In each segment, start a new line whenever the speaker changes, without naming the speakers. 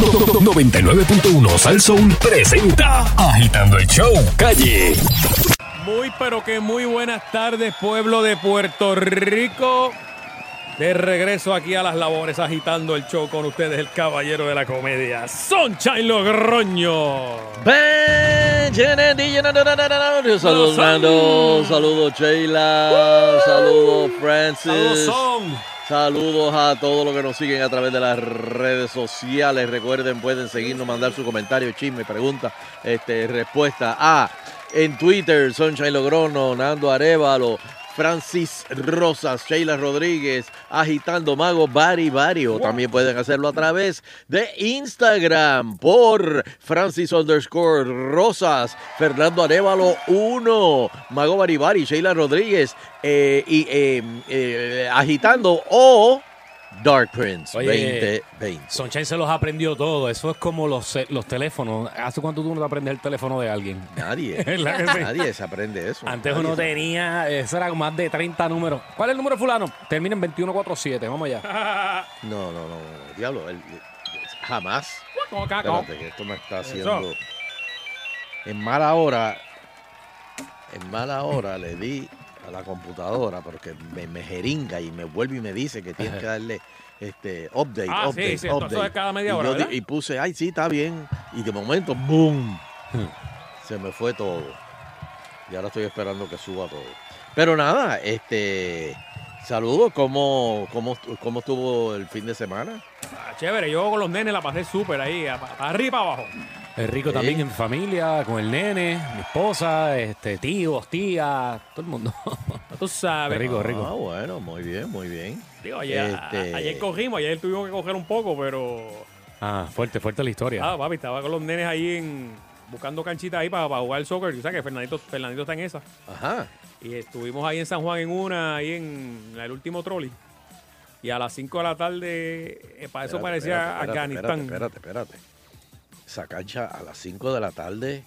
no, no, 99.1 Sal Soul presenta Agitando el Show Calle.
Muy pero que muy buenas tardes pueblo de Puerto Rico. De regreso aquí a las labores agitando el show con ustedes el caballero de la comedia, Sunshine Logroño.
Saludos, Nando. Saludos, Sheila. Saludos, Francis. Saludos a todos los que nos siguen a través de las redes sociales. Recuerden, pueden seguirnos, mandar su comentario, chisme, pregunta, este, respuesta. Ah, en Twitter, Sunshine Logrono, Nando Arevalo, Francis Rosas, Sheila Rodríguez, Agitando Mago, Bari Bario. También pueden hacerlo a través de Instagram por Francis underscore Rosas, Fernando Arevalo 1, Mago Bari Bari, Sheila Rodríguez eh, y eh, eh, Agitando o Dark Prince
Oye.
2020.
Sunshine se los aprendió todo. Eso es como los, eh, los teléfonos. ¿Hace cuánto tú no te aprendes el teléfono de alguien?
Nadie,
¿Verdad que sí?
nadie se aprende eso.
Antes
Nadie
uno
se-
tenía, eso era más de 30 números. ¿Cuál es el número fulano? Termina en 2147, vamos allá.
No, no, no, no, diablo, el- el- jamás.
Como caco.
Espérate, que esto me está haciendo. En mala hora, en mala hora le di a la computadora porque me, me jeringa y me vuelve y me dice que tienes que darle este update,
Ah, sí,
update,
sí, esto- eso
update.
es cada media
y,
hora,
yo di-
¿verdad?
y puse, ay, sí, está bien. Y de momento, ¡boom! Se me fue todo. Y ahora estoy esperando que suba todo. Pero nada, este. Saludos, ¿cómo, cómo, cómo estuvo el fin de semana?
Ah, Chévere, yo con los nenes la pasé súper ahí, a- pa- arriba abajo.
Es rico
Sí.
también en familia, con el nene, mi esposa, este, tíos, tías, todo el mundo.
Tú sabes.
Es rico, es
Ah,
rico.
bueno, muy bien, muy bien.
Digo, ayer, a-
Este-
ayer cogimos, ayer tuvimos que coger un poco, pero.
Ah, fuerte, fuerte la historia.
Ah, papi, estaba con los nenes ahí en, buscando canchita ahí para, para jugar soccer. Tú sabes que Fernandito, Fernandito está en esa.
Ajá.
Y estuvimos ahí en San Juan en una, ahí en el último trolley. Y a las 5 de la tarde, eh, para eso
Espérate,
parecía
espérate, espérate,
Afganistán.
Espérate, espérate, espérate. Esa cancha a las 5 de la tarde.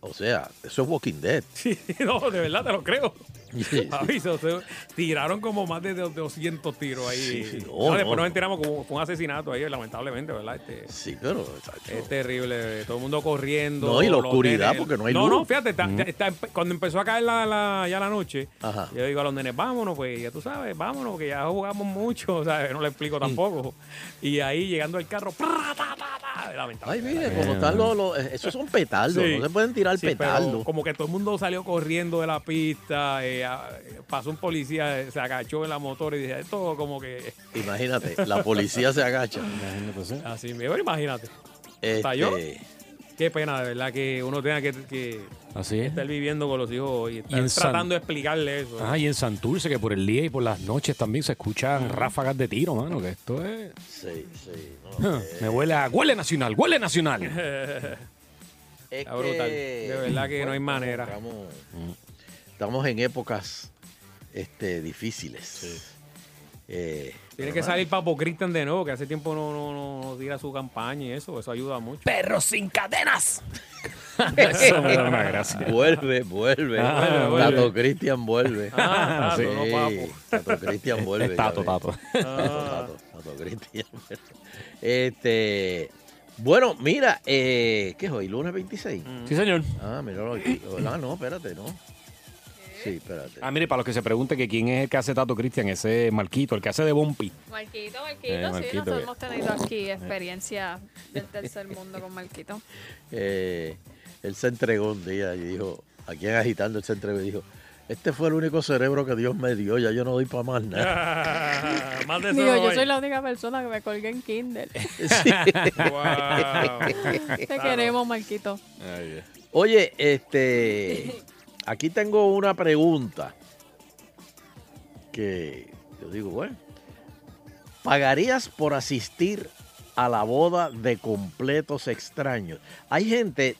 O sea, eso es Walking Dead.
Sí, no, de verdad te lo creo.
Sí, sí.
Papi, se- se- tiraron como más de do- 200 tiros ahí.
Sí, no,
No, después
no,
nos
no.
enteramos como fue un asesinato ahí, lamentablemente, ¿verdad? Este,
Sí, pero. chacho,
Es terrible, eh, todo el mundo corriendo.
No, y la
los
oscuridad,
nenes.
porque no hay
No,
luz.
no, fíjate, está- está- está- cuando empezó a caer la, la- ya la noche,
Ajá.
yo digo a los nenes, vámonos, pues, ya tú sabes, vámonos, que ya jugamos mucho, ¿sabes? No le explico tampoco. Y ahí llegando el carro, ¡pra, ta, ta, ta! lamentable.
Ay, mire, como están los, los- Esos son petardos.
Sí.
No se pueden tirar
Sí, pero
petardos.
como que todo el mundo salió corriendo de la pista, eh, a- pasó un policía, eh, se agachó en la motora y dije, esto como que...
Imagínate, la policía se agacha.
Así, mismo, imagínate. ¿Estalló?
Este,
Qué pena, de verdad, que uno tenga que- que
Así es.
estar viviendo con los hijos y estar
Y en San-
tratando de explicarle eso.
Ah, y en Santurce, que por el día y por las noches también se escuchan ráfagas de tiro, mano, que esto es...
sí, sí. no,
Ah, Me huele a... ¡Huele nacional! ¡Huele nacional!
es
Está brutal.
que-
De verdad que no hay
bueno,
manera.
Estamos, mm, estamos en épocas este, difíciles. Eh,
Tiene
pero
que
nada.
salir Papo Cristian de nuevo, que hace tiempo no, no, no, no tira su campaña y eso, eso ayuda mucho.
¡Perros sin cadenas! Eso me da una gracia.
Vuelve, vuelve.
Ah, vuelve,
Tato
vuelve.
Cristian vuelve.
Ah, Tato,
Sí,
no Papo.
Tato Cristian vuelve. ya
Tato,
ves.
tato.
Tato,
Ah.
Tato, Tato Cristian. Este, bueno, mira, eh, ¿qué es hoy? ¿Lunes 26?
Mm.
Sí, señor.
Ah, mira, hoy- ah, no, espérate, no. Sí, espérate.
Ah, mire, para los que se pregunten que quién es el que hace Tato Cristian, ese es Marquito, el que hace de Bumpy.
Marquito,
Eh,
Marquito, sí,
Marquito,
nosotros
que-
hemos tenido aquí experiencia del tercer mundo con Marquito.
Eh, él se entregó un día y dijo, aquí en Agitando, él se entregó y dijo, este fue el único cerebro que Dios me dio, ya yo no doy para más nada.
Ah, Más de eso
Digo,
no
yo
hay.
soy la única persona que me colgué en Kindle.
Sí.
Wow.
Te queremos, Marquito.
Oye, este, aquí tengo una pregunta que yo digo, bueno, ¿pagarías por asistir a la boda de completos extraños? Hay gente,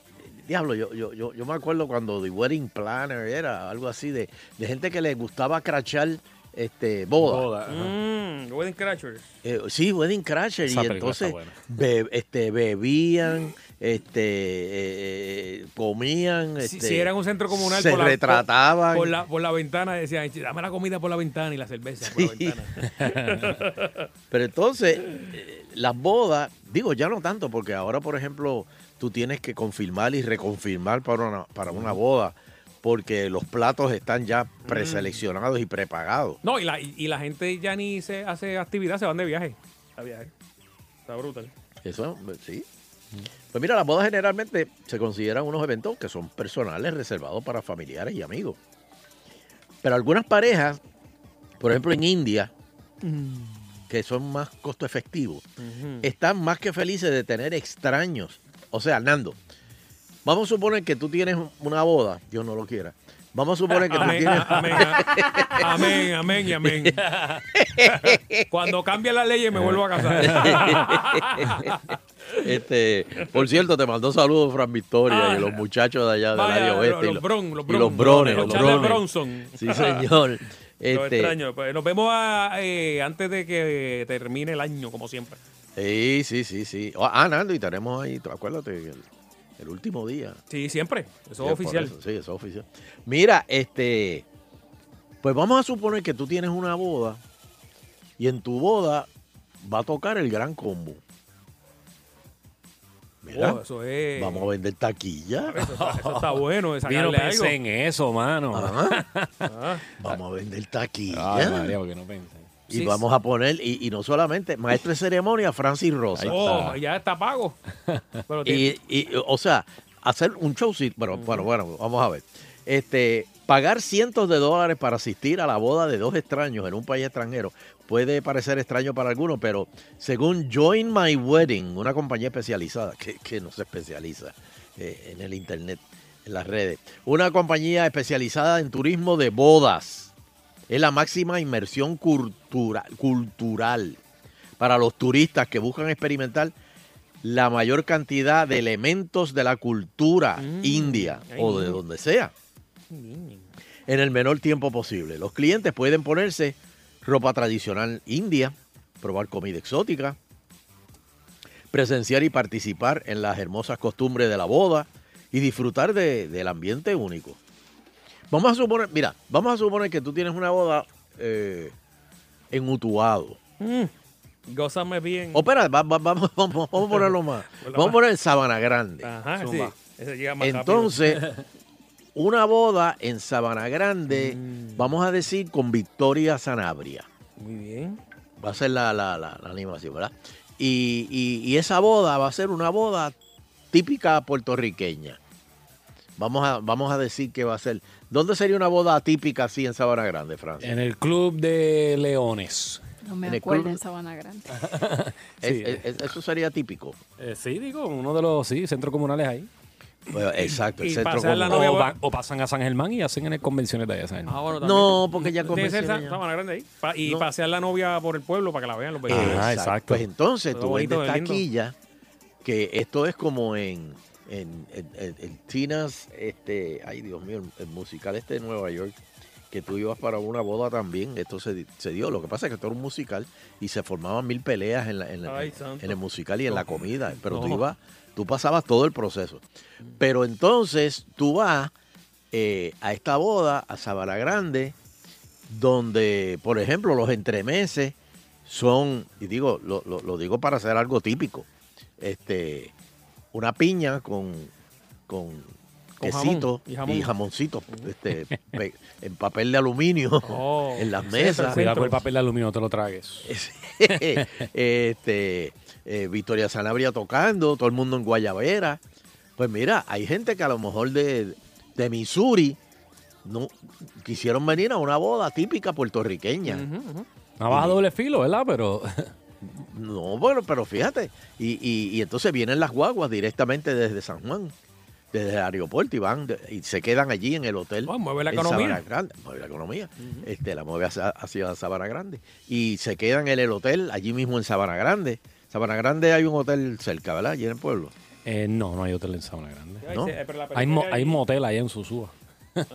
diablo, yo, yo, yo, yo me acuerdo cuando The Wedding Planner era algo así de, de gente que le gustaba crachar este, boda.
Boda, ajá.
Mm, Wedding Crashers.
Eh, sí, Wedding Crasher.
Esa
y
película está
entonces
buena.
be- este, bebían, este, eh, eh, comían.
si,
este,
si era en un centro comunal,
Se
por la-
retrataban.
Por la, por la ventana decían, dame la comida por la ventana y la cerveza por la
Sí.
ventana.
Pero entonces, eh, las bodas, digo, ya no tanto, porque ahora, por ejemplo, tú tienes que confirmar y reconfirmar para una, para una boda, porque los platos están
Mm.
ya preseleccionados y prepagados.
No, y la, y, y la gente ya ni se hace actividad, se van de viaje. A viaje. Está brutal.
Eso, eh, sí. Pues mira, las bodas generalmente se consideran unos eventos que son personales, reservados para familiares y amigos. Pero algunas parejas, por ejemplo en India, que son más costo efectivos, están más que felices de tener extraños. O sea, Nando, vamos a suponer que tú tienes una boda, yo no lo quiera. Vamos a suponer que tú
Amén,
tienes...
a- amén, a- amén, amén y amén. Cuando cambie la ley me vuelvo a casar.
Este, por cierto, te mandó saludos Fran Victoria
Ah,
y los muchachos de allá del
vaya,
área
lo-
oeste. y
los
lo-
Bron, los
y los
Bron,
brones.
los
Los
Charles
brones.
Bronson.
Sí, señor.
Lo
Este,
extraño. Pues Nos vemos a, eh, antes de que termine el año, como siempre.
Sí, sí, sí, sí. Oh, Ah, Nando, y tenemos ahí, tú acuérdate, el, el último día.
Sí, siempre. Eso
Sí,
es
por
oficial.
eso, sí, eso es oficial. Mira, este, pues vamos a suponer que tú tienes una boda y en tu boda va a tocar el gran combo. Mira,
Oh, eso es.
vamos a vender taquilla.
Ah, Eso está, eso está bueno, de
Yo no
sacarle algo.
pensé en eso, mano.
Ajá,
Ah,
vamos a vender
Ay,
taquilla.
María, porque no pensé.
Y
sí,
vamos a poner, y, y no solamente, maestro de ceremonia, Francis Rosa.
oh, ya está pago. Pero tiene-
y, y, o sea, hacer un show, sí, pero bueno, bueno, vamos a ver. Este, pagar cientos de dólares para asistir a la boda de dos extraños en un país extranjero puede parecer extraño para algunos, pero según Join My Wedding, una compañía especializada que, que no se especializa eh, en el internet, en las redes, una compañía especializada en turismo de bodas, es la máxima inmersión cultura- cultural para los turistas que buscan experimentar la mayor cantidad de elementos de la cultura india o de donde sea en el menor tiempo posible. Los clientes pueden ponerse ropa tradicional india, probar comida exótica, presenciar y participar en las hermosas costumbres de la boda y disfrutar de- del ambiente único. Vamos a suponer, mira, vamos a suponer que tú tienes una boda eh, en Utuado.
gózame bien.
O espera, Oh, va- va- vamos, vamos, vamos a ponerlo más. Vamos a poner en Sabana Grande.
Ajá, sí.
Zumba.
Ese llega más rápido.
Entonces, una boda en Sabana Grande,
Mm.
vamos a decir con Victoria Sanabria.
Muy bien.
Va a ser la, la, la- la animación, ¿verdad? Y, y- y esa boda va a ser una boda típica puertorriqueña. Vamos a, vamos a decir que va a ser. ¿Dónde sería una boda típica así en Sabana Grande, Francia?
En el club de leones.
No me
En el
acuerdo
club-
en Sabana Grande.
Ah,
Es-
sí.
es- es- eso sería típico.
Eh, sí, digo, uno de los sí, centros comunales ahí.
Bueno, exacto, el
y
centro
pasar la
comunal.
No, novia-
O,
voy-
van- o pasan a San Germán y hacen en el convenciones de allá. ¿saben?
Ah, bueno, también.
No, porque ya
Tiene que ser
convenciones
Sa-
ya-
Sabana Grande ahí. Pa- y
No.
pasear la novia por el pueblo para que la vean los vecinos.
Ah,
Exacto.
exacto.
Pues entonces
Todo
tú
bonito,
vendes
de lindo.
taquilla, que esto es como en, en, en- en- en Tinas, este, ay Dios mío, el, el musical este de Nueva York, que tú ibas para una boda también, esto se, di- se dio. Lo que pasa es que esto era un musical y se formaban mil peleas en, la- en la-
Ay,
en
santo.
el musical y en la comida, pero tú
No.
ibas, tú pasabas todo el proceso. Pero entonces tú vas eh, a esta boda, a Sabana Grande, donde, por ejemplo, los entremeses son, y digo, lo, lo- lo digo para hacer algo típico, este, una piña con, con,
Con jamón
quesito
y jamón.
y jamoncito este, pe- en papel de aluminio
Oh.
en las
Sí,
mesas.
perfecto.
Cuidado con el papel de aluminio, no te lo tragues.
este, eh, Victoria Sanabria tocando, todo el mundo en Guayabera. Pues mira, hay gente que a lo mejor de, de Missouri no quisieron venir a una boda típica puertorriqueña.
Una baja doble filo, ¿verdad? Pero
No, bueno, pero fíjate. Y, y- y entonces vienen las guaguas directamente desde San Juan, desde el aeropuerto y van de- y se quedan allí en el hotel.
Pues,
Ah, mueve la
en
economía.
Sabana Grande, mueve la economía. este, la mueve hacia, hacia Sabana Grande. Y se quedan en el hotel allí mismo en Sabana Grande. Sabana Grande hay un hotel cerca, ¿verdad? Allí en el pueblo.
eh, no, no hay hotel en Sabana Grande.
Ay,
¿no?
sí, pero la
Hay, mo-
película
hay
ahí-
motel allá en Susúa.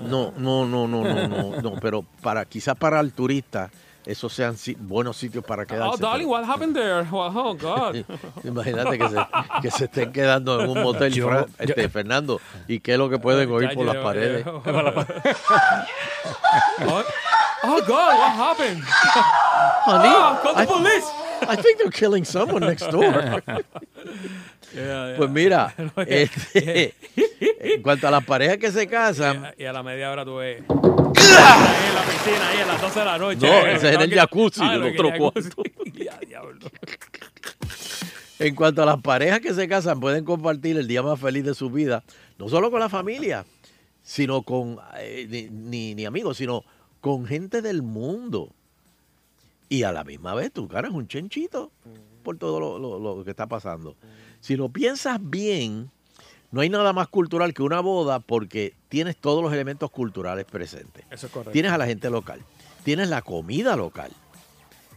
No, no, no, no, no, no, no, pero para quizás para el turista esos sean si- buenos sitios para quedarse.
Oh, darling,
pero-
what happened there? Well, oh, God.
Imagínate que se, que se estén quedando en un motel,
Yo-
Fra-
yo-
este, Fernando, y qué es lo que pueden oír
Ya,
por
yo-
las paredes.
Oh, oh, God, what happened?
Honey,
Ah, call the
I-
police.
I think they're killing someone next door.
Yeah, yeah.
Pues mira, este, en cuanto a las parejas que se casan,
Y a la media hora tú ves. Ahí en la piscina, ahí a las 12 de la noche. Eh,
No, ese es en el
que-
jacuzzi,
Ah,
en
lo que
otro
jacuzzi. Ya, diablo.
en cuanto a las parejas que se casan, pueden compartir el día más feliz de su vida, no solo con la familia, sino con, eh, ni, ni- ni amigos, sino con gente del mundo. Y a la misma vez tú ganas un chenchito por todo lo, lo- lo que está pasando. Si lo piensas bien, no hay nada más cultural que una boda porque tienes todos los elementos culturales presentes.
Eso es correcto.
Tienes a la gente local. Tienes la comida local.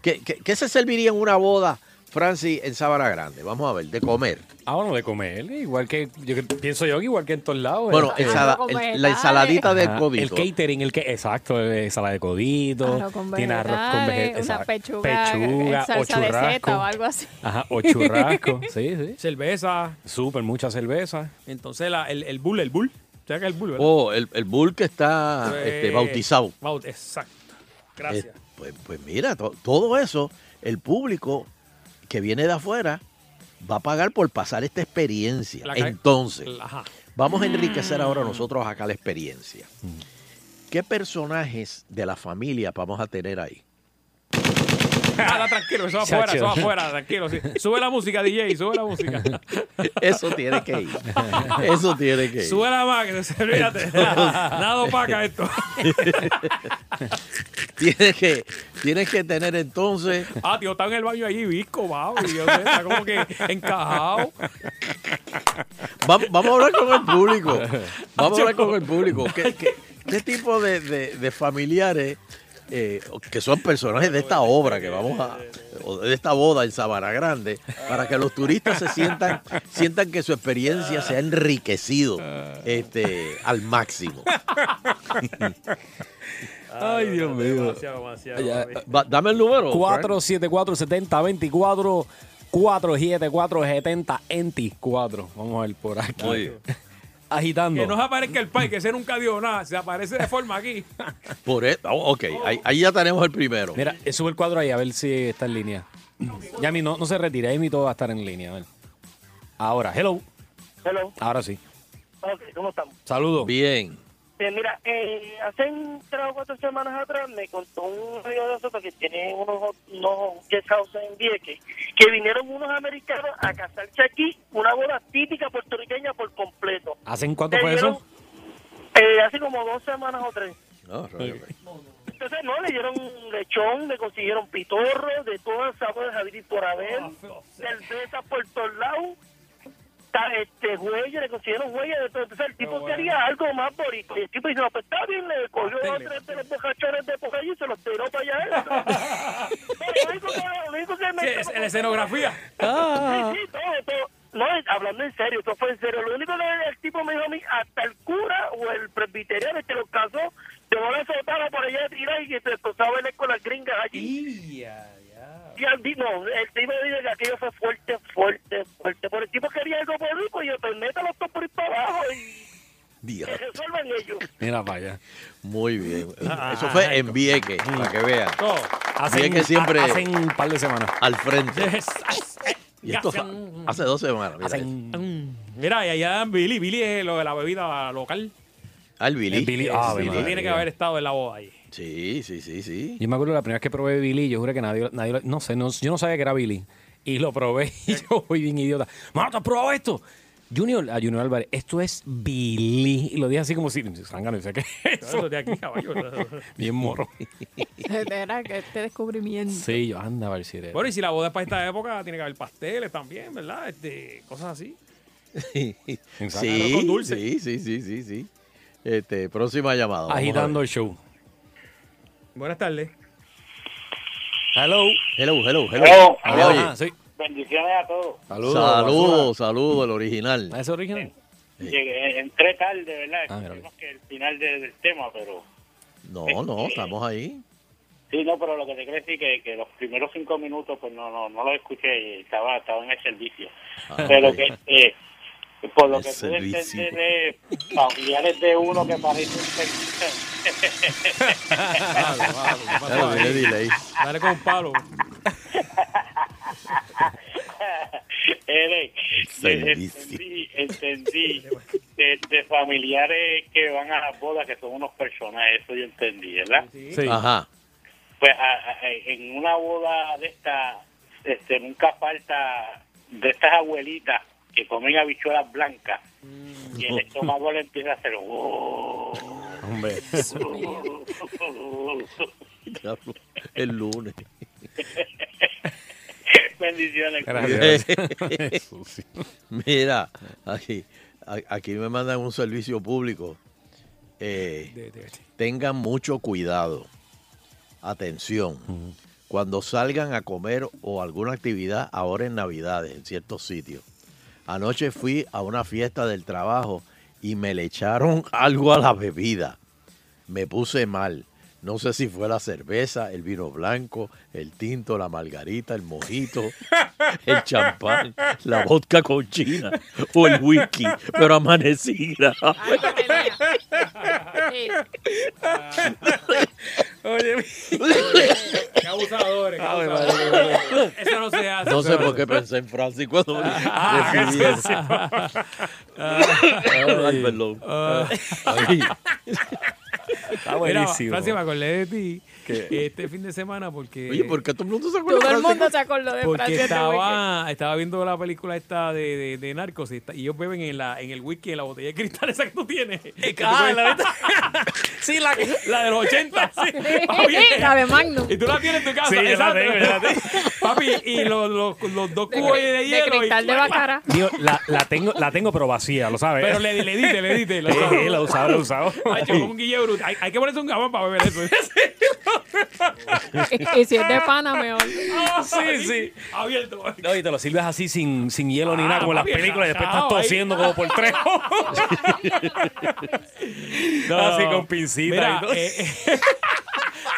¿Qué, qué- qué se serviría en una boda, Francis, en Sabana Grande? Vamos a ver, de comer.
Ah, bueno, de comer, igual que, yo que- pienso yo que igual que en todos lados.
Bueno,
¿verdad?
ensala-
con
el- la
vegetales.
ensaladita del
Ajá, El
codito.
catering, el que, exacto, eh, ensalada de codito,
Arroz con
tiene arroz con
vegetales,
vegetales,
una pechuga, en
o
salsa de
churrasco.
seta o algo así.
Ajá, o churrasco, sí, sí.
Cerveza.
Súper, mucha cerveza.
Entonces la, el, el bull, el bull. ¿Sabes qué es el bull, verdad?
Oh, el, el bull que está
Pues,
este, bautizado.
baut- Exacto. Gracias.
Eh, pues, pues mira, to- todo eso, el público que viene de afuera va a pagar por pasar esta experiencia.
La ca- Mm.
Entonces,
Ajá.
Vamos a enriquecer ahora nosotros acá la experiencia. ¿Qué personajes de la familia vamos a tener ahí?
Nada, Ah, tranquilo, eso va
Chacho.
afuera, eso va afuera, tranquilo. sí. Sube la música, DJ, sube la música.
Eso tiene que ir. Eso tiene que ir.
Sube la máquina, olvídate. Nada opaca esto.
Tienes que, tienes que tener entonces
Ah, tío, está en el baño allí, visco, wow. Y yo sé, está como que encajado.
Va- vamos a hablar con el público. Vamos a hablar con el público. ¿Qué, qué- qué tipo de, de- de familiares eh, que son personajes de esta obra que vamos a o de esta boda en Sabana Grande para que los turistas se sientan sientan que su experiencia se ha enriquecido
Ah.
este al máximo.
Ay, Dios mío. Demasiado, demasiado. mami.
Va- dame el número. Frank.
474-7024, 474-7024. Vamos a ver por aquí.
Muy bien.
Agitando.
Que no se aparezca el pai, que ese nunca dio nada. Se aparece de forma aquí.
Por e- oh, ok, ahí, ahí ya tenemos el primero.
Mira, eh, sube el cuadro ahí a ver si está en línea. Yami, no, no se retire, Yami todo va a estar en línea. a ver. Ahora, hello.
Hello.
Ahora sí.
Ok, ¿cómo estamos?
Saludos.
Bien.
Bien, mira, eh, hace un- tres o cuatro semanas atrás me contó un amigo de nosotros que tiene unos, unos guest houses en Vieques, que vinieron unos americanos a casarse aquí, una boda típica puertorriqueña por completo.
¿Hacen cuánto
Le
fue
dieron,
eso?
eh, hace como dos semanas o tres.
No, rayos.
Entonces, no, le dieron lechón, le consiguieron pitorro, de todas sabores, Javier y por haber,
Ah,
cerveza por todos lados, ta- este, huella, le consiguieron huella de todo. Entonces, el tipo
bueno. Ah,
quería algo más bonito. Y el tipo dice, no, pues está bien, le cogió dos o tres de los bocachones de por ahí y se los tiró para allá. Pero lo único que- lo único que me-
Sí, es- la escenografía. Ah.
Sí, sí, todo, todo. No, es- hablando en serio, esto fue en serio. Lo único que el tipo me dijo a mí, hasta el cura o el presbiteriano el que lo casó, se van a soltar por allá de tirar y que se empezó a bailar con las gringas allí. Y al di- no, el tipo dijo que aquello fue fuerte, fuerte, fuerte. Pero el tipo quería algo rico y yo, pues métalo todo por ahí para abajo y
Dios.
que resuelvan ellos.
Mira para allá.
Muy bien. Eso fue en Vieques, para que vean.
Todo.
Ah, Hacen,
que siempre-
ha- hacen un par de semanas.
Al frente. Y esto fa-
Hacen-
hace dos semanas. Mira eso.
Hacen
Mira, y allá Billy, Billy es lo de la bebida local.
Ah, el Billy.
El Billy, ah,
Billy
Ave María.
tiene que haber estado en la boda ahí.
Sí, sí, sí, sí.
Yo me acuerdo la primera vez que probé Billy, yo juré que nadie, nadie lo- no sé, no- yo no sabía que era Billy. Y lo probé y yo fui bien idiota. Mano, ¿tú has probado esto? Junior, a Junior Álvarez, esto es Billy. Y lo dije así como si, zángano, ¿y sé qué es eso?
Eso de aquí, caballo.
Bien morro.
Era que este descubrimiento.
Sí, yo, anda, a ver si eres.
Bueno, y si la boda es para esta época, tiene que haber pasteles también, ¿verdad? Este, cosas así.
Sí,
Arroz con dulce.
sí, sí, sí, sí, sí. Este, próxima llamada. vamos a ver.
Agitando el show.
Buenas tardes.
Hello.
Hello, hello, hello.
Hello.
Ah,
Ahora oye,
Ajá, sí.
Bendiciones a todos.
Saludos, saludos, el original.
¿Es original?
Llegué- entré tarde, ¿verdad?
Ah, mira,
Esperemos que el final de- del tema, pero...
No, no, estamos ahí.
Sí, no, pero lo que te quiero decir que, que los primeros cinco minutos, pues no, no, no los escuché, estaba, estaba en el servicio.
Ah,
pero
ok.
que, eh, por lo
El
que pude
servicio.
entender de familiares de uno que parece un ser-
Pablo, Pablo, ¿qué pasó
Claro,
ahí?
tiene delay.
Dale con Pablo.
Eric,
servicio.
entendí, entendí de, de familiares que van a las bodas que son unos personajes, eso yo entendí, ¿verdad?
Sí.
Ajá.
Pues a- a- en una boda de esta, este, nunca falta de estas abuelitas que comen habichuelas blancas y el estómago le empieza a hacer "Oh".
Hombre.
Diablo, El lunes.
bendiciones
Gracias.
Mira, aquí, a- aquí me mandan un servicio público. Eh, tengan mucho cuidado. Atención. Cuando salgan a comer o alguna actividad ahora en Navidades en ciertos sitios. Anoche fui a una fiesta del trabajo y me le echaron algo a la bebida. Me puse mal. No sé si fue la cerveza, el vino blanco, el tinto, la margarita, el mojito, el champán, la vodka con china o el whisky, pero amanecí grave.
Algo tenía. Sí,
Oye, qué abusadores. qué
Ay,
abusadores. Eso no se hace. Ah,
No sé
eso
por qué pensé en Francis cuando decidí
qué
eso. Ay, perdón.
Ah.
Ay,
Está
Mira,
buenísimo.
Francis, me acordé de ti este fin de semana porque...
Oye, ¿por qué todo el mundo se acuerda
Todo
de
el
Francis?
mundo se acordó de
Porque
Francia este weekend.
estaba, estaba viendo la película esta de, de, de Narcos y, está- y ellos beben en, la, en el whisky, en la botella de cristal esa que tú tienes.
ah, la
sí, la, de los 80. sí. Papi,
La de Magnum.
y tú la tienes en tu casa.
Sí, yo la
exacto.
tengo, yo la
Papi, y los, los, los dos
De,
cubos de,
de
hielo. y-
cristal de bacara.
Digo, la, la tengo, la tengo, pero vacía, ¿lo sabes?
Pero le, le dite, le dite.
Sí, sí, la he usado, la he usado.
Macho, como un Guille Bruto. Hay, hay que ponerse un gabán para beber eso.
Y, y si es de pana, mejor.
Ah,
Sí, sí.
Abierto.
No, y te lo sirves así sin, sin hielo ni nada, como en las
Ah, papi,
películas, y después estás
exagerado ahí.
tosiendo como por tres. no, así con pincita.
Mira,
y todo.
eh, eh,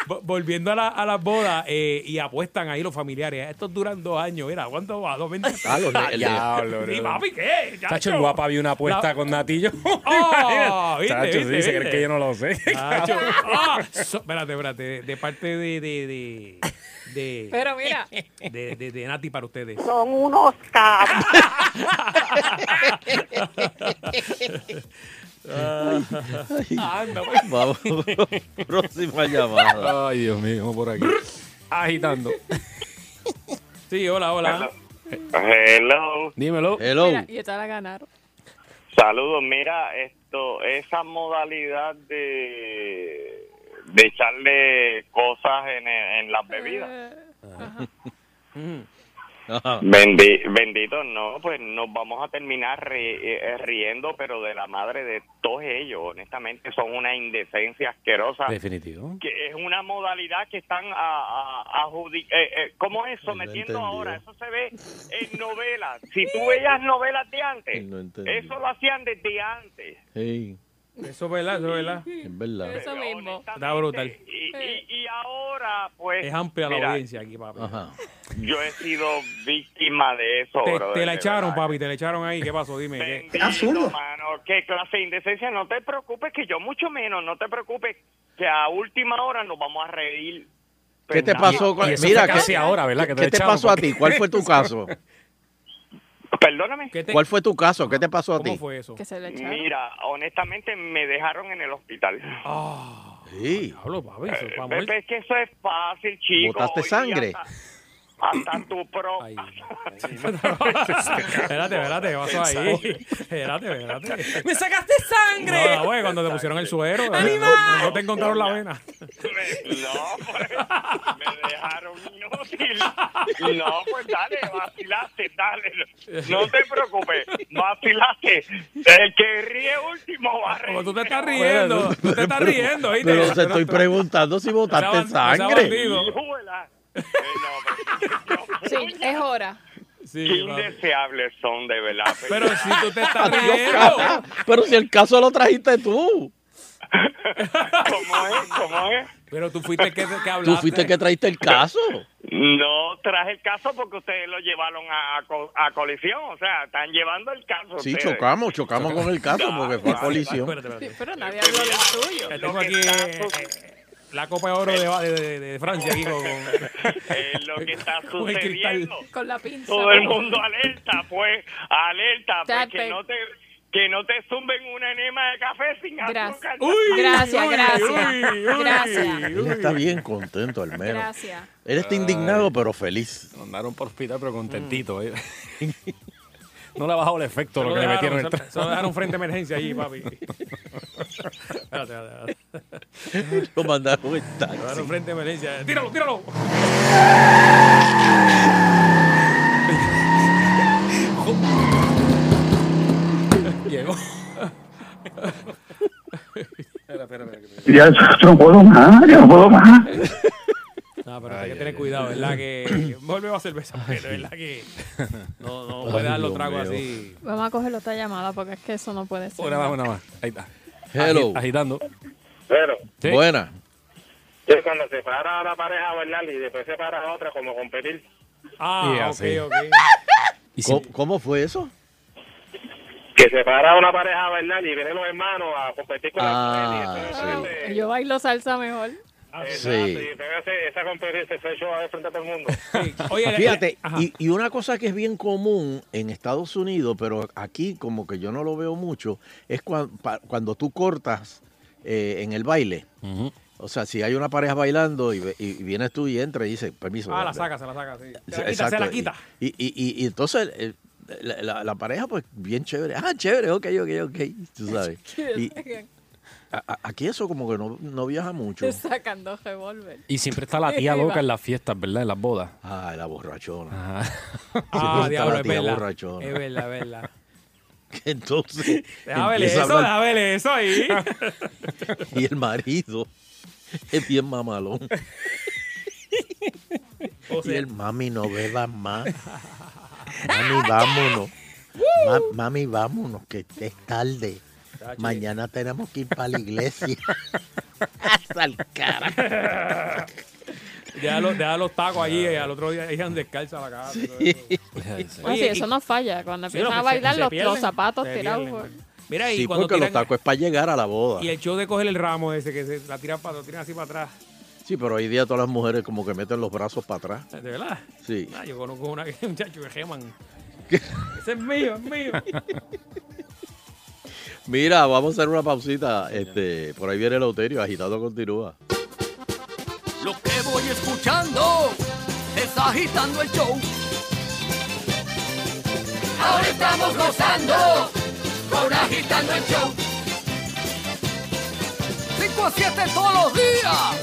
vo- volviendo a, la, a las bodas eh, y apuestan ahí los familiares. Estos duran dos años. Mira, ¿cuánto va? ¿Dos veinte?
Ah, los ne- el de-
Diablo,
Sí,
bro.
papi, ¿qué? Chacho.
Chacho, en guapa había una apuesta
La-
con Natillo.
Oh, viste,
Chacho,
viste,
sí, se
viste.
cree que yo no lo sé.
Chacho. Ah, so- espérate, espérate. De, de parte de, de, de, de,
Pero mira,
de- de- de Nati para ustedes.
Son unos cabros.
Ah.
Vamos, próxima llamada.
Ay, Dios mío, vamos por aquí. Agitando.
Sí, hola, hola.
Hello,
Dímelo.
Hello.
mira, y esta la ganaron.
saludos. Mira, esto, esa modalidad de, de echarle cosas en, en las bebidas.
Eh,
Ajá.
Bendi- bendito, no, pues nos vamos a terminar ri- eh, riendo, pero de la madre de todos ellos. Honestamente, son una indecencia asquerosa.
Definitivo.
que es una modalidad que están a, a, ajudi- eh, eh, ¿cómo es? Sometiendo
entendido.
ahora. Eso se ve en novelas. Si tú veías novelas de antes,
Él no entendió.
eso lo hacían desde antes.
Sí,
Eso es verdad, eso es verdad.
es verdad.
eso mismo.
Está brutal.
Y, y- y ahora, pues.
Es amplia la
mira,
audiencia aquí, papi.
Ajá.
Yo he sido víctima de eso.
Te,
brother,
te la
de
echaron,
verdad.
papi, te la echaron ahí. ¿Qué pasó? Dime. ¿qué?
Bendito, mano, qué clase de indecencia. No te preocupes, que yo mucho menos. No te preocupes, que a última hora nos vamos a reír.
¿Qué te
Pendejo.
pasó? con-
Y eso
Mira,
fue casi
¿qué,
ahora, ¿verdad?
qué te
echaron,
pasó a
porque-
ti? ¿Cuál fue tu caso?
Perdóname.
¿Qué te-
¿Cuál fue tu caso? ¿Qué te pasó a
¿Cómo
ti?
fue eso?
Que se le echaron.
Mira, honestamente me dejaron en el hospital.
Ah,
Sí.
Pablo, papi, eso es para
Pepe,
muerte.
es que eso es fácil, chico.
¿Botaste
Hoy día
sangre?
Hasta, hasta tu pro.
Ay. espérate, espérate, ¿qué pasó ahí? Espérate, espérate.
¡Me sacaste sangre!
No, güey, cuando te pusieron el suero, no, no te encontraron la vena.
Me- no, pues, me dejaron inútil. No, pues dale, vacilaste, dale. No te preocupes, vacilaste. El que ríe último va a reír.
Como tú te estás riendo, tú te estás riendo, ¿viste?
Pero te estoy preguntando si botaste
Estaban- estaban
sangre.
bandidos.
Júbela. Eh, no, pero-
Sí, es hora.
Sí,
Qué
papi.
indeseables son, de verdad.
Pero si tú te estás
Adiós,
riendo.
cabrón. Pero si el caso lo trajiste tú.
¿Cómo es? ¿Cómo es?
Pero tú fuiste el que, que hablaste.
Tú fuiste el que trajiste el caso.
No traje el caso porque ustedes lo llevaron a, a co- a colisión. O sea, están llevando el caso.
Sí,
ustedes.
chocamos, chocamos con el caso porque fue a colisión.
Espérate, espérate.
Pero nadie habló del suyo.
Que
Lo
Tengo
que
aquí
está-
eh, eh, la copa de oro de, de- de- de Francia aquí con,
Es lo que está
con el cristal.
sucediendo.
Con la pinza.
Todo el mundo alerta, pues. Alerta, pues.
Date.
Que no te, que no te zumben una enema de café sin
Gracias.
azúcar.
Gracias, gracias. Gracias.
Él está bien contento al menos.
Gracias.
Él
Ah,
está indignado pero feliz.
Lo mandaron por hospital, pero contentito. eh. no le ha bajado el efecto
Se
lo
lo
que le metieron
dejaron,
el
se- se lo dejaron frente a emergencia allí, papi. Espérate, espérate, espérate.
Lo mandaron en taxi.
Se lo dejaron frente a emergencia. ¡Tíralo, tíralo! Llegó.
Ya no puedo más, ya no puedo más.
No, pero hay que tener cuidado, ¿verdad? Que. Vuelve a cerveza, pero ¿verdad? Que. No, no puede dar los
Dios
tragos
mío.
así.
Vamos a coger otra llamada porque es que eso no puede ser.
Una más, una más. Ahí está.
Hello.
Agi- agitando.
Pero,
Sí.
Buena.
que cuando se para una pareja a bailar y después se para otra como competir,
Y
Ah,
así.
ok, ok.
Y si-
¿Cómo, cómo fue eso?
que se para una pareja a bailar y vienen los hermanos a competir con
Ah,
la
sí.
Ah, Yo bailo salsa mejor.
Sí.
Y después hace- esa competencia se echó a ver frente a todo el mundo.
Sí. Oye,
Ah, Fíjate,
ajá.
y, y una cosa que es bien común en Estados Unidos, pero aquí como que yo no lo veo mucho, es cuan- pa- cuando tú cortas eh, en el baile. O sea, si hay una pareja bailando y, ve- y vienes tú y entras y dices, permiso.
Ah,
ve-
la
ve-
saca, se la saca, sí. Se la
Sí,
quita, se la
exacto,
quita.
Y, y- y- y entonces eh, la, la- la pareja, pues bien chévere. Ah, chévere, ok, ok, ok. Tú sabes. Y a- a- aquí eso como que no, no viaja mucho.
Te sacan dos revólver.
y siempre está la tía
Ahí va.
loca en las fiestas, ¿verdad? En las bodas. Ah.
Ah, la borrachona.
Ajá.
Siempre
Ah,
está
diablo,
la
es
tía
verdad.
borrachona.
Es verdad, es verdad.
Entonces,
Deja ver
empieza a
eso,
hablar
deja ver eso ahí.
y el marido es bien mamalón.
O
Y
sea,
el mami no beba más. Mami, vámonos. Ma- mami, vámonos, que es tarde. Mañana tenemos que ir para la iglesia. Hasta el cara.
deja, los, deja los tacos allí y al otro día dejan descalza la casa. y todo eso.
Ah, sí,
Oye,
eso
y-
no falla. Cuando
Sí,
empiezan
no, pues,
a
se-
bailar
se
los,
pierden,
los zapatos
se
tirados.
pierden.
por-
Mira, y
Sí,
cuando
porque los
tiran-
tacos es para llegar a la boda.
Y el show de coger el ramo ese, que se la tiran, para, lo tiran así para atrás.
Sí, pero hoy día todas las mujeres como que meten los brazos para atrás.
¿De verdad?
Sí.
Ah, yo conozco una que muchacho que geman. Ese es mío, es mío.
Mira, vamos a hacer una pausita. Este, por ahí viene el Euterio, agitado continúa.
Lo que voy escuchando es agitando el show. Ahora estamos gozando con agitando el show. 5 a 7 todos los días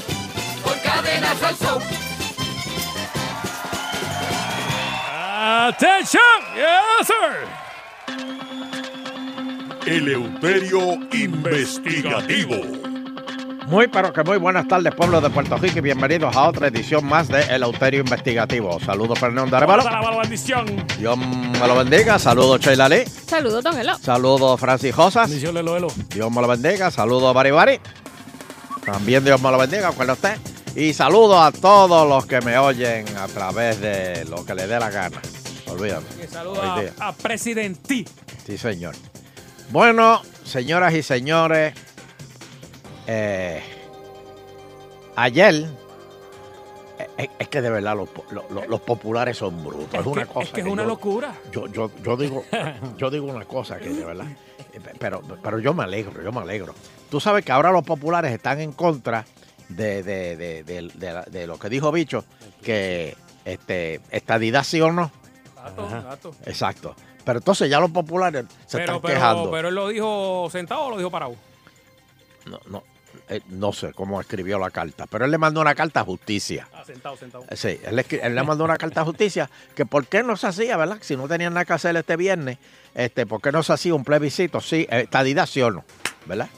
por cadenas al show.
¡Atención! ¡Yes, sir!
Eleuterio Investigativo.
Muy, pero que muy buenas tardes, pueblo de Puerto Rico, y bienvenidos a otra edición más de El Auterio Investigativo. Saludos, Fernando
Vamos a
Arevalo.
la mala bendición.
Dios me lo bendiga. Saludos, Sheila Lee.
Saludos, don Elo.
Saludos, Francis Josas.
Bendición, Lelo, Lelo.
Dios me lo bendiga. Saludos a Bari Bari. También Dios me lo bendiga, cuando esté. Y saludos a todos los que me oyen a través de lo que le dé la gana. Olvídalo.
Que
Hoy
saluda
día.
a, a Presidentí.
Sí, señor. Bueno, señoras y señores, eh, ayer, eh, eh, es que de verdad los, po- lo- lo- los populares son brutos. Es,
Es
una
que-
cosa
es que es una
yo-
locura.
Yo, yo, yo digo, yo digo una cosa que de verdad, eh, pe- pero, pero yo me alegro, yo me alegro. Tú sabes que ahora los populares están en contra de, de- de- de- de la- de lo que dijo Bicho, que este, estadidad sí o no.
Gato, gato.
Exacto. Pero entonces ya los populares se
pero,
están
pero,
quejando.
pero él lo dijo sentado o lo dijo parado.
No, no, eh, no sé cómo escribió la carta, pero él le mandó una carta a justicia.
Ah, sentado, sentado.
Eh, Sí, él, escri- él le mandó una carta a justicia que por qué no se hacía, ¿verdad? Si no tenían nada que hacer este viernes, este, ¿por qué no se hacía un plebiscito? Sí, eh, estadidad sí o no, ¿verdad?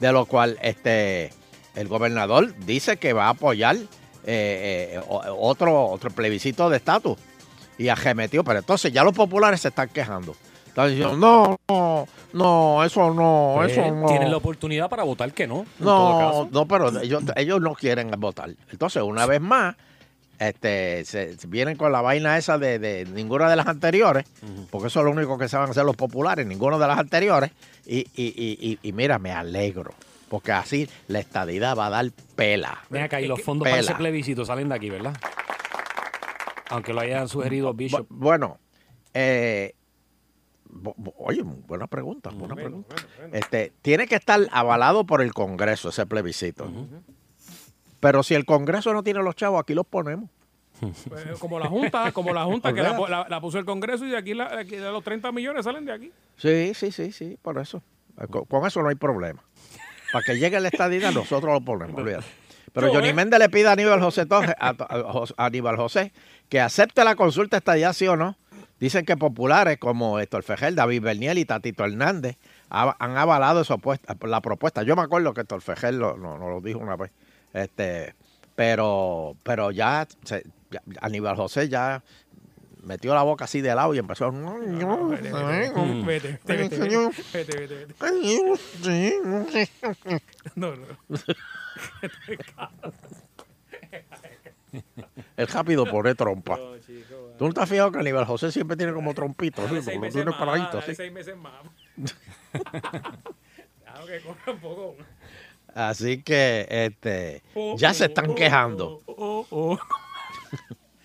De lo cual este, el gobernador dice que va a apoyar eh, eh, o- otro, otro plebiscito de estatus. y arremetió. Pero entonces ya los populares se están quejando. Están diciendo, no, no, no, eso no,
Pues,
eso no.
Tienen la oportunidad para votar que no. en todo
No,
caso.
no, pero ellos, ellos no quieren votar. Entonces, una vez más, este, se, se vienen con la vaina esa de, de ninguna de las anteriores, porque eso es lo único que saben hacer los populares, ninguna de las anteriores. Y, y, y, y- y mira, me alegro, porque así la estadidad va a dar pela.
Ven acá, y los
Pela.
fondos para ese plebiscito salen de aquí, ¿verdad? Aunque lo hayan sugerido Bishop.
Bueno, eh, bu- bu- oye, buena pregunta, buena pregunta. Este, tiene que estar avalado por el Congreso ese plebiscito. Pero si el Congreso no tiene los chavos, aquí los ponemos.
Pues, como la Junta, como la Junta que la,
Olvídate.
la- la puso el Congreso y de aquí, la- de aquí los 30 millones salen de aquí.
Sí, sí, sí, sí, por eso. Con, con eso no hay problema. Para que llegue la estadidad, nosotros lo ponemos, olvídate. Pero Johnny Méndez le pide a Aníbal José, Torres- a, a Jos- a Aníbal José que acepte la consulta estadidad, sí o no. Dicen que populares como Héctor Fejel, David Berniel y Tatito Hernández ha- han avalado esa opuesta- la propuesta. Yo me acuerdo que Héctor Fejel lo- no- nos lo dijo una vez. Este, pero, pero ya, se- ya- Aníbal José ya metió la boca así de lado y empezó. "No, no, no".
Vete, vete, vete,
Señor.
vete, vete, vete.
Ay, yo sí, no sé.
No, no.
El rápido pone trompa.
No, chico, vale.
¿Tú no te has fijado que Aníbal José siempre tiene como trompitos?
Dale
¿sí?
seis
Porque
meses
tiene
más,
paradito,
dale
sí.
seis meses más. Claro que corra un poco.
Así que este,
Oh,
ya se
oh,
están
oh,
quejando.
oh, oh, oh.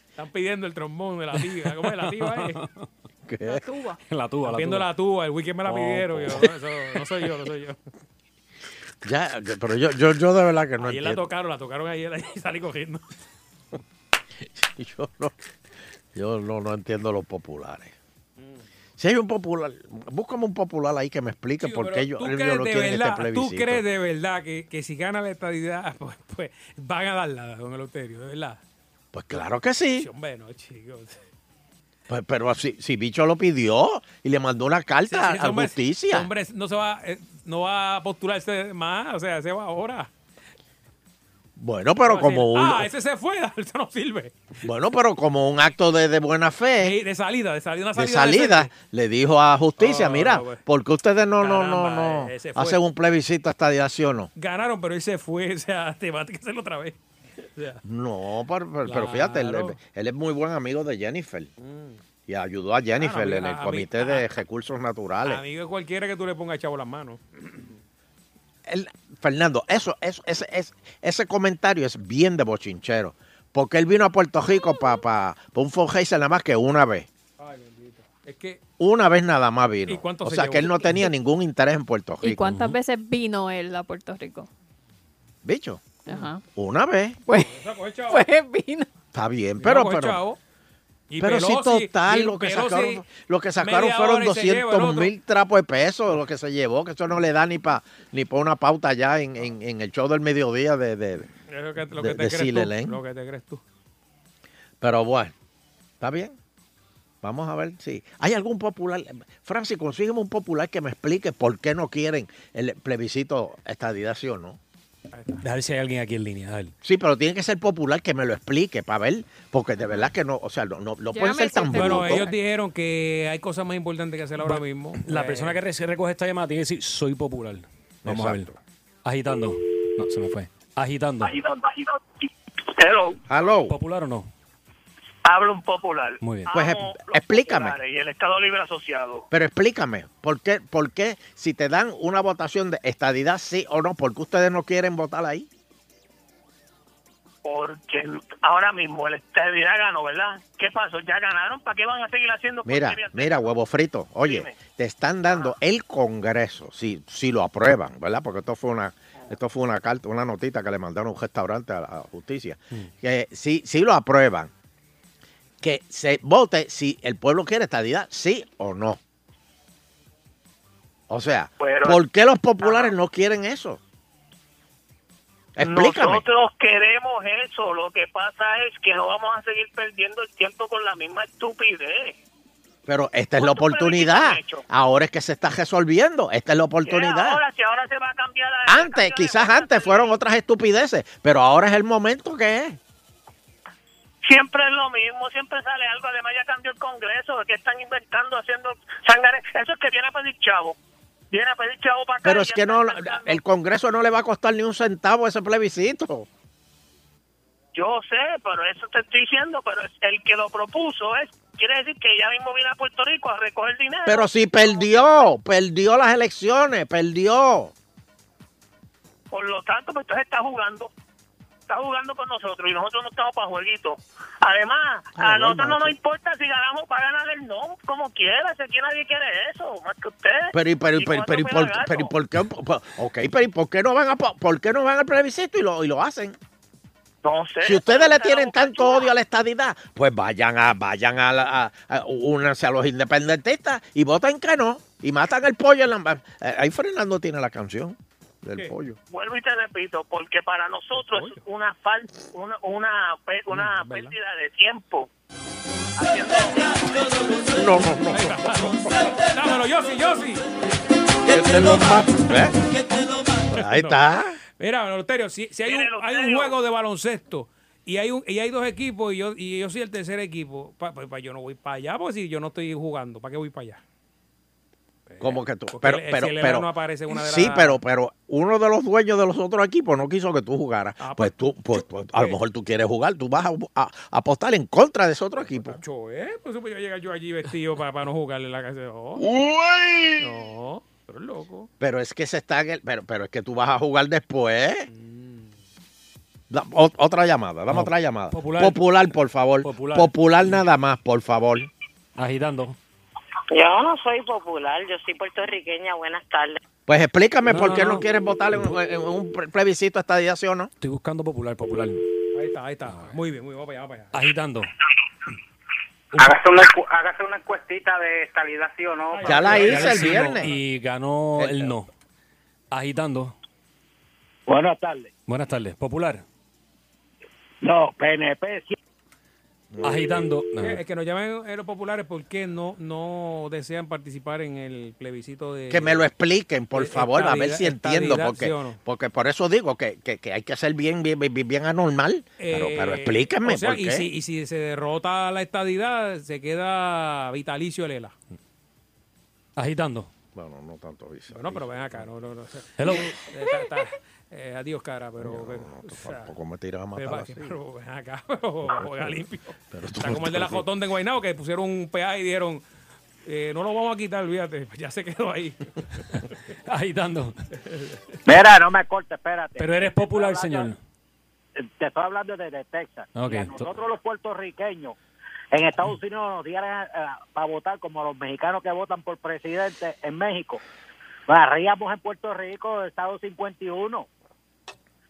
Están pidiendo el trombón de la tiga. ¿Cómo es la tiga? Eh?
¿Qué? pues.
La tuba, la
Están pidiendo
tuba.
la tuba. El weekend me la
Oh,
pidieron.
oh.
Yo, no, eso- no soy yo, no soy yo.
Ya, pero yo, yo, yo de verdad que no
Ayer la
entiendo.
tocaron, la tocaron ayer y salí cogiendo.
Yo no, yo no, no entiendo los populares. Si hay un popular, búscame un popular ahí que me explique
Chico,
por
pero
qué yo-
¿tú
ellos
crees
no
de
quieren
verdad-
este plebiscito.
¿Tú crees de verdad que, que si gana la estadidad, pues, pues, van a darla, don Eleuterio? ¿De verdad?
Pues claro que sí.
Hombre, no, chicos.
Pues, pero si, si Bicho lo pidió y le mandó una carta a justicia.
Hombre, no se va, eh, no va a postularse más, o sea, se va ahora.
Bueno, pero
Va a decir,
como
Ah,
un,
ese se fue, eso no sirve.
bueno, pero como un acto de, de buena fe,
Eh, de salida, de salida, una
de
salida.
salida, le dijo a justicia,
Oh,
mira,
no, pues.
porque ustedes no, no,
Caramba,
no, no
eh, ese fue.
hacen un plebiscito hasta de acción, no?
Ganaron, pero él se fue, o sea, te va a tener que hacerlo otra vez. O sea,
No, pero, pero- pero fíjate, él,
Claro.
él es muy buen amigo de Jennifer y ayudó a Jennifer
mira,
en el
a mí-
comité de recursos naturales.
amigo de cualquiera que tú le pongas chavo las manos.
Él- Fernando, eso, eso, ese, ese- ese comentario es bien de bochinchero, porque él vino a Puerto Rico para un fundraiser nada más que una vez.
Es que
Una vez nada más vino.
¿Y cuánto
o
se
sea
llevó?
que él no tenía ningún interés en Puerto Rico.
¿Y cuántas veces vino él a Puerto Rico?
Bicho,
Ajá.
una vez.
Pues,
pues
vino.
Está bien, pero.
con el
pero
chavo. Y
pero sí,
Pelosi,
total,
y
lo que
Pelosi,
sacaron, lo que sacaron
media
fueron
hora y se lleva el
200
otro.
mil trapos de peso, lo que se llevó, que eso no le da ni para ni pa una pauta ya en, en- en el show del mediodía de, de-
Es lo que, lo
de-
que te
de
crees
Sile
tú,
Lane.
Lo que te crees tú.
Pero bueno, está bien. Vamos a ver si hay algún popular. Francis, consígueme un popular que me explique por qué no quieren el plebiscito estadidad, sí o no.
A ver si hay alguien aquí en línea. dale.
Sí, pero tiene que ser popular que me lo explique para ver, porque de verdad que no, o sea, no, no, no pueden ser tan
Bueno,
brutos.
ellos dijeron que hay cosas más importantes que hacer ahora mismo. Eh,
La persona que reci- recoge esta llamada tiene que decir, soy popular. Vamos a ver. Agitando. No, se me fue. Agitando.
Hello.
Hello.
¿Popular o no?
Habla un popular.
Muy bien.
Pues
Amo
ep-
los
explícame.
populares Y el Estado Libre Asociado.
Pero explícame, ¿por qué, ¿por qué si te dan una votación de estadidad sí o no, por qué ustedes no quieren votar ahí?
Porque ahora mismo el Estado ya ganó, ¿verdad? ¿Qué pasó? ¿Ya ganaron? ¿Para qué van a seguir haciendo
Mira,
porquería?
mira, huevo frito, oye,
Dime.
te están dando el Congreso, si, si lo aprueban, ¿verdad? Porque esto fue una esto fue una carta, una notita que le mandaron a un restaurante a la justicia, que si, si lo aprueban, que se vote si el pueblo quiere estadidad, sí o no. O sea,
Pero-
¿por qué los populares no quieren eso? Explícame.
Nosotros queremos eso. Lo que pasa es que no vamos a seguir perdiendo el tiempo con la misma estupidez.
Pero esta es la oportunidad. Ahora es que se está resolviendo. Esta es la oportunidad.
Ahora, si ahora se va a cambiar la...
Antes, quizás antes fueron otras estupideces, pero ahora es el momento que es.
Siempre es lo mismo, siempre sale algo. Además, ya cambió el Congreso, que están inventando, haciendo sangre. Eso es que viene a pedir chavo. Viene a pedir chavo para acá.
Pero
y
es
ya
que
están
no,
inventando.
el Congreso no le va a costar ni un centavo ese plebiscito.
Yo sé, pero eso te estoy diciendo, pero es- el que lo propuso es, quiere decir que ya mismo viene a Puerto Rico a recoger dinero.
Pero si perdió, perdió las elecciones, perdió.
Por lo tanto, pues entonces está jugando. Está jugando con nosotros y nosotros no estamos para jueguitos. Además, a
Ah, bueno,
nosotros no
macho.
nos importa si ganamos para ganar el no, como quiera. Si aquí nadie quiere eso, más que ustedes.
Pero, y- pero, y-
¿Y
pero,
cuándo
pero, y
fue
por,
la gana?
pero, y por qué, por- ok, pero, ¿y por qué no van a, po- por qué no van al plebiscito y lo, y lo hacen?
No sé.
Si ustedes le tienen tanto odio a la estadidad, pues vayan a, vayan a, la- a- a- únanse a los independentistas y voten que no y matan el pollo en la- eh, Ahí Fernando tiene la canción del pollo.
Vuelvo y te repito, porque para nosotros es una falta, una, una, pe- una pérdida de tiempo.
No, no, no.
Dámelo, Yossi, Yossi.
¿Eh? Pues Ahí está.
Mira, Loterio, si, si hay, un, hay un juego de baloncesto y hay un, y hay dos equipos y yo, y yo soy el tercer equipo, pa- pa- pa- yo no voy para allá porque si yo no estoy jugando, ¿para qué voy para allá?
Como que tú.
Porque
Pero,
el- si
pero,
el
pero.
Elano aparece en una de
sí,
las-
pero, pero uno de los dueños de los otros equipos no quiso que tú jugaras.
Ah,
pues tú, pues, tú- a lo mejor tú quieres jugar, tú vas a, a- a apostar en contra de ese otro equipo.
Yo, ¿eh? Por eso voy a llegar yo allí vestido para, no jugarle en la casa. Oh.
Uh.
¡Uy!
No, pero es loco.
Pero es que se está en el- pero, pero es que tú vas a jugar después.
Mm.
Da- o- otra llamada, dame otra llamada.
Popular.
Popular. por favor.
Popular.
Popular. nada más, por favor.
Agitando.
Yo no soy popular, yo soy puertorriqueña. Buenas tardes.
Pues explícame
No,
por
no,
qué
no.
no, quieres votar en, un- en un pre- plebiscito esta día, ¿sí o no?
Estoy buscando popular, popular.
Ahí está, ahí está. Muy bien, muy bien, vamos para allá, vamos para allá.
Agitando.
Hágase una, encu- hágase una encuestita de estabilidad, sí o no.
Ya la
Para-
hice el viernes. Y ganó el no. Agitando.
Buenas tardes.
Buenas tardes. Popular.
No, PNP.
Agitando.
Es que nos llaman eh, los populares porque no, no desean participar en el plebiscito de...
Que me lo expliquen, por
Eh,
favor, a ver
estabilidad-
si entiendo.
estabilidad,
Porque,
¿sí o no?
porque por eso digo que, que- que hay que ser bien, bien, bien, bien anormal. Pero,
Eh,
pero explíquenme
o sea,
por
y
qué.
Si, y si se derrota la estadidad, se queda vitalicio el ELA.
Agitando.
Bueno, no tanto vicio.
Bueno, pero ven acá. No, no, no.
Hello.
Eh, está- está- eh, adiós, cara, pero... pero, o sea,
Tampoco me tiras a
pero,
matar
va-
así.
pero ven acá, pero juega limpio.
Pero tú
Está
no
como el de la
estás-
Jotón de Guaynabo que pusieron un peaje y dijeron... eh, no lo vamos a quitar, fíjate, ya se quedó ahí.
Agitando.
Mira, no me cortes, espérate.
Pero eres popular, señor.
Te estoy hablando desde Texas.
Ok.
Y a nosotros los puertorriqueños en Estados Unidos nos dieran para votar como los mexicanos que votan por presidente en México. Barríamos en Puerto Rico, Estado 51.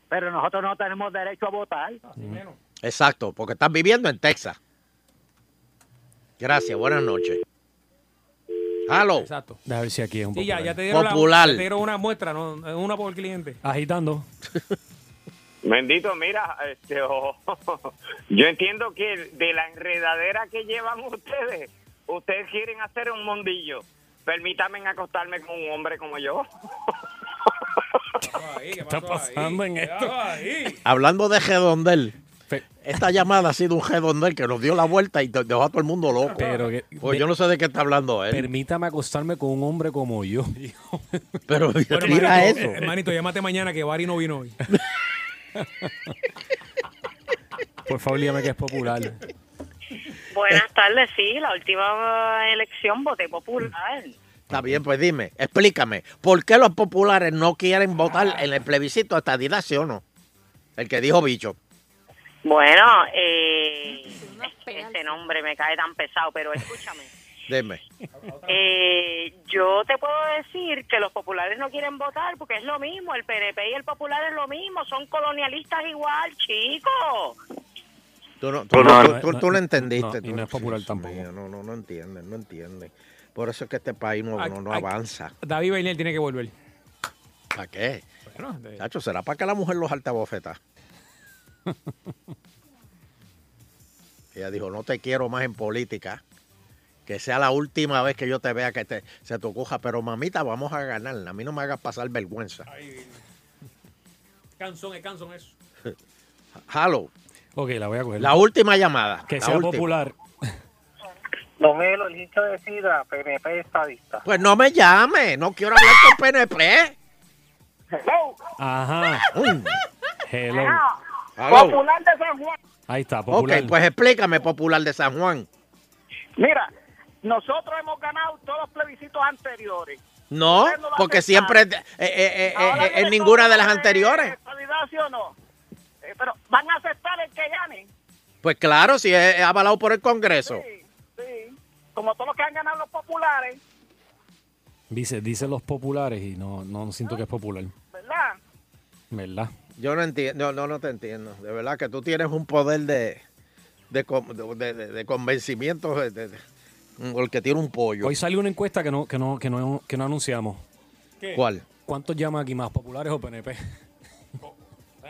Pero nosotros no tenemos derecho a votar.
Mm. Exacto, porque estás viviendo en Texas. Gracias, buenas noches. Halo.
Exacto.
A ver si aquí es un
Sí, ya, ya
popular.
te dieron, la-
Popular.
ya te dieron una muestra, ¿no? una por cliente.
Agitando.
Bendito, mira, este, oh, yo entiendo que de la enredadera que llevan ustedes, ustedes quieren hacer un mundillo. Permítanme acostarme con un hombre como yo.
¿Qué
está pasando en esto?
Hablando de redondel, esta llamada ha sido un redondel que nos dio la vuelta y te- dejó a todo el mundo loco.
Pero que-
Pues yo no sé de qué está hablando él.
Permítame acostarme con un hombre como yo.
Pero
Bueno,
mira
hermanito,
eh,
eso.
Hermanito, llámate mañana que Bari no vino hoy.
Por favor, dígame que es popular.
Buenas tardes, sí, la última elección voté popular.
Está bien, pues dime, explícame, ¿por qué los populares no quieren votar en el plebiscito hasta sí o no? El que dijo bicho.
Bueno, eh, este nombre me cae tan pesado, pero escúchame.
Dime.
Eh, yo te puedo decir que los populares no quieren votar porque es lo mismo, el PNP y el popular es lo mismo, son colonialistas igual, chicos.
Tú no,
Tú
tú
no-
no- tú- tú-
no-
tú no entendiste.
no,
tú
y no es popular
Dios
tampoco.
mío, no, no, no entienden, no entienden. Por eso es que este país no,
Ay,
no, no
ay.
avanza.
David Beniel tiene que volver.
¿Para qué?
Bueno, de-
Chacho, ¿será para que la mujer los altavofeta? Ella dijo, no te quiero más en política. Que sea la última vez que yo te vea que te, se te ocurra. Pero mamita, vamos a ganar. A mí no me hagas pasar vergüenza.
Canzón, es canzón eso.
Halo.
Ok, la voy a coger.
La última llamada.
Que
la
sea
última.
popular.
Don Elo, el hincha de SIDA, PNP estadista.
Pues no me llame, no quiero hablar con PNP.
Ajá. Hello.
Mm. Hello.
de San Juan.
Ahí está,
Ok,
popular.
pues explícame, popular de San Juan.
Mira, nosotros hemos ganado todos los plebiscitos anteriores.
No,
Usted no va a
porque
aceptar.
siempre eh, eh, eh,
Ahora
eh, en
viene
ninguna
con
de las
la
anteriores.
estabilidad, ¿sí o no? Eh, pero van a aceptar el que gane.
Pues claro, si es es avalado por el Congreso.
Sí. Como todos los que han ganado los populares,
Dice, dice los populares y no, no siento que es popular.
¿verdad?
¿Verdad?
Yo no entiendo, no, no te entiendo. De verdad que tú tienes un poder de, de, con- de- de- de convencimiento de- de- de- como el que tiene un pollo.
Hoy salió una encuesta que no, que no, que no, que no anunciamos.
¿Qué? ¿Cuál?
¿Cuántos llaman aquí más, populares o PNP?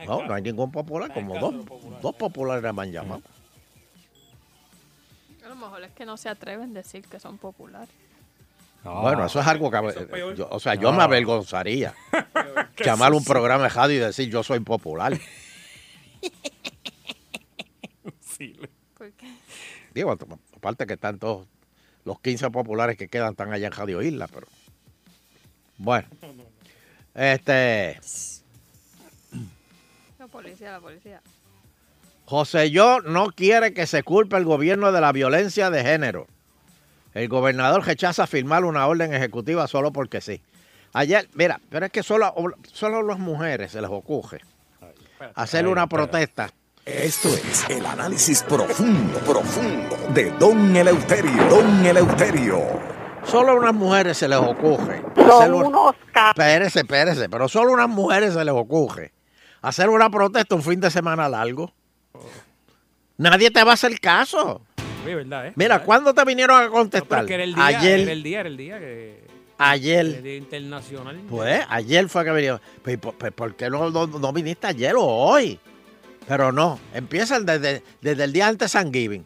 No, no hay ningún popular, como dos, dos populares me han llamado.
A lo mejor es que no se atreven a decir que son populares.
Ah. bueno, eso es algo que... Pues, yo- o sea,
No.
yo me avergonzaría. Llamar a un programa de radio y decir yo soy popular.
¿Por qué?
Digo, aparte que están todos los 15 populares que quedan están allá en Radio Isla, pero bueno. Este
La policía, la policía.
José Yo no quiere que se culpe el gobierno de la violencia de género. El gobernador rechaza firmar una orden ejecutiva solo porque sí. Ayer, mira, pero es que solo, solo a las mujeres se les ocurre hacer una protesta.
Esto es el análisis profundo, profundo de Don Eleuterio. Don Eleuterio.
Solo a unas mujeres se les ocurre. hacer un- Espérese, espérese, pero solo a unas mujeres se les ocurre hacer una protesta un fin de semana largo.
Oh.
Nadie te va a hacer caso.
Oye, ¿verdad, eh?
Mira, ¿cuándo te vinieron a contestar?
Pero que era el día,
ayer,
era el día, era el día que...
ayer.
el día internacional.
Pues, ayer fue que vinieron. Pues, ¿por, pues, por qué no, no- no viniste ayer o hoy? Pero no, empiezan desde, desde el día antes de Thanksgiving.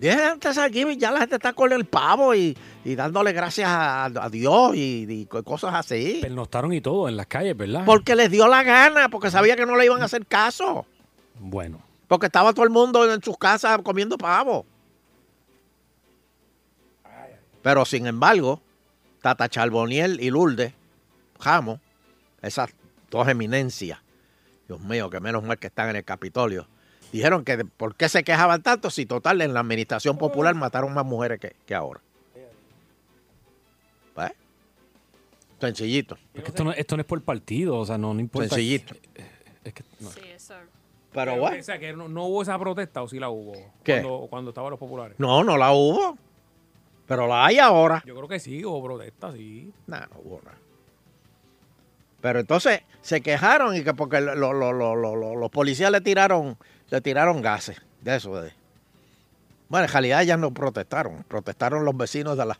Desde antes de Thanksgiving ya la gente está con el pavo y, y dándole gracias a, a Dios y, y co- cosas así.
Pernostaron y todo en las calles, ¿verdad?
Porque les dio la gana, porque sabía que no le iban a hacer caso.
Bueno.
Porque estaba todo el mundo en sus casas comiendo pavo. Pero sin embargo, Tata Charboniel y Lourdes, Jamo, esas dos eminencias, Dios mío, que menos mal que están en el Capitolio, dijeron que de- por qué se quejaban tanto si total en la administración popular mataron más mujeres que, que ahora. ¿Ves? Sencillito.
Porque esto no, esto no es por partido, o sea, no, no importa.
Sencillito.
Es que, no.
Sí, exacto.
Pero bueno.
O sea, que no, no hubo esa protesta o sí la hubo.
¿Qué?
Cuando, cuando estaban los populares.
No, no la hubo. Pero la hay ahora.
Yo creo que sí, hubo protesta, sí.
Nah, no hubo nada. Pero entonces se quejaron y que porque lo- lo- lo- lo- lo- lo- los policías le tiraron, le tiraron gases. De eso. De. Bueno, en realidad ya no protestaron. Protestaron los vecinos de la,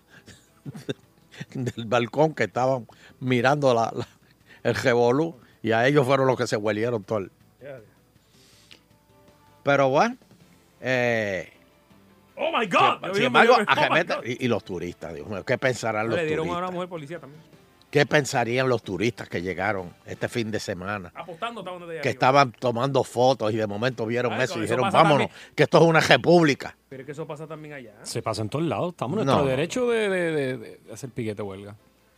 del balcón que estaban mirando la- la- el revolú. Y a ellos fueron los que se huelieron todo el- Pero bueno. eh,
¡Oh, my God! Yo
sin
vi un
embargo,
video que-
a
¡Oh, my
Gemeta- y, y los turistas, Dios mío, ¿qué pensarán
God!
los
Le dieron a
turistas?
una mujer policía también.
¿Qué pensarían los turistas que llegaron este fin de semana?
Apostando hasta donde te
que estaban tomando fotos y de momento vieron
Ay,
eso y
con eso
dijeron,
pasa
vámonos, que esto es una república.
Pero es que eso pasa también allá.
Se pasa en todos lados. Estamos en
No,
nuestro
no.
derecho de, de- de- de hacer piquete huelga.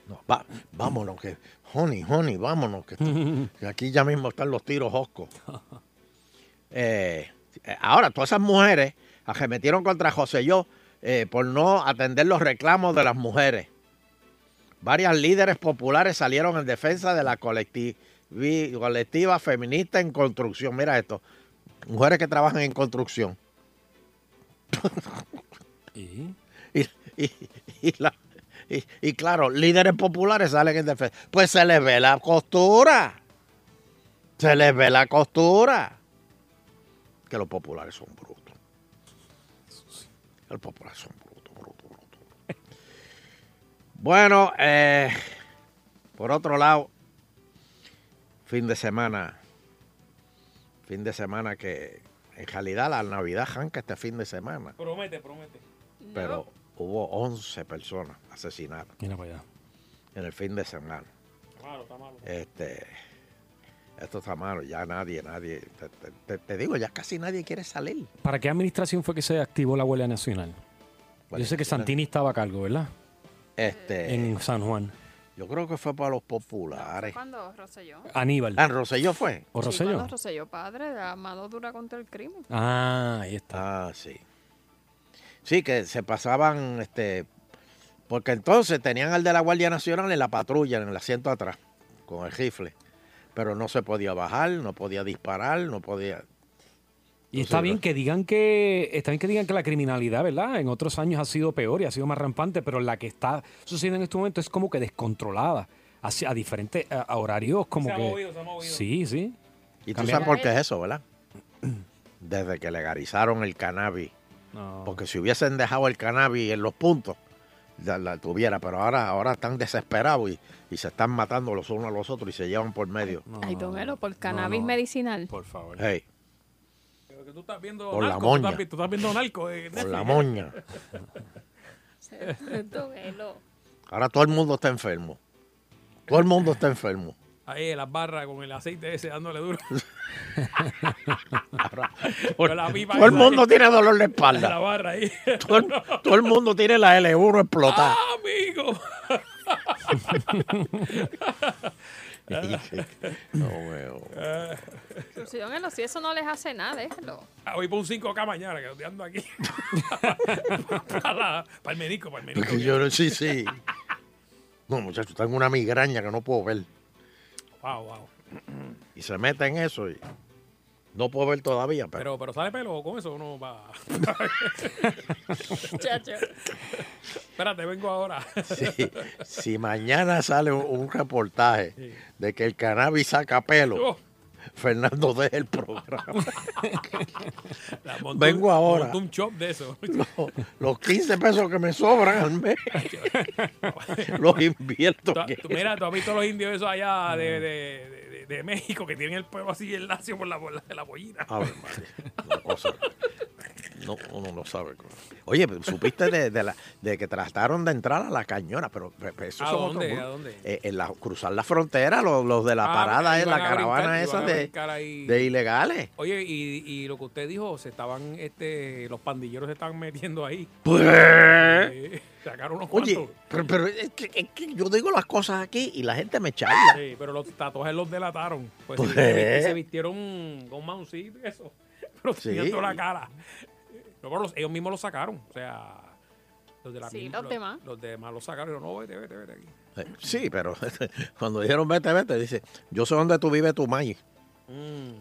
No, va- vámonos, que, honey, honey, vámonos, que, esto- que aquí ya mismo están los tiros oscos. Eh, eh, ahora, todas esas mujeres arremetieron contra José y yo eh, por no atender los reclamos de las mujeres. Varias líderes populares salieron en defensa de la colecti- vi- colectiva feminista en construcción. Mira esto, mujeres que trabajan en construcción.
¿Y?
Y, y- y la- y- y claro, líderes populares salen en defensa. Pues se les ve la costura. Se les ve la costura. Que los populares son brutos. Los populares son brutos, brutos, brutos. Bueno, eh, por otro lado, fin de semana. Fin de semana que en realidad la Navidad janca este fin de semana
Promete, promete.
pero hubo 11 personas asesinadas
Mira para allá.
en el fin de semana.
Está malo, está malo.
Este, Esto está malo, ya nadie, nadie. Te, te- te- te digo, ya casi nadie quiere salir.
¿Para qué administración fue que se activó la Guardia Nacional? Yo sé que Santini estaba a cargo, ¿verdad?
Este.
En San Juan.
Yo creo que fue para los populares.
¿Cuándo Rosselló?
Aníbal.
Ah, Rosselló fue.
¿O
Sí, cuando
Rosselló?
Rosselló padre, la mano dura contra el crimen.
Ah, ahí
está. Ah, sí. Sí, que se pasaban, este, porque entonces tenían al de la Guardia Nacional en la patrulla, en el asiento atrás, con el rifle. Pero no se podía bajar, no podía disparar, no podía.
Y está bien que digan que está bien que digan que la criminalidad, ¿verdad? En otros años ha sido peor y ha sido más rampante, pero la que está sucediendo en este momento es como que descontrolada hacia a diferentes a- a horarios como
Se ha
que
movido, se ha movido.
Sí, sí.
Y tú
Cambiar-
sabes por qué es eso, ¿verdad? Desde que legalizaron el cannabis. Porque si hubiesen dejado el cannabis en los puntos, la, la tuviera. Pero ahora, ahora están desesperados y, y se están matando los unos a los otros y se llevan por medio.
Ay, don Elo, por cannabis
no.
medicinal.
Por favor.
Hey,
Que tú estás viendo
Por la
narco, tú estás
moña.
vi- Tú estás viendo narco. eh.
por la moña.
don Elo.
Ahora todo el mundo está enfermo. Todo el mundo está enfermo.
Ahí las barras con el aceite ese dándole duro.
Ahora,
Con la pipa
todo el
esa.
mundo tiene dolor de espalda.
La barra ahí.
Todo el, todo el mundo tiene la L1 explotada.
¡Ah, amigo!
No, huevo.
Pero si don Elo, si eso no les hace nada, déjelo.
Ah, Voy por un 5K mañana, que estoy ando aquí. para, la- para el médico, para el médico.
Porque yo no- sí, sí. No, muchachos, tengo una migraña que no puedo ver.
Wow, wow.
Y se mete en eso y no puedo ver todavía. Pero,
Pero, pero sale pelo con eso, uno va.
Chacho.
Espérate, vengo ahora.
si, si mañana sale un, un reportaje
Sí.
de que el cannabis saca pelo,
Oh.
Fernando deja el programa.
La montó-
Vengo ahora.
montó un chop de eso.
Los, los 15 pesos que me sobran al mes los invierto.
Tú-
en
tú-
eso.
mira, tú has visto los indios esos allá
Mm.
de, de- de- de- de México que tienen el pelo así el lacio por la, por la, la pollina.
A ver, madre. Una cosa. No, uno no sabe. Oye, supiste de, de la- de que trataron de entrar a la cañona, pero, pero eso
¿A
son otro
dónde?
grupo.
¿A dónde?
Eh, en la- cruzar la frontera, los, los de la
Ah, iban
parada, es la
a brincar,
caravana
iban
esa
a
de,
brincar ahí.
de ilegales.
Oye, y, y lo que usted dijo, se estaban, este, los pandilleros se estaban metiendo ahí.
Pues.
Eh, sacaron unos
Oye,
cuantos.
pero, pero es, que, es que yo digo las cosas aquí y la gente me charla.
Sí, pero los tatuajes los delataron. Pues,
Pues.
sí, se, se vistieron con mauncito y eso. Pero
Sí.
tenían toda la cara. No, pero los- ellos mismos los sacaron. O sea, los de la
Sí,
mil-
los demás.
Los demás los sacaron. Dijeron, no, vete, vete, vete aquí.
Eh, Sí, pero cuando dijeron vete, vete, dice, yo sé dónde tú vives tu maíz.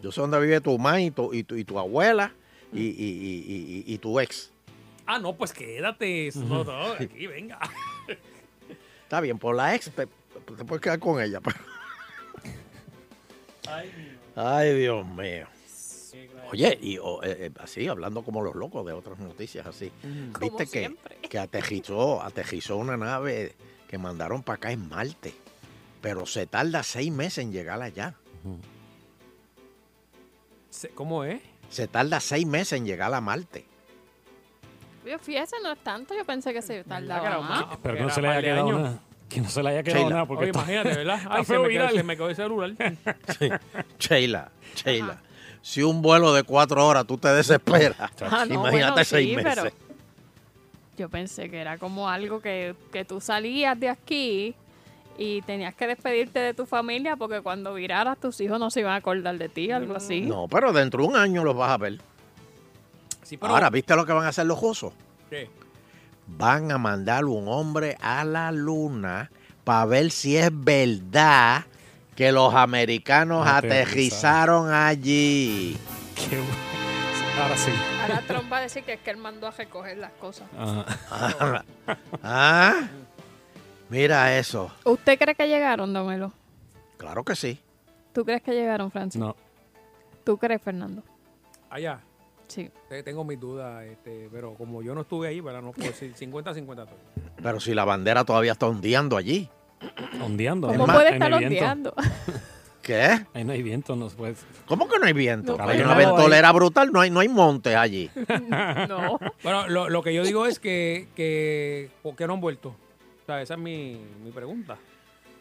Yo sé dónde vive tu mamá y tu, y tu, y tu abuela y, y- y- y- y tu ex.
Ah, no, pues quédate. No, no, aquí, venga.
Está bien, por la ex te, te puedes quedar con ella. pero- Ay, Dios mío. Oye, y o, eh, eh, así, hablando como los locos de otras noticias, así.
Como
Viste que,
siempre.
que aterrizó, aterrizó una nave que mandaron para acá en Marte, pero se tarda seis meses en llegar allá.
Se- ¿Cómo es?
Se tarda seis meses en llegar a Marte.
Yo fíjese, no es tanto, yo pensé que se
era
tardaba más. Ah,
más.
Pero
Porque
que no
era
se le
par
haya
de
quedado
años.
nada. Que no se le haya quedado
Sheila.
nada porque
Oye,
está-
imagínate, ¿verdad?
está
Ay, se
feo
me, quedó,
viral.
se me quedó el celular.
Sheila, Sheila, si un vuelo de cuatro horas tú te desesperas,
Ah, no,
imagínate
bueno,
seis
sí, pero-
meses.
Yo pensé que era como algo que, que tú salías de aquí y tenías que despedirte de tu familia porque cuando viraras tus hijos no se iban a acordar de ti, algo así.
Mm, No, pero dentro de un año los vas a ver.
pero-
Ahora, ¿viste lo que van a hacer los rusos?
¿Qué?
Van a mandar un hombre a la luna para ver si es verdad que los americanos aterrizaron
Aterrizaron.
allí.
Qué bueno. Ahora sí.
Ahora Trump va a decir que es que él mandó a recoger las cosas.
Ah, ah, mira eso.
¿Usted cree que llegaron, Domelo?
Claro que sí.
¿Tú crees que llegaron, Francis?
No.
¿Tú crees, Fernando?
Allá.
Sí.
Eh, Tengo mis dudas, este, pero como yo no estuve ahí, ¿verdad? No pues puedo decir 50-50. estoy.
Pero si la bandera todavía está ondeando allí.
Ondeando.
¿Cómo
Es más,
puede
ahí
estar
no hay viento.
ondeando?
¿Qué?
Ahí no hay viento, no se puede.
¿Cómo que no hay viento?
No,
hay
pero
una
no hay-
ventolera brutal, no hay, no hay montes allí.
No.
Bueno, lo, lo que yo digo es que, que ¿por qué no han vuelto? O sea, esa es mi, mi pregunta.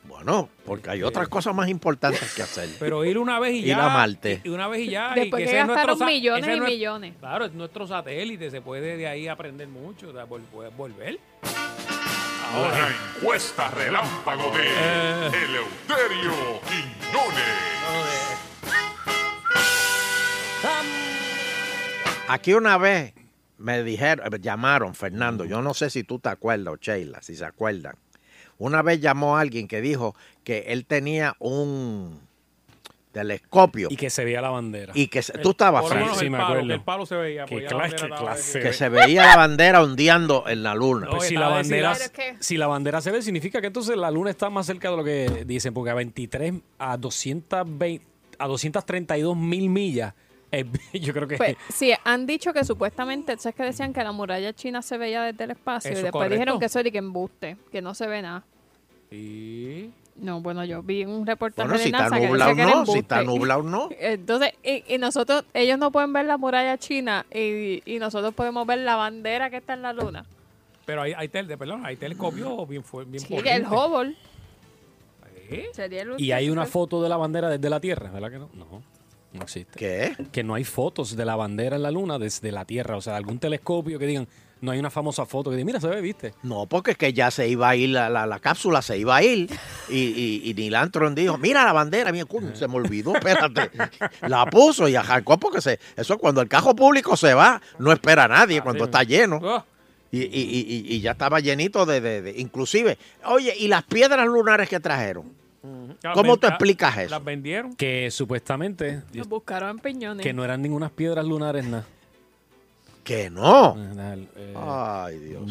Bueno, porque hay otras cosas más importantes que hacer.
Pero ir una vez y, ya.
Ir a Marte.
Y una vez y ya.
Después
y
que
ese es nuestro
gastaron
sa-
millones
ese es
y
nue-
millones.
Claro, es nuestro satélite, se puede de ahí aprender mucho, o sea, vol- puedes volver.
La encuesta relámpago de
Eh.
Eleuterio Quiñones.
Aquí una vez me dijeron, eh, llamaron, Fernando, yo no sé si tú te acuerdas o Sheila, si se acuerdan. Una vez llamó a alguien que dijo que él tenía un telescopio.
Y que se veía la bandera.
Y que se-
El-
tú estabas,
por lo
Fran.
menos
Sí,
el
me
palo,
acuerdo.
que El palo se veía.
Que
pues, ya
cla-
la bandera
que
estaba-
clase.
que se veía la bandera ondeando en la luna.
Pues si la, bandera, si la bandera se ve, significa que entonces la luna está más cerca de lo que dicen, porque a 23, a 220, a 232 mil millas, eh, yo creo que...
Pues, sí, han dicho que supuestamente, ¿sabes que decían que la muralla china se veía desde el espacio?
Eso
y
es
después
correcto.
dijeron que eso era y que embuste, que no se ve nada.
Y...
No, bueno, yo vi un reportaje
Bueno,
de
si está
NASA que decía
nublado
que era
no, si está
embuste.
nublado no.
Entonces, y, y nosotros, ellos no pueden ver la muralla china y, y nosotros podemos ver la bandera que está en la luna.
Pero hay, hay tel- perdón, hay telescopio bien fu- bien
Sí, que el
potente.
Hubble
¿Eh?
sería el
Y hay una foto de la bandera desde la Tierra, ¿verdad que no? No, no existe.
¿Qué?
Que no hay fotos de la bandera en la luna desde la Tierra, o sea, algún telescopio que digan, no hay una famosa foto que diga, mira, se ve, viste.
No, porque es que ya se iba a ir, la, la- la cápsula se iba a ir. Y, y, y Neil Armstrong dijo, mira la bandera, mira, coño, se me olvidó, espérate. La puso y arrancó porque se, eso es cuando el cajo público se va, no espera a nadie cuando está lleno. Y, y- y- y- y ya estaba llenito de, de- de- inclusive, oye, ¿y las piedras lunares que trajeron? ¿Cómo te explicas eso?
Las vendieron.
Que supuestamente,
Nos buscaron en piñones.
que no eran ninguna piedras lunares, nada. eh,
Que no.
Ay,
Dios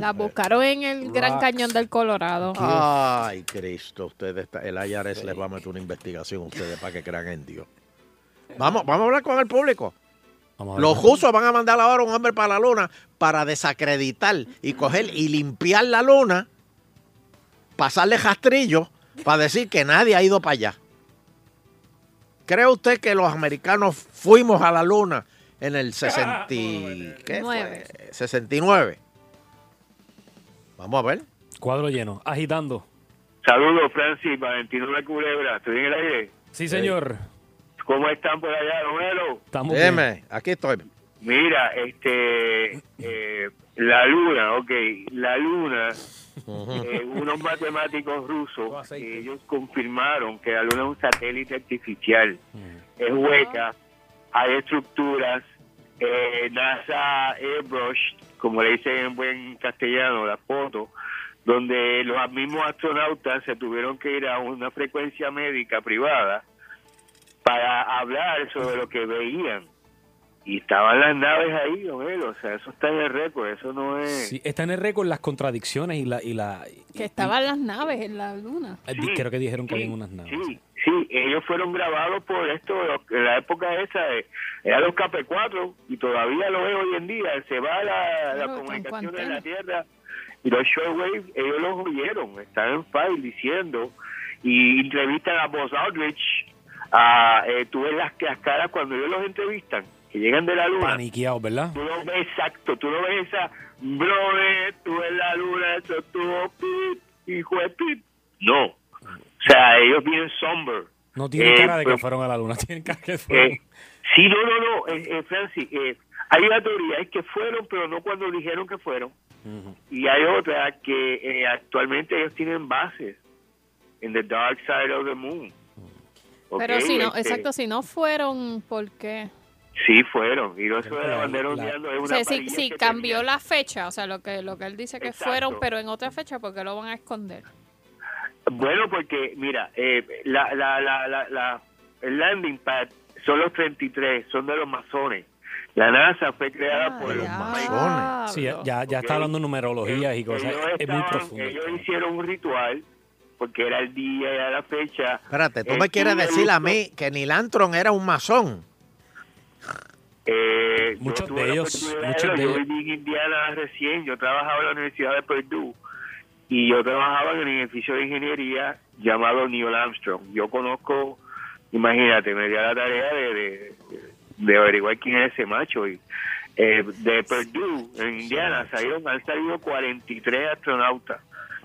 La buscaron en el Gran
Rocks.
Cañón del Colorado.
Ah,
Ay, Cristo, ustedes, está- el IRS les va a meter una investigación a ustedes para que crean en Dios. Vamos, vamos a hablar con el público.
Vamos a
Los
ver.
rusos van a mandar ahora un hombre para la luna para desacreditar y coger y limpiar la luna, pasarle rastrillo para decir que nadie ha ido para allá. ¿Cree usted que los americanos fuimos a la luna en el 60 y- ¿qué fue?
Nueve.
69? Vamos a ver.
Cuadro lleno, agitando.
Saludos, Francis, Valentino de Culebra. ¿Estoy en el aire?
Sí, señor.
¿Cómo están por allá, don Elo?
Estamos
Deme,
bien.
aquí estoy.
Mira, este, eh, la luna, ok, la luna, eh, unos matemáticos rusos, eh, ellos confirmaron que la luna es un satélite artificial, es hueca, hay estructuras, eh, NASA Airbrush, como le dicen en buen castellano, la foto, donde los mismos astronautas se tuvieron que ir a una frecuencia médica privada para hablar sobre lo que veían. Y estaban las naves ahí, don Elo, o sea, eso está en el récord, eso no es...
Sí, está en el récord las contradicciones y la... Y la
Que estaban las naves en la luna.
eh, di- creo que dijeron que había unas naves.
Sí, sí, ellos fueron grabados por esto, lo- en la época esa, de, era los KP4, y todavía lo es hoy en día, se va la, la comunicación de la Tierra, y los shortwave, ellos los oyeron, están en file diciendo, y entrevistan a Buzz Aldrich, a, eh, tú ves las, las caras cuando ellos los entrevistan, que llegan de la luna.
Paniqueados, ¿verdad?
Tú lo ves exacto, tú lo ves esa, brother, tú en la luna, eso estuvo pip, hijo de pip. No, o sea, ellos vienen somber.
No tiene
Eh,
cara de que
pero-
fueron a la luna, tienen cara que fueron.
Eh, Sí, no, no, no, eh, eh, Francis, eh, hay una teoría, es que fueron, pero no cuando dijeron que fueron. Y hay otra que eh, actualmente ellos tienen bases en The Dark Side of the Moon.
Pero
Ok,
si no,
este,
exacto, si no fueron, ¿por qué?
Sí, fueron. Y no eso de la bandera ondeando es
O
una
sea, si,
varilla
si
que
cambió la fecha, o sea, lo que, lo que él dice que
Exacto.
fueron, pero en otra fecha, porque lo van a esconder?
Bueno, porque, mira, eh, la, la, la, la, la- el landing pad son los 33, son de los masones. La NASA fue creada por los masones.
Sí, ya, ya, ya está hablando de numerologías y cosas.
Ellos,
Es muy
estaban-
profundo.
ellos hicieron un ritual, porque era el día, era la fecha.
Espérate, tú
Eh,
me quieres
tuve
decir a
mucho-
mí que Neil Armstrong era un masón.
Eh, yo
Muchos
tuve
de
la
ellos,
oportunidad
muchos
verlo.
de
Yo
ellos.
viví en Indiana recién, yo trabajaba en la Universidad de Purdue y yo trabajaba en el edificio de ingeniería llamado Neil Armstrong. Yo conozco, imagínate, me dio la tarea de, de, de averiguar quién es ese macho. Y, eh, de Purdue, en Indiana, salieron, han salido 43 astronautas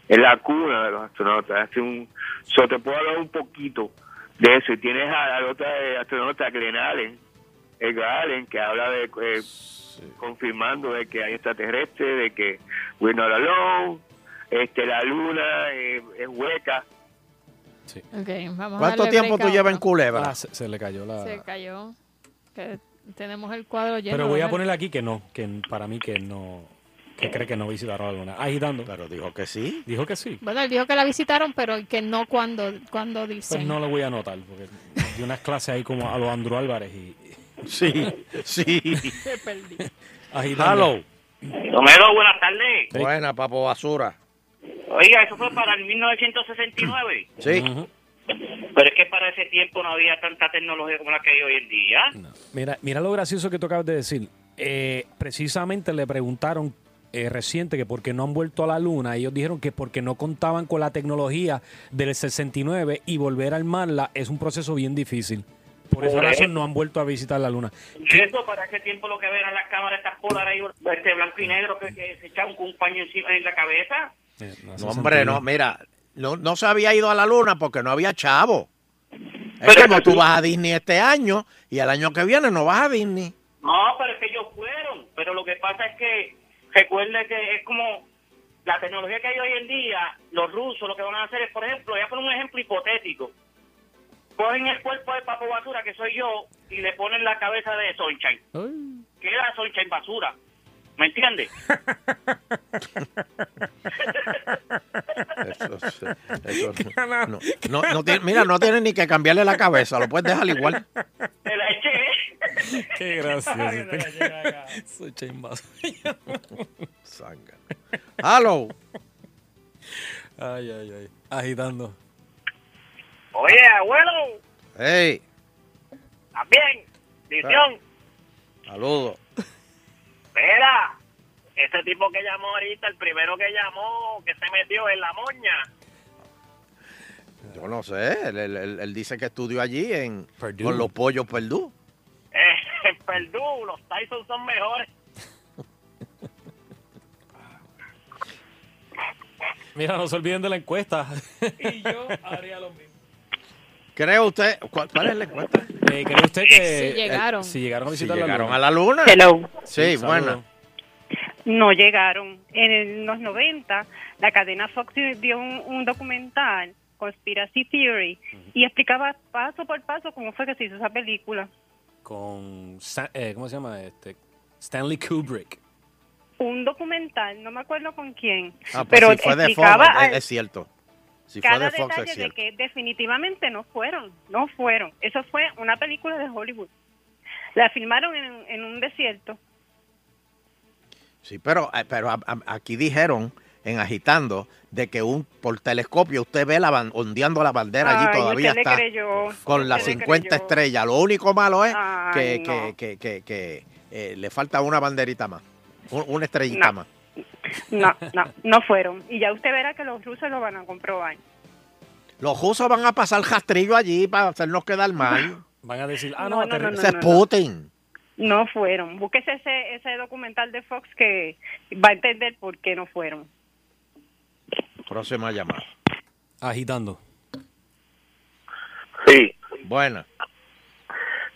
es la cuna de los astronautas. Es un, so, te puedo hablar un poquito de eso. Y tienes a- al otro eh, astronauta, Glen Allen, el Allen, que habla de eh, confirmando de que hay extraterrestres, de que we're not alone, este, la luna eh, es hueca.
Ok, vamos a
¿Cuánto
darle
tiempo
break a
tú llevas en
otro.
Culebra?
Ah, se, se le cayó la...
Se cayó. Que tenemos el cuadro lleno.
Pero voy a
¿verdad?
ponerle aquí que no, que n- para mí que no, que cree que no visitaron alguna. Agitando.
Pero dijo que sí.
Dijo que sí.
Bueno, él dijo que la visitaron, pero que no cuando, cuando
Pues
dicen.
no lo voy a anotar, porque di unas clases ahí como a lo Andrew Álvarez y...
Sí, sí.
Te perdí.
Hello.
Romero, buenas tardes.
Buena, papo basura.
Oiga, eso fue para el 1969.
Sí.
Pero es que para ese tiempo no había tanta tecnología como la que hay hoy en día.
Mira, mira lo gracioso que tú acabas de decir. Eh, precisamente le preguntaron eh, reciente que por qué no han vuelto a la luna. Ellos dijeron que porque no contaban con la tecnología del 69 y volver a armarla es un proceso bien difícil. Por esa
Correcto.
razón no han vuelto a visitar la luna.
Eso para ese tiempo lo que había eran las cámaras estas polares este blanco y negro que, que se echaban con un paño encima en la cabeza.
Eh, No, hombre, no, mira, no, no se había ido a la luna porque no había chavo. Es
Pero
como
que
tú
sí.
vas a Disney este año y al año que viene no vas a Disney.
No, pero es que ellos fueron. Pero lo que pasa es que recuerde que es como la tecnología que hay hoy en día, los rusos lo que van a hacer es, por ejemplo, voy a poner un ejemplo hipotético. Cogen el cuerpo de Papo Basura, que soy yo, y le ponen la cabeza de Sunshine. Queda Sunshine Basura. ¿Me entiendes?
Eso es- eso es- no, no- no tiene- mira, no tienes ni que cambiarle la cabeza, lo puedes dejar igual.
Te la eché.
Qué gracioso. Soy
Sanga. Hello.
Ay, ay, ay. Agitando.
Oye, abuelo,
Hey,
también, Dicción,
saludos.
mira, este tipo que llamó ahorita, el primero que llamó, que se metió en la moña.
Yo no sé, él, él- él- él dice que estudió allí en, con los pollos Perdú.
Eh, Perdú, los Tyson son mejores.
Mira, no se olviden de la encuesta.
Y yo haría lo mismo.
¿Cree usted? ¿Cuál, cuál es la encuesta?
Eh, ¿Cree usted que...
Si llegaron.
eh, si llegaron a
Si
visitar la
llegaron
luna.
a la luna.
Hello.
Sí,
saludo.
buena.
No llegaron. En el- los 90, la cadena Fox dio un, un documental, Conspiracy Theory, y explicaba paso por paso cómo fue que se hizo esa película.
Con... Sa- eh, ¿Cómo se llama? Este, Stanley Kubrick.
Un documental, no me acuerdo con quién,
Ah, pues
pero
si fue de Fox,
explicaba
es,
al-
es cierto. Si fue
cada
de Fox, es
detalle de
cierto.
que definitivamente no fueron, no fueron. Eso fue una película de Hollywood. La filmaron en, en un desierto.
Sí, pero, eh, pero a- a- aquí dijeron en agitando de que un por telescopio usted ve la ban- ondeando la bandera allí
Ay,
todavía
usted le
está
creyó,
con
usted
las
le
50
creyó.
estrellas. Lo único malo es que,
Ay,
que,
no.
que, que- que, eh, le falta una banderita más, un- una estrellita
No.
más.
No, no, no fueron. Y ya usted verá que los rusos lo van a comprobar.
Los rusos van a pasar rastrillo allí para hacernos quedar mal.
Van a decir, ah, no,
No, no,
aterri-
no, no,
Ese es Putin.
No fueron. Búsquese ese, ese documental de Fox que va a entender por qué no fueron.
Próxima llamada.
Agitando.
Sí. Buena.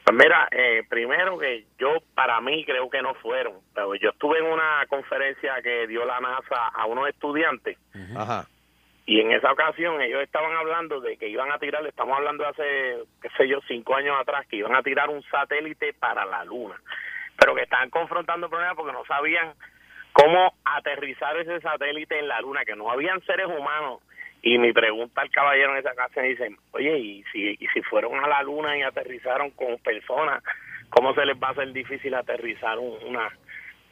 Pues mira, eh, primero que yo para mí creo que no fueron, pero yo estuve en una conferencia que dio la NASA a unos estudiantes
Ajá.
y en esa ocasión ellos estaban hablando de que iban a tirar, estamos hablando de hace, qué sé yo, cinco años atrás, que iban a tirar un satélite para la Luna, pero que estaban confrontando problemas porque no sabían cómo aterrizar ese satélite en la Luna, que no habían seres humanos. Y mi pregunta al caballero en esa casa dice, oye, ¿y si, y si fueron a la Luna y aterrizaron con personas, ¿cómo se les va a hacer difícil aterrizar un- una,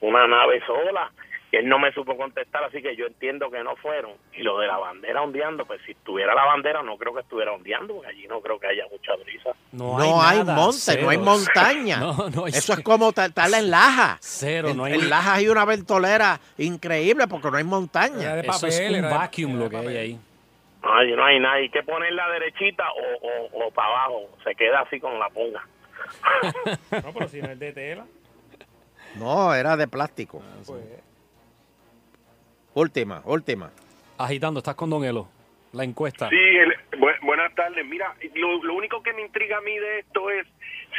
una nave sola? Y él no me supo contestar, así que yo entiendo que no fueron. Y lo de la bandera ondeando, pues si estuviera la bandera, no creo que estuviera ondeando, porque allí no creo que haya mucha brisa.
No, hay,
nada,
monte,
cero.
no hay montaña.
No, no hay
Eso es como ta- estar en Laja.
Cero,
en,
no hay
en
ni-
Laja hay una ventolera increíble porque no hay montaña.
Eso es un vacuum lo que hay ahí.
No, allí no hay nada. Hay que ponerla derechita o, o, o para abajo. Se queda así con la ponga.
No, pero si no es de tela.
Ah,
No, era de plástico.
Pues,
Última, última.
agitando, estás con Don Elo. La encuesta.
Sí, el- bu- buenas tardes. Mira, lo, lo único que me intriga a mí de esto es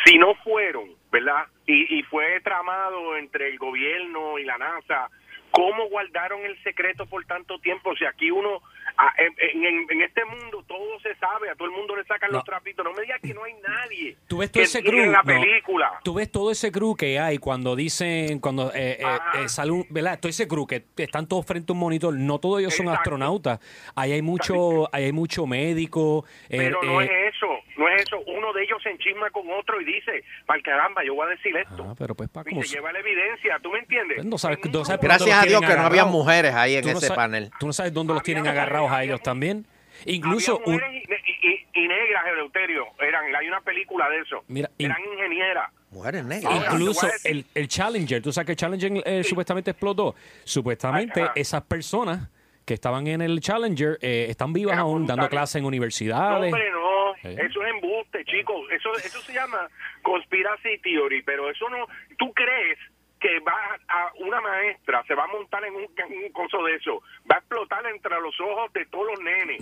si no fueron, ¿verdad? Y, y fue tramado entre el gobierno y la NASA. ¿Cómo guardaron el secreto por tanto tiempo? Si aquí uno, a- en, en- en este mundo todo se sabe, a todo el mundo le sacan los trapitos. No me digas que no hay nadie.
Tú ves todo
que
ese
tiene
crew.
la
no.
película.
Tú ves todo ese crew que hay cuando dicen, cuando eh, eh, eh, sale un- ¿verdad? Todo ese crew que están todos frente a un monitor. No todos ellos son astronautas. Ahí hay mucho, ahí hay mucho médico. eh,
Pero no
eh,
es eso, no es eso. Uno de ellos se enchisma con otro y dice, para caramba, yo voy a decir esto.
ah, pero pues, pa,
Y
como Pues
se lleva la evidencia, ¿tú me entiendes?
No sabes- no sabes por
Gracias
dónde los
a Dios
tienen
que no había
agarrados.
mujeres ahí en
Tú no
ese
sabes-
panel.
Tú no sabes dónde los tienen agarrados a ellos también. Incluso un-
Y, y negras, Eleuterio, eran, hay una película de eso.
Mira, y-
eran ingenieras.
mujeres negras.
Incluso el, el Challenger, tú sabes que el Challenger eh, supuestamente explotó. Supuestamente esas personas que estaban en el Challenger eh, están vivas aún, dando clases en
No,
universidades.
hombre, no.
Sí.
Eso es embuste, chicos. Eso, eso se llama conspiracy theory, pero eso no... ¿Tú crees que va a una maestra, se va a montar en un, en un coso de eso, va a explotar entre los ojos de todos los nenes?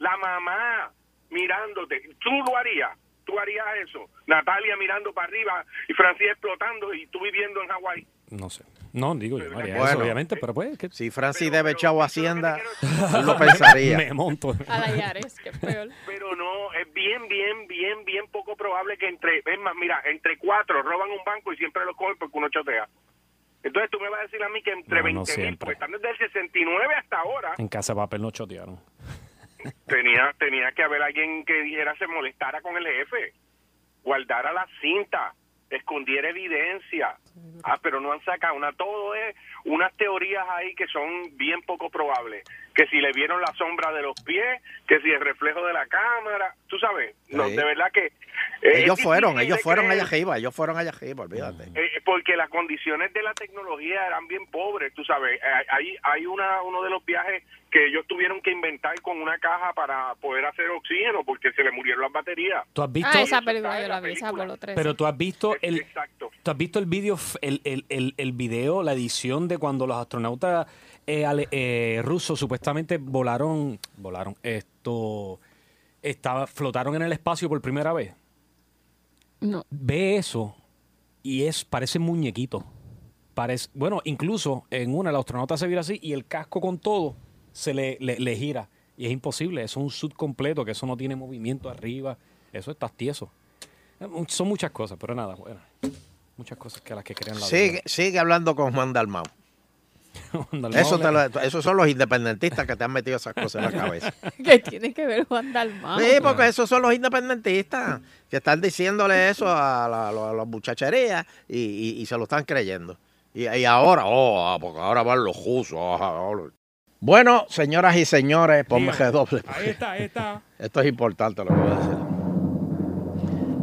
La mamá mirándote. ¿Tú lo harías? ¿Tú harías eso? Natalia mirando para arriba y Francia explotando y tú viviendo en Hawái.
No sé. No, digo yo, no haría
Bueno.
eso, obviamente, pero pues. ¿qué?
Si Francis debe chavo a Hacienda, lo pensaría.
Me monto.
A la Yares, que es peor.
Pero no, es bien, bien, bien, bien poco probable que entre, es más, mira, entre cuatro roban un banco y siempre lo cogen porque uno chotea. Entonces tú me vas a decir a mí que entre
No, no
20 mil,
siempre.
pues están desde el 69 hasta ahora,
En casa de papel no chotearon.
tenía, tenía que haber alguien que dijera se molestara con el jefe, guardara la cinta, escondiera evidencia. Ah, pero no han sacado una, todo es unas teorías ahí que son bien poco probables. Que si le vieron la sombra de los pies, que si el reflejo de la cámara, tú sabes, no,
Sí.
de verdad que... eh, es
Ellos fueron,
difícil
ellos
de
fueron
creer.
allá arriba, ellos fueron allá arriba, olvídate.
Eh, porque las condiciones de la tecnología eran bien pobres, tú sabes. Eh, Hay, hay una, uno de los viajes que ellos tuvieron que inventar con una caja para poder hacer oxígeno porque se le murieron las baterías.
¿Tú has visto?
Ah, esa película yo la vi, esa Apolo 13.
Pero tú has visto el, tú has visto el video, f- el, el, el, el video, la edición de cuando los astronautas eh, ale- eh, rusos supuestamente volaron, volaron esto, estaba, flotaron en el espacio por primera vez.
No.
Ve eso y es parece muñequito. Parece, bueno, incluso en una el astronauta se vira así y el casco con todo se le, le- le gira y es imposible. Eso es un sud completo que eso no tiene movimiento arriba. Eso está tieso. Eh, Son muchas cosas, pero nada, bueno. Muchas cosas que las que crean la
Sigue, sigue hablando con Juan Dalmau.
Dalmau
Eso
le-
te lo- esos son los independentistas que te han metido esas cosas en la cabeza.
¿Qué tiene que ver Juan Dalmau?
Sí, porque esos son los independentistas que están diciéndole eso a, la- a la- a las muchacherías y, y- y se lo están creyendo. Y, y ahora, oh, ah, porque ahora van los jusos. ah, ah, los- Bueno, señoras y señores, ponme
Dígame.
doble.
Ahí está, ahí está.
Esto es importante lo que voy a decir.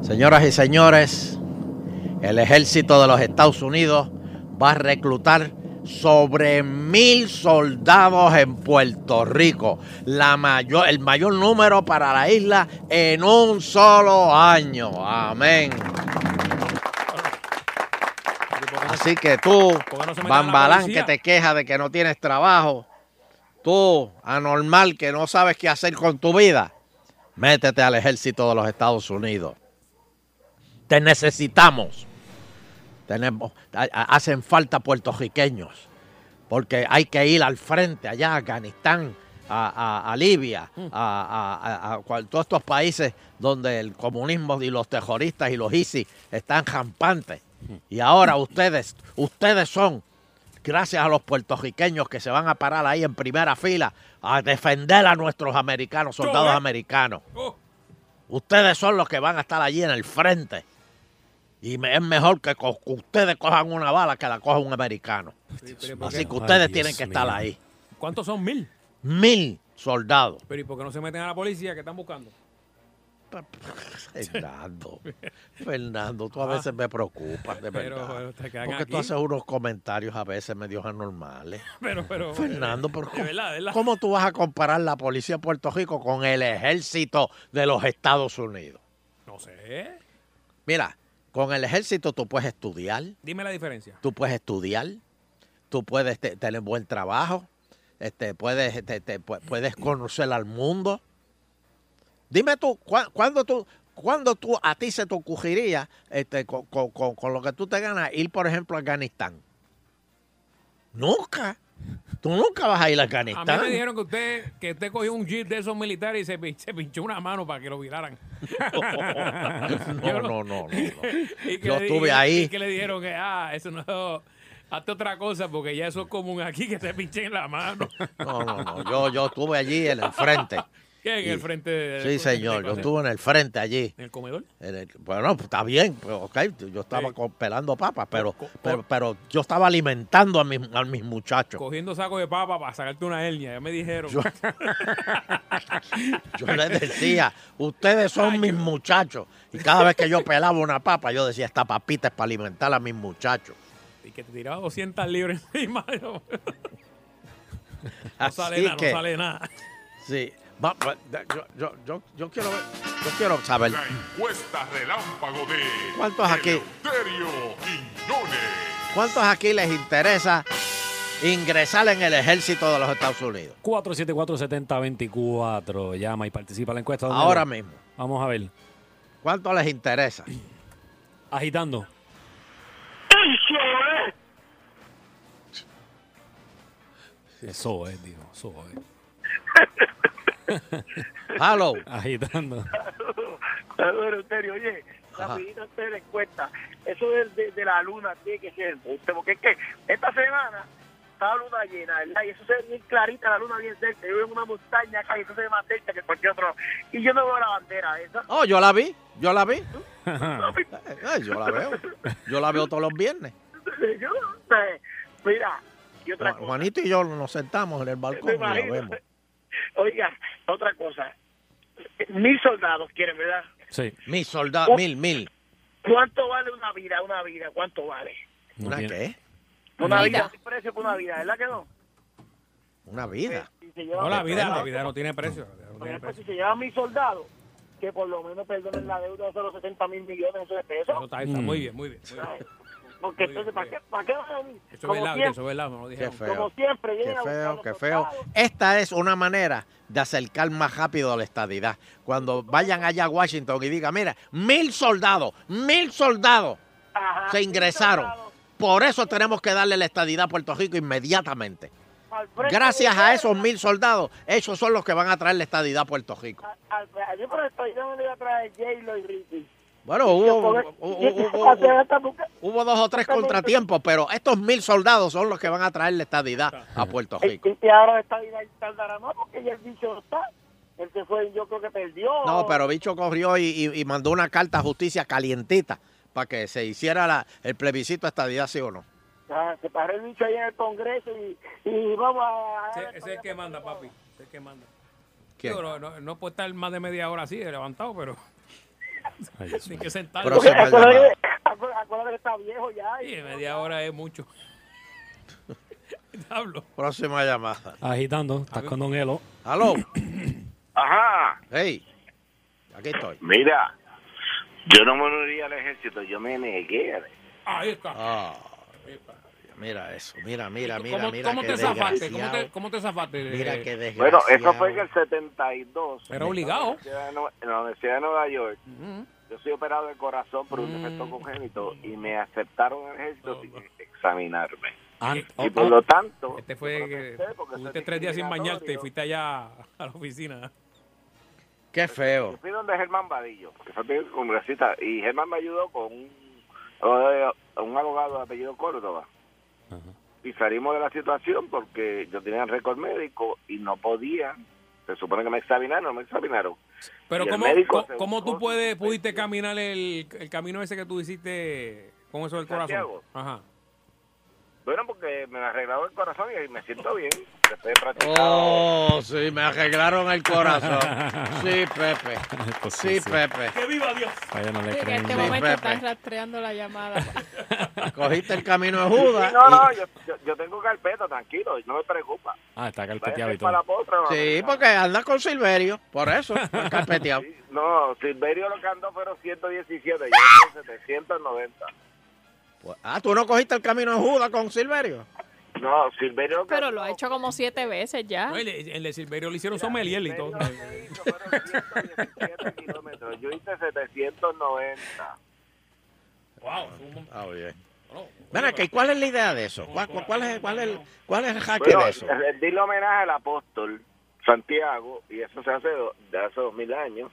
Señoras y señores, el ejército de los Estados Unidos va a reclutar sobre mil soldados en Puerto Rico, la mayor, el mayor número para la isla en un solo año. Amén. Así que tú, Bambalán, que te quejas de que no tienes trabajo, tú, anormal, que no sabes qué hacer con tu vida, métete al ejército de los Estados Unidos. Te necesitamos. Tenemos, ha- ha- hacen falta puertorriqueños, porque hay que ir al frente, allá a Afganistán, a, a- a Libia, a, a- a- a cual- todos estos países donde el comunismo y los terroristas y los ISIS están jampantes. Y ahora ustedes, ustedes son, gracias a los puertorriqueños que se van a parar ahí en primera fila, a defender a nuestros americanos, soldados
Yo, eh.
americanos.
Oh,
Ustedes son los que van a estar allí en el frente. Y me- es mejor que, co- que ustedes cojan una bala que la coja un americano. Así que ustedes tienen que estar ahí.
¿Cuántos son mil?
Mil soldados.
Pero ¿y por qué no se meten a la policía que están buscando?
Fernando, Fernando, tú a veces me preocupas, de
Ah. Pero,
verdad.
pero, te quedan
Porque tú
aquí.
haces unos comentarios a veces medios anormales.
Pero, pero. eh,
Fernando, pero
de
¿cómo,
verdad, de verdad.
cómo tú vas a comparar la policía de Puerto Rico con el ejército de los Estados Unidos?
No sé.
Mira, con el ejército tú puedes estudiar,
Dime la diferencia.
tú puedes estudiar, tú puedes te- tener buen trabajo, este, puedes, este, te- pu- puedes conocer al mundo. Dime tú, ¿cuá- ¿cuándo tú, cuándo tú a ti se te ocurriría este, con, con- con- con lo que tú te ganas ir, por ejemplo, a Afganistán? Nunca. Tú nunca vas a ir a
A
Afganistán.
mí me dijeron que usted, que usted cogió un jeep de esos militares y se, pin- se pinchó una mano para que lo viraran.
No, no, no, no, no.
Y que
Yo
le-
estuve
y-
ahí.
Y que le dijeron que, ah, eso no, hazte otra cosa porque ya eso es común aquí, que te pinchen la mano.
No, no, no. Yo, yo estuve allí en el frente.
¿Qué? En
Y-
el frente de-
Sí, señor. Yo estuve en el frente allí.
¿En el comedor?
En el- bueno, pues, está bien. pues, ok, yo estaba co- pelando papas, pero, pero, pero yo estaba alimentando a mis, a mis muchachos.
Cogiendo sacos de papa para sacarte una hernia, ya me dijeron.
Yo- Yo les decía, ustedes son mis muchachos. Y cada vez que yo pelaba una papa, yo decía, esta papita es para alimentar a mis muchachos.
y que te tiraba 200 libras encima. No,
Así
sale nada,
que-
no sale nada.
Sí. Va- va- yo, yo, yo, yo quiero ver- yo quiero saber
La encuesta relámpago de
cuántos aquí,
Eleuterio Quiñones.
cuántos aquí les interesa ingresar en el ejército de los Estados Unidos.
474-7024. Llama y participa en la encuesta. don
Ahora
Nelo.
mismo.
Vamos a ver.
¿Cuánto les interesa?
Agitando. Eso es, digo. Eso es.
Hello.
Agitando.
Saludos, Eleuterio. Oye,
Ajá.
rapidito antes de la encuesta, eso de, de, de la luna tiene que ser embuste, porque es que esta semana estaba luna llena, ¿verdad? Y eso se ve bien clarita, la luna bien cerca. Yo vivo en una montaña acá y eso se ve más cerca que cualquier otro. Y yo no veo la bandera esa.
Oh, yo la vi, yo la vi. Ay, yo la veo. Yo la veo todos los viernes.
Yo, eh, mira, y otra
Ju- Juanito y yo nos sentamos en el balcón y la
imagino.
vemos. oh.
Oiga, otra cosa. Mil soldados quieren, ¿verdad?
Sí.
Mil soldados, mil, mil.
¿Cuánto vale una vida? Una vida, ¿cuánto vale?
¿Una qué?
Una vida. ¿Qué precio por una vida? ¿Verdad que no?
Una vida.
Si se lleva-
No, la vida, la vida no tiene precio.
Por ejemplo, si se llevan mis soldados, que por lo menos perdonen la deuda de los 70 mil millones eso de pesos.
Está, está muy bien, muy bien. muy bien.
Porque entonces, ¿para qué, ¿para qué van a ir?
Eso es
Como
velado,
siempre,
eso es velado, no lo
Qué
dijeron.
feo.
siempre
Qué
llegan a buscar
feo,
los
qué feo.
soldados.
Esta es una manera de acercar más rápido a la estadidad. Cuando vayan allá a Washington y digan, mira, mil soldados, mil soldados
Ajá,
se
mil
ingresaron.
soldados
Por eso tenemos que darle la estadidad a Puerto Rico inmediatamente.
al frente
Gracias
de-
a esos mil soldados, ellos son los que van a traer la estadidad a Puerto Rico.
al- al- Yo por el pabellón le iba a traer J-Lo y Ricky.
Bueno,
Yo
hubo,
por-
hubo- hubo-
Hace esta busca-
hubo dos o tres contratiempos, pero estos mil soldados son los que van a traer la estadidad a Puerto
El
Rico.
Titi ahora está ahí tardará más porque ya el bicho no está. El que fue, yo creo que perdió.
No, pero Bicho corrió y, y- y mandó una carta a justicia calientita para que se hiciera la- el plebiscito de estadidad, sí o no.
Ah, se paró el bicho ahí en el Congreso y, y vamos a...
Ese, ese es el que manda, papi. Ese es el que manda.
¿Quién?
Digo, no, no- no puede estar más de media hora así, levantado, pero. Tiene que sentarlo.
Pero se me
Acuérdate
llama.
que- acu- acuérdate que está viejo ya.
Sí, media hora es mucho. Diablo.
Próxima llamada.
Agitando. Estás con Don Elo.
Aló.
Ajá.
Hey. Aquí estoy.
Mira, yo no me uní al ejército, yo me negué.
Ahí está.
Ah, mira eso. Mira, mira, mira,
¿Cómo,
mira.
cómo
qué
te zafaste? ¿Cómo
desgraciado.
te, cómo te zafaste?
Mira
Eh,
qué desgraciado.
Bueno, eso fue en el 72.
Era obligado.
En la Universidad de Nueva- en la Universidad de Nueva York. Yo soy operado de corazón por un
Mm.
defecto congénito y me aceptaron al
Oh,
ejército sin examinarme.
Ah,
Y por lo tanto,
Este fue que tuviste tres días sin bañarte y fuiste allá a la oficina.
Qué feo.
fui donde Germán Vadillo, que fue mi congresista, y Germán me ayudó con un, eh, un abogado de apellido Córdoba. Y salimos de la situación porque yo tenía récord médico y no podía. Se supone que me examinaron, no me examinaron.
Pero
Y el
¿cómo,
médico
co-
se
cómo tú
buscó-
puedes, pudiste caminar el, el camino ese que tú hiciste con eso del corazón?
Santiago.
Ajá.
Bueno, porque me arreglaron el corazón y me siento bien. Después de practicar.
Oh, sí, me arreglaron el corazón. Sí, Pepe.
Esto
Sí, Pepe.
¡Que viva Dios!
Pues Vaya, no le
Sí, que en
creen.
este
Sí,
momento
Pepe.
estás rastreando la llamada.
Cogiste el camino de Judas.
No,
y-
no, yo, yo, yo tengo carpeta, tranquilo, no me preocupa.
Ah, está
Váyase
carpeteado y
para
todo.
la potra, mamá.
Sí, porque anda con Silverio. Por eso, está carpeteado.
No, Silverio lo que andó fueron 117, yo en 790.
Pues, Ah, ¿tú no cogiste el camino de Judas con Silverio?
No, Silverio.
Pero lo ha hecho como siete veces ya.
No, el, el de Silverio le hicieron sommelier y todo.
kilómetros. Yo hice 790.
Wow.
Ah, bien. Ven acá, ¿y ¿cuál es la idea de eso? ¿Cuál, cuál- cuál es, cuál, es, el- cuál es el jaque
Bueno,
de eso?
rendirle homenaje al apóstol Santiago, y eso se hace do- de hace dos mil años.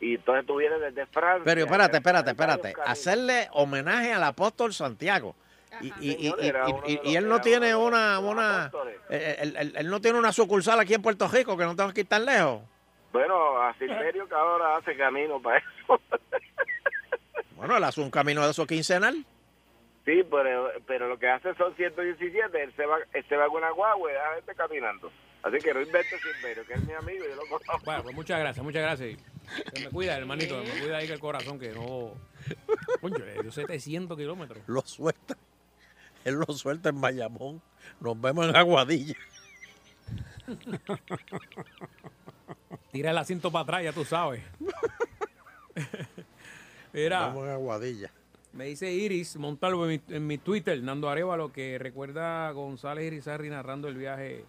Y entonces tú vienes desde Francia.
Pero espérate, espérate, espérate. Hacerle homenaje al apóstol Santiago. Y, y- y- y-
Era
y-
uno
y-
de los-
y él no
era
tiene
uno de
una...
los
una
apóstoles.
eh, él, él- él no tiene una sucursal aquí en Puerto Rico, que no tengo que ir tan lejos.
Bueno, a Silverio que ahora hace camino para eso.
Bueno, él hace un camino de esos quincenal.
Sí, pero, pero lo que hace son 117. Él se va, él se va con una guagua y deja a gente caminando. Así que no inventes Silverio, que es mi amigo y yo lo conozco.
Bueno, pues muchas gracias, muchas gracias. Se me cuida, hermanito, se me cuida ahí que el corazón que no. Coño, le dio 700 kilómetros.
Lo suelta. Él lo suelta en Bayamón. Nos vemos en Aguadilla.
Tira el asiento para atrás, ya tú sabes. Mira,
Vamos en Aguadilla.
me dice Iris Montalvo en mi, en mi Twitter, Nando Arevalo, que recuerda a González Irizarri narrando el viaje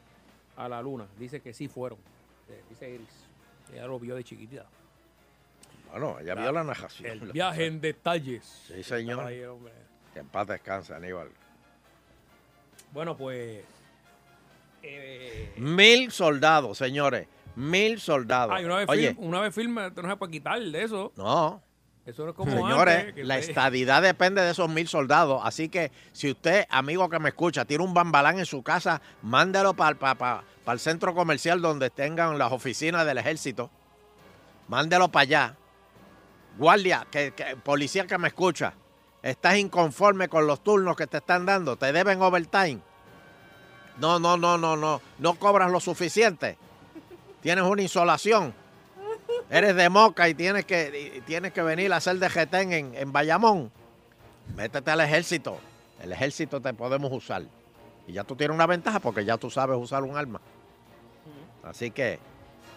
a la luna. Dice que sí fueron. Eh, Dice Iris. Ella lo vio de chiquitita.
Bueno, ella vio la narración.
El viaje en detalles.
Sí, señor.
Ahí, hombre.
Que en paz descansa, Aníbal.
Bueno, pues. eh,
Mil soldados, señores. Mil soldados.
ay, una vez,
Oye,
film- una vez firma, no se puede quitar de eso.
no.
Eso no es como
Señores,
antes, que
la
usted-
estadidad depende de esos mil soldados. Así que si usted, amigo que me escucha, tiene un bambalán en su casa, mándelo para el centro comercial donde tengan las oficinas del ejército. Mándelo para allá. Guardia, que, que- policía que me escucha, estás inconforme con los turnos que te están dando, te deben overtime. No, no, no, no, no, no cobras lo suficiente. Tienes una insolación. Eres de Moca y tienes que, y tienes que venir a hacer de jetén en, en Bayamón. Métete al ejército. El ejército te podemos usar. Y ya tú tienes una ventaja porque ya tú sabes usar un arma. Así que,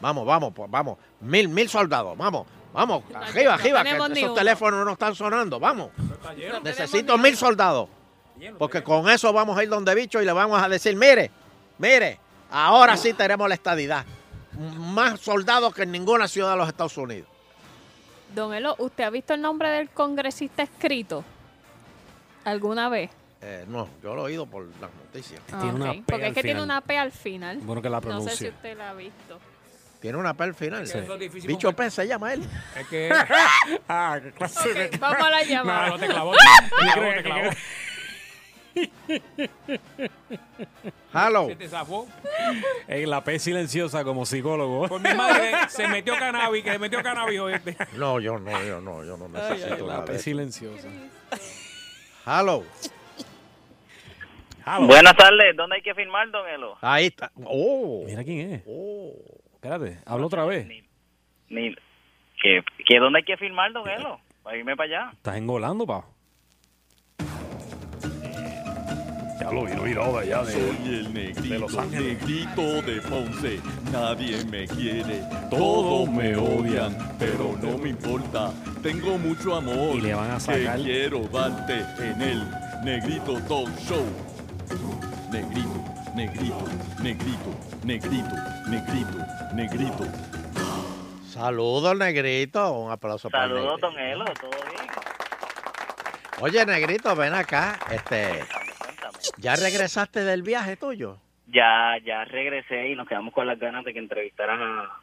vamos, vamos, pues, vamos. Mil, mil soldados, vamos, vamos. Arriba,
no
arriba,
tenemos
que
ni
esos
uno.
teléfonos no están sonando, vamos.
lleno.
Necesito mil soldados. Porque con eso vamos a ir donde bicho y le vamos a decir, mire, mire, ahora sí tenemos la estadidad. M- Más soldados que en ninguna ciudad de los Estados Unidos.
Don Elo, ¿usted ha visto el nombre del congresista escrito? ¿Alguna vez?
Eh, no, yo lo he oído por las noticias.
Ah, ok. Porque es que tiene una P al final.
Bueno que la
No sé si
pronuncia.
usted la ha visto.
Tiene una P al final.
Es que eso es difícil
Bicho P se llama él.
Es que...
ah, qué clase
Ok, vamos a la llamada.
No, no te clavó,
Ah.
no te clavó.
Hello.
Se te zafó.
En la P silenciosa como psicólogo.
Por mi madre, se metió cannabis, que se metió cannabis hoy.
No, yo no, yo no, yo no necesito
la
nada de
P
eso.
silenciosa.
Hello. Hello.
Buenas tardes, ¿dónde hay que firmar, don Elo?
Ahí está. Oh.
Mira quién es.
Espérate,
habla otra vez.
Ni- que, que ¿Dónde hay que firmar, don Elo? Para irme para allá.
Estás engolando, pa.
Ya lo vino virado allá de... Soy el negrito, de Los Ángeles. negrito de Ponce. Nadie me quiere, todos me odian, pero no me importa. Tengo mucho amor
Y le van a sacar.
que quiero darte en el Negrito Talk Show. Negrito, negrito, negrito, negrito, negrito, negrito.
Saludos, Negrito. Un aplauso para el
Saludos,
Negrito.
don Elo, todo bien.
Oye, Negrito, ven acá. Este, ¿Ya regresaste del viaje tuyo?
Ya, ya regresé y nos quedamos con las ganas de que entrevistaran a,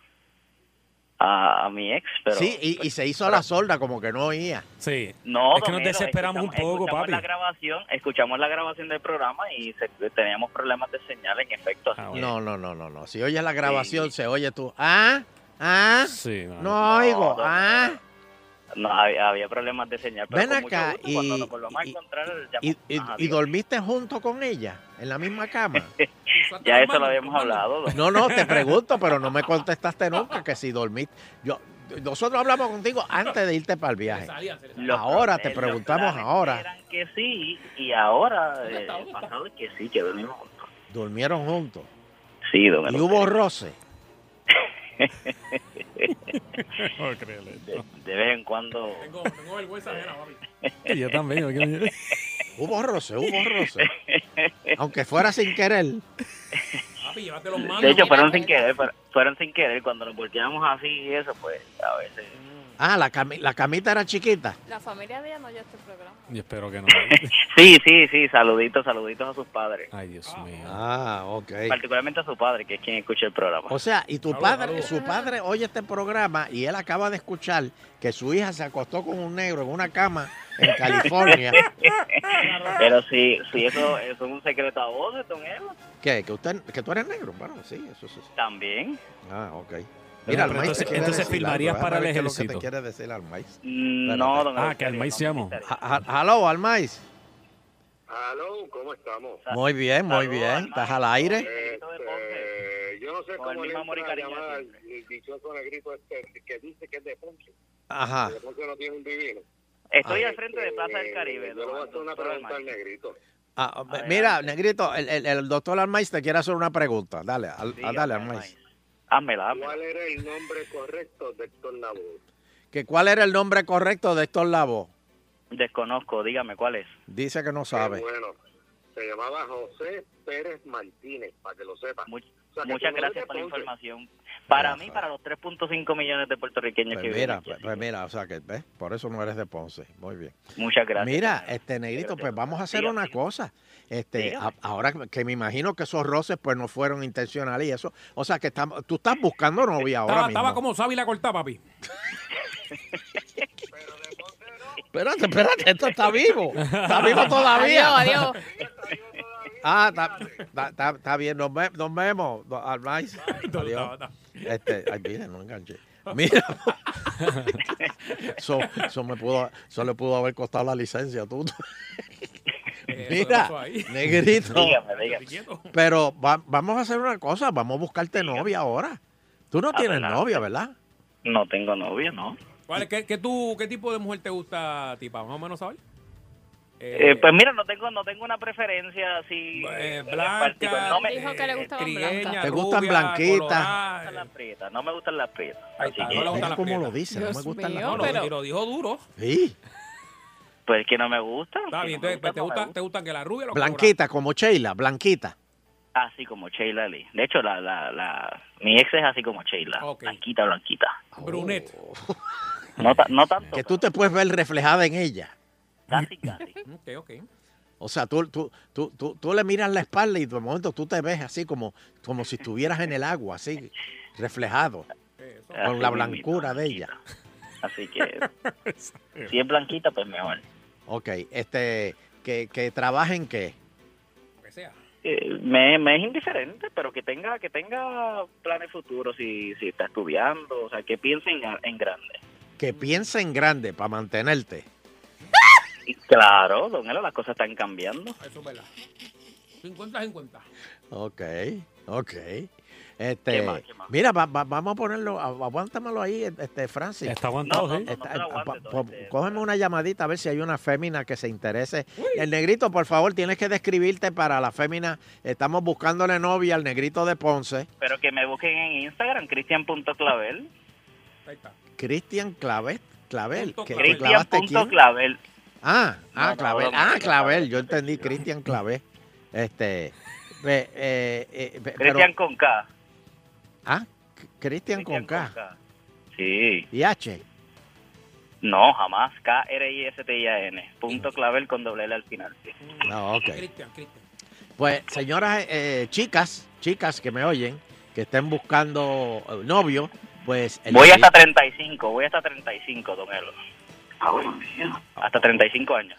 a, a mi ex, pero... pues,
sí, y, y se hizo la sorda, como que no oía.
Sí.
No,
Es que
don
nos
Elo,
desesperamos un
escuchamos-
poco,
escuchamos
papi.
La grabación, escuchamos la grabación del programa y se- teníamos problemas de señal, en efecto. así que-
No, no, no, no, no. Si oyes la grabación, se oye tú. Ah, ah.
Sí,
no oigo.
No, no,
ah.
No, había, había problemas de señal. Pero
Ven
con mucho
acá
gusto,
y-
Cuando nos volvamos a encontrar,
¿Y,
llamamos.
y-
Ajá,
y dormiste junto con ella? ¿En la misma cama?
Ya eso lo habíamos hablado. don-
No, no, te pregunto, pero no me contestaste nunca que si dormiste. Yo, nosotros hablamos contigo antes de irte para el viaje.
Los
Ahora
planes-
te
los
preguntamos
planes
ahora.
eran que sí, y ahora eh, el pasado es que sí, que dormimos juntos.
Durmieron juntos.
Sí, don
Y hubo roce.
de, de vez en cuando.
Tengo, tengo ¿eh? vergüenza ajena, papi.
Y yo también. yo quiero-
Hubo roce, hubo roce. Aunque fuera sin querer.
De hecho, fueron sin querer, fueron- fueron sin querer. Cuando nos volteamos así y eso, pues a veces.
Ah, la, cami- la camita era chiquita.
La familia de ella no ya este programa.
Yo espero que no.
Sí, sí, sí, saluditos, saluditos a sus padres.
Ay, Dios mío.
Ah, ok.
Particularmente a su padre, que es quien escucha el programa.
O sea, y tu padre, su padre oye este programa y él acaba de escuchar que su hija se acostó con un negro en una cama en California.
Pero sí, sí, eso, eso es un secreto a voces, don Eva.
¿Qué? ¿Que, usted, ¿Que tú eres negro? Bueno, sí, eso sí.
También.
Ah, ok.
Pero
Mira, Almaíz
entonces-
te quiere
entonces
decir
firmarías
algo.
para
Déjame
el
ver qué es
ejército.
Lo que te quiere decir Almais?
Mm, No, don
Ah, que al maíz se llama.
Hello, Almais.
Aló, ¿cómo estamos?
Muy bien, muy bien. ¿Estás al aire?
Este, yo no sé
Con el
cómo le
mismo amor y
entra la
cariño
llamada al al dichoso negrito este que dice que es de Ponce.
Ajá.
De Ponce no tiene un divino.
Estoy
Ah.
al frente de Plaza del Caribe,
Yo le voy a hacer una
doctor
pregunta al
Almaíz.
negrito.
Ah, mira, Negrito, el, el- el doctor Almais te quiere hacer una pregunta. Dale, al,
Dígame,
dale, Almais.
Házmela,
¿Cuál era el nombre correcto de Héctor Lavoe?
¿Que ¿Cuál era el nombre correcto de estos labos?
Desconozco, dígame cuál es.
Dice que no sabe.
Eh, Bueno, se llamaba José Pérez Martínez, para que lo sepa. O sea, que
Muchas
tú no eres
gracias
de
por la
Ponce.
información. Para mí, para los 3.5 millones de puertorriqueños que
Pues
viven
mira,
aquí.
pues, pues mira, o sea que ves, por eso no eres de Ponce. Muy bien.
Muchas gracias.
Mira, este negrito, pues vamos a hacer
Dígame.
una cosa. Este,
Dígame.
a- ahora que me imagino que esos roces pues no fueron intencionales y eso. O sea que estamos, tú estás buscando novia ahora
Estaba,
mismo.
estaba como Sabi la cortá, papi.
Espérate, espérate, esto está vivo. Está vivo todavía.
Adiós, adiós.
Ah, está, está- está- está bien, nos, ve- nos vemos. do- Almais. Adiós. Este, ay, mira, no enganché. Mira, eso, eso me pudo, eso le pudo haber costado la licencia tú. Mira,
pasó ahí.
negrito.
Dígame, dígame.
Pero va- vamos a hacer una cosa, vamos a buscarte novia ahora. Tú
Ah,
no tienes novia, ¿verdad?
No tengo novia, no.
¿Cuál es- qué, qué tú, ¿Qué tipo de mujer te gusta a ti, pa? Más o menos, ¿sabes?
Eh, pues mira, no tengo, no tengo una preferencia así.
Eh,
en
blanca, Eh,
particular. no me,
Dijo que le gustaban
trigueña,
blancas.
¿Te gustan
rubia,
blanquitas?
colorada. No me gustan las prietas, no me gustan las prietas. Así que-
Mira cómo lo dice, no me
Dios
gustan las
mío,
novias.
lo, y lo dijo duro.
Sí,
Pues que no me gusta.
Está bien, entonces, pues, te, gusta, te gustan que la rubia lo
blanquita, como Sheila, blanquita.
Así como Sheila Lee. De hecho, la, la, la, mi ex es así como Sheila. Blanquita, blanquita.
Oh.
Brunet.
No, ta- no tanto.
Que tú te puedes ver reflejada en ella.
Casi, casi.
Ok, ok.
O sea, tú, tú, tú, tú, tú le miras la espalda y de momento tú te ves así como, como si estuvieras en el agua, así, reflejado, con la
Así mismito.
blancura de ella.
Así que si es blanquita, pues mejor.
Ok, este, que, que trabajen qué.
Eh, me, me es indiferente, pero que tenga que tenga planes futuros si, si está estudiando, o sea, que piense en, en grande.
Que piensen grande para mantenerte.
Y claro, don Elo, las cosas están cambiando.
Eso es verdad. 50-50.
Ok, ok. Este,
¿Qué más, qué más?
Mira, va- va- vamos a ponerlo, a- aguántamelo ahí, este, Francis.
Está aguantado, No, no, sí. no,
Está- pa- pa- cógeme una llamadita a ver si hay una fémina que se interese. El negrito, por favor, tienes que describirte para la fémina. Estamos buscándole novia al negrito de Ponce,
Pero que me busquen en Instagram, cristian.clavel.
Cristian Clavet, Clavel. que te clavaste quién?
Cristian.clavel.
Ah,
No,
ah,
no,
Clavel.
broma,
Ah,
no,
Clavel. Yo entendí, Cristian Clavel. Este, ve- eh, eh, ve- pero-
Cristian con K.
Ah, C- Cristian con K.
Sí.
Y H.
No, jamás. K-R-I-S-T-I-A-N. Punto clavel con doble L al final.
No, ok. Pues, señoras, eh, chicas, chicas que me oyen, que estén buscando eh, novio, pues... el
Voy hasta
negrito-
35, voy hasta 35, don Elo. Ah, Hasta 35 años.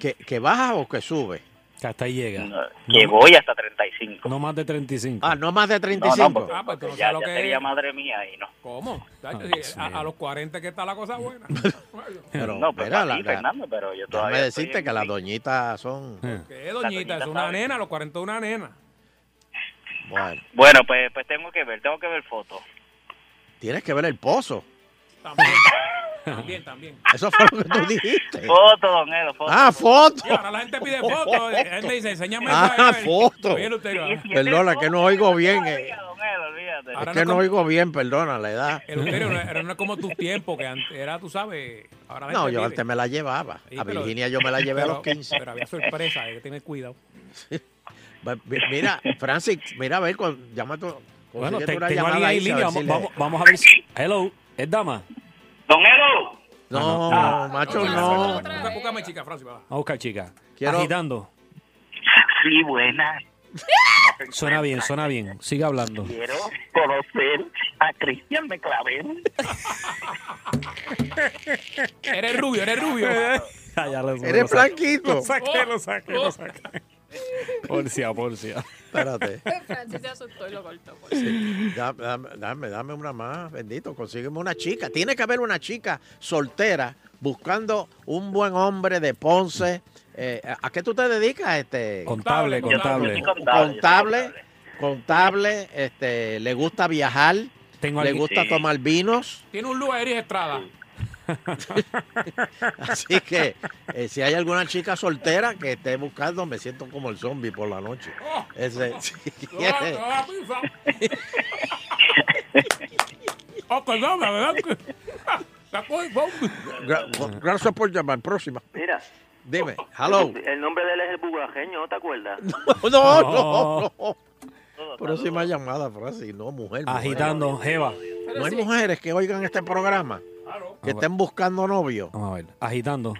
¿Que, que baja o que sube?
Que hasta ahí llega.
que
No-
voy hasta 35.
No más de 35.
Ah, no más de
No, no, porque,
Ah, pues tú
porque
no
ya,
sabes lo
ya
que
sería
es.
madre mía y no.
¿Cómo?
Ah,
Tacho,
Ay,
si
Dios
a,
mío.
a los 40 que está la cosa buena.
Pero,
no, pues
mira,
para
la-
ti,
la-
Fernando, pero yo
Déjame
todavía estoy
decirte
en
que
mi-
las doñitas son...
Eh.
¿Qué doñita? Es una nena, a los 40 es una nena.
Bueno,
Bueno, pues, pues tengo que ver, tengo que ver fotos.
tienes que ver el pozo.
También, también, también.
Eso fue lo que tú dijiste.
Foto, don Elo, foto.
Ah, foto.
Y ahora la gente pide fotos. La gente dice, enséñame
Ah,
esa-
foto.
Oye, usted,
Perdona, que no oigo bien. eh.
Ahora
Es que
no
no
com-
oigo bien, perdona la edad.
El uterio no era no es como tus tiempos, que antes era, tú sabes. Ahora la
No,
gente
yo
pide.
antes me la llevaba.
Sí,
A
pero-
Virginia yo me la llevé a los
pero-
15.
Pero había sorpresa, hay que tener cuidado.
Va- Pues, mi- Mira, Francis, mira a ver, cuando, llama tu,
Bueno,
consigue
te-
tú
tengo a
una
alguien
llamada
ahí en
esa, a
línea.
ver si
Vamos,
le-
vamos, vamos a ver si. Hello, es dama. Ah,
Don Elo.
No, macho, no.
Busca- Búscame, chica, Francis. va.
A buscar, chica.
Quiero-
Agitando.
Sí, buena.
Suena bien, suena bien. Sigue hablando.
Quiero conocer a Cristian de Clavel.
Eres rubio, eres rubio.
Ah, ya lo-
Eres
lo saqué.
blanquito.
Lo saqué, lo saqué, lo saqué. Porcia, porcia.
Espérate.
Francis se asustó y lo cortó. por
Da- Dame, dame, dame una más, bendito, consígueme una chica. Tiene que haber una chica soltera buscando un buen hombre de Ponce. Eh, ¿a- ¿A qué tú te dedicas? Este?
Contable, contable. Yo soy contable, yo soy
Contable, contable, este, le gusta viajar,
Tengo
le
alguien-
gusta
Sí.
tomar vinos.
Tiene un lugar, Eris Estrada.
Así que eh, si hay alguna chica soltera que esté buscando, me siento como el zombie por la noche.
Oh.
Ese, si quiere-
Oh, perdón, la verdad que- La coge, vamos.
Gra- Gracias por llamar. Próxima.
Mira,
Dime, hello.
el nombre de él es el bugajeño, ¿no te acuerdas?
No, no, no. Próxima llamada, Francis. No, mujer. mujer.
Agitando, Jeva.
No hay mujeres que oigan este programa.
Ah,
Que estén buscando novio.
Vamos a ver. Agitando.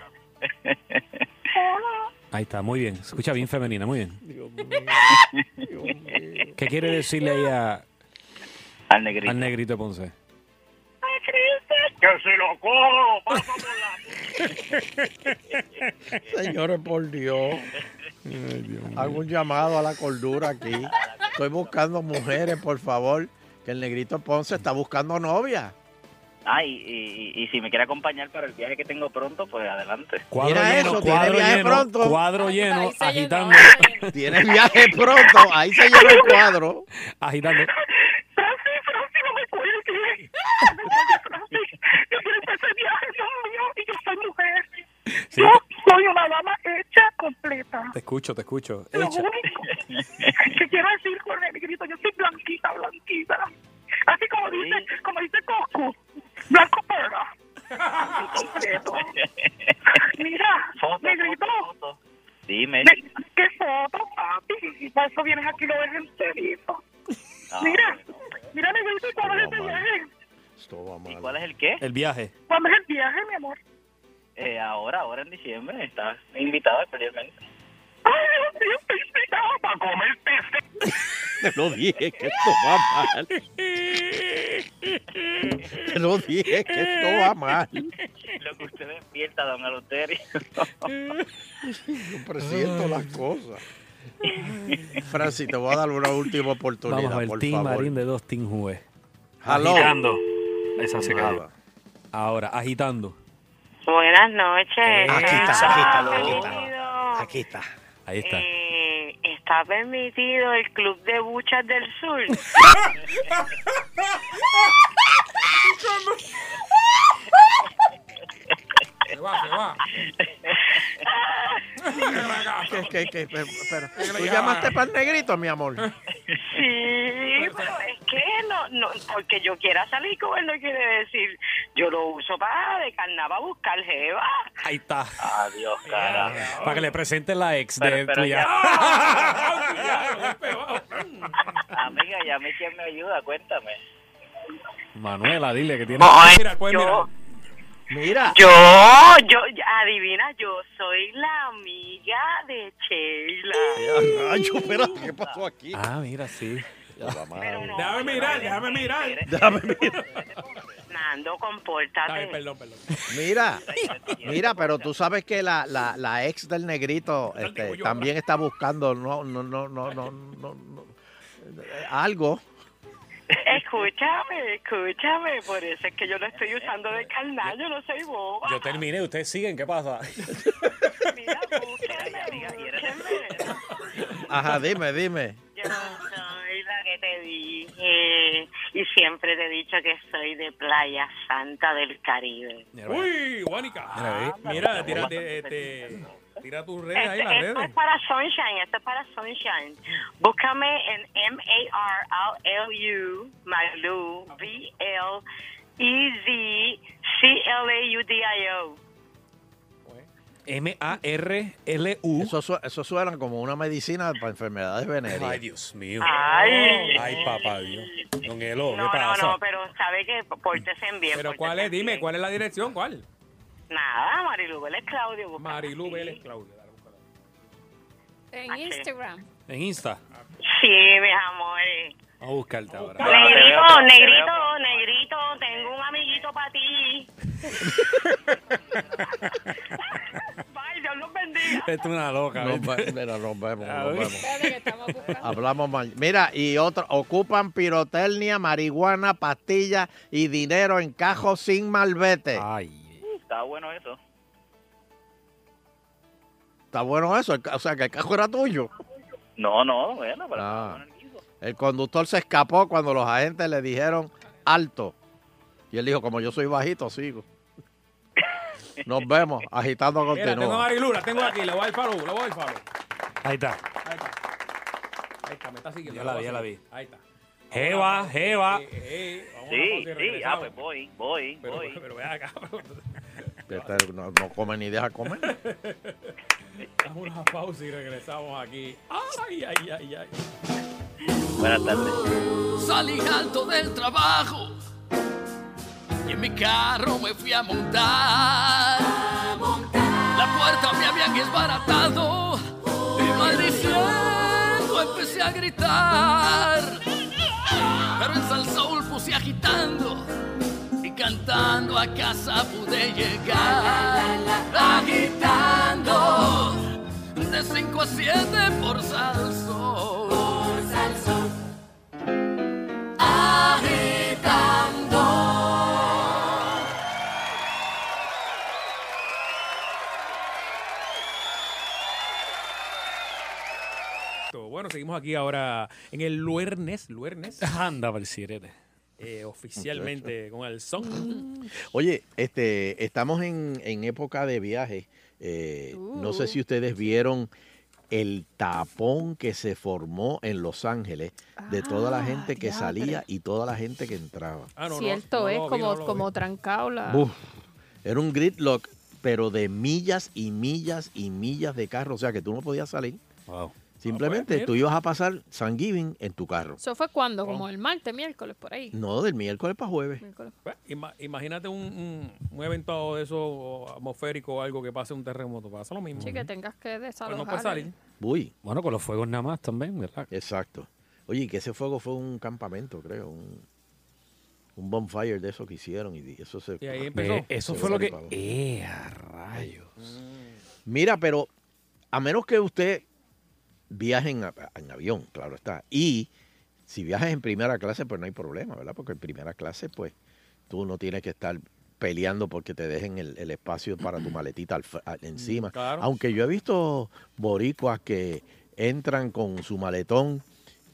Ahí está, muy bien. Se escucha bien femenina, muy bien. ¿Qué quiere decirle ahí a-
al negrito?
Al negrito de Ponce.
Que se lo cojo, pasa
Señores, por Dios. Hago un llamado a la cordura aquí. Estoy buscando mujeres, por favor. Que el negrito Ponce está buscando novia.
Ay, Ah, y, y- y si me quiere acompañar para el viaje que tengo pronto, pues adelante.
Cuadro
Mira
lleno,
eso, tiene
cuadro
viaje
lleno,
pronto.
cuadro lleno, agitando.
Tiene viaje pronto. Ahí se llenó el cuadro.
Agitando.
Yo quiero que ese viaje es mío y yo soy mujer.
Sí,
Yo soy una dama hecha completa.
Te escucho, te escucho.
Lo
Echa.
único que quiero decir con el grito, yo soy blanquita, blanquita. Así como dice, como dice Coscu, blanco perra. Completo. Mira,
Foto,
negrito,
Dime.
ne- qué foto, papi. Y por eso vienes aquí y lo ves enterito.
Ah,
Mira, mira, negrito, ¿cuál es este viaje?
¿Y cuál es el qué?
El viaje.
¿Cuándo es el viaje, mi amor?
Eh, ahora, ahora en diciembre. Estás invitado especialmente.
Ay, Dios mío, estoy invitada para comer
Te lo dije que esto va mal. Te lo dije que esto va mal.
Lo que usted despierta, don Aluterio.
Yo presiento las cosas. Francis, te voy a dar una última oportunidad,
Vamos a ver,
por
Team
favor.
Marín de dos Team Juve.
Aló.
Agitando. Esa se
Nada.
cayó. Ahora, agitando.
Buenas noches.
Eh, Aquí está, aquí está, aquí está.
Bienvenido.
Aquí está.
Ahí está.
Eh, está permitido el Club de Buchas del Sur.
Se va, se va.
¿Qué, qué, qué? Pero- pero, ¿Tú llamaste para el negrito, mi amor?
Sí, pero es que no, no, porque yo quiera salir con él no quiere decir, yo lo uso para de carnaval buscar jeva.
Ahí está.
Adiós, cara.
Para que le presentes la ex de
pero
tuya.
Amiga, ya me quién me ayuda, cuéntame.
Manuela, dile que tiene.
Ay,
Mira, pues, mira.
Mira.
Yo, yo, adivina, yo soy la amiga de Sheila.
Rayo, espérate, ¿qué pasó aquí?
Ah, mira, sí.
Déjame mirar, déjame mirar.
Déjame mirar.
Nando,
Ay,
compórtate.
perdón, perdón.
Mira, mira, pero tú sabes que la, la, la ex del negrito este, también está buscando no, no, no, no, no, no, no, eh, algo.
Escúchame, escúchame, por eso es que yo lo estoy usando de carnal, yo no soy boba.
Yo terminé, ustedes siguen, ¿qué pasa?
Ajá, dime, dime.
Yo soy la que te dije y siempre te he dicho que soy de Playa Santa del Caribe.
Uy, Juanica. Mira, tira, te- te- tira tus redes ahí, las
Este- esto
redes.
es para Sunshine, esto es para Sunshine. Búscame en M-A-R-L-U, Malu, E B-L-E-Z-C-L-A-U-D-I-O.
M-A-R-L-U.
Eso, su- eso suena como una medicina para enfermedades venéreas.
Ay, Dios mío.
Ay.
Ay, papá Dios. Don Elo, ¿qué
No, no,
pasa?
no, pero sabe que pórtesen bien. pues
Pero ¿cuál es? Dime, ¿cuál es la dirección? ¿Cuál?
Nada, Marilu Vélez Claudio. busca
Marilu
así.
Vélez Claudia.
En Instagram.
En Insta.
Sí, mis amores.
Vamos a buscarte ahora.
Negrito, negrito, negrito, tengo un amiguito para ti. Ay, Dios los bendiga.
Esto es una loca.
Nos, ve- mira, nos vemos, nos
¿ves?
vemos. Hablamos mañana. Mira, y otra, ocupan pirotecnia, marihuana, pastillas y dinero en cajos sin malvete.
Está bueno eso.
Está bueno eso, el ca- o sea que el cajo era tuyo.
No, no, bueno, pero
Ah. El conductor se escapó cuando los agentes le dijeron alto. Y él dijo, como yo soy bajito, sigo. Nos vemos, agitando
Mira, tengo a
continúa.
Marilu, la tengo aquí, la voy a dar follow, la voy a dar follow.
Ahí está.
Ahí está, me está siguiendo.
Yo la vi,
voy a
ya la
seguir.
vi.
Ahí está.
Jeva, jeva.
Eh,
Sí, sí, ah, pues voy, voy, voy.
Pero ve acá, pero
Este No, no come ni deja comer.
damos una pausa y regresamos aquí. Ay, ay, ay, ay.
Buenas tardes.
Salí alto del trabajo y en mi carro me fui a montar. La puerta me habían desbaratado y maldiciendo empecé a gritar. Pero en Salsoul puse agitando y cantando a casa pude llegar. Agitando de 5 a 7 por Salsoul. Por Salsoul. Agitando.
Bueno, seguimos aquí ahora en el luernes, luernes.
Anda, Valsirete.
Eh, oficialmente con el son.
Oye, este, estamos en, en época de viaje. Eh, No sé si ustedes vieron el tapón que se formó en Los Ángeles de toda la gente que salía y toda la gente que entraba.
Ah, Cierto es, como, como trancado la-
Buf, era un gridlock, pero de millas y millas y millas de carro. O sea que tú no podías salir. Simplemente
mira.
tú ibas a pasar San Giving en tu carro.
Eso fue cuando, como el martes, miércoles, por ahí.
No, del miércoles para jueves.
Miércoles.
Pues, Ima- imagínate un, un, un evento de eso atmosférico o algo que pase un terremoto. Pasa lo mismo.
Sí, que tengas que desalojar.
puede salir.
Uy.
Bueno, con los fuegos nada más también, ¿verdad?
Exacto. Oye, y que ese fuego fue un campamento, creo. Un, un bonfire de eso que hicieron. Y di- eso se.
Y ahí empezó. Ve, Eh, eso
se
fue lo que-
disparó.
¡Eh, a rayos!
Mira, pero a menos que usted viaje en, a- en avión, claro está. Y si viajas en primera clase, pues no hay problema, ¿verdad? Porque en primera clase, pues tú no tienes que estar peleando porque te dejen el, el espacio para tu maletita al fr- al- encima.
claro.
Aunque yo he visto boricuas que entran con su maletón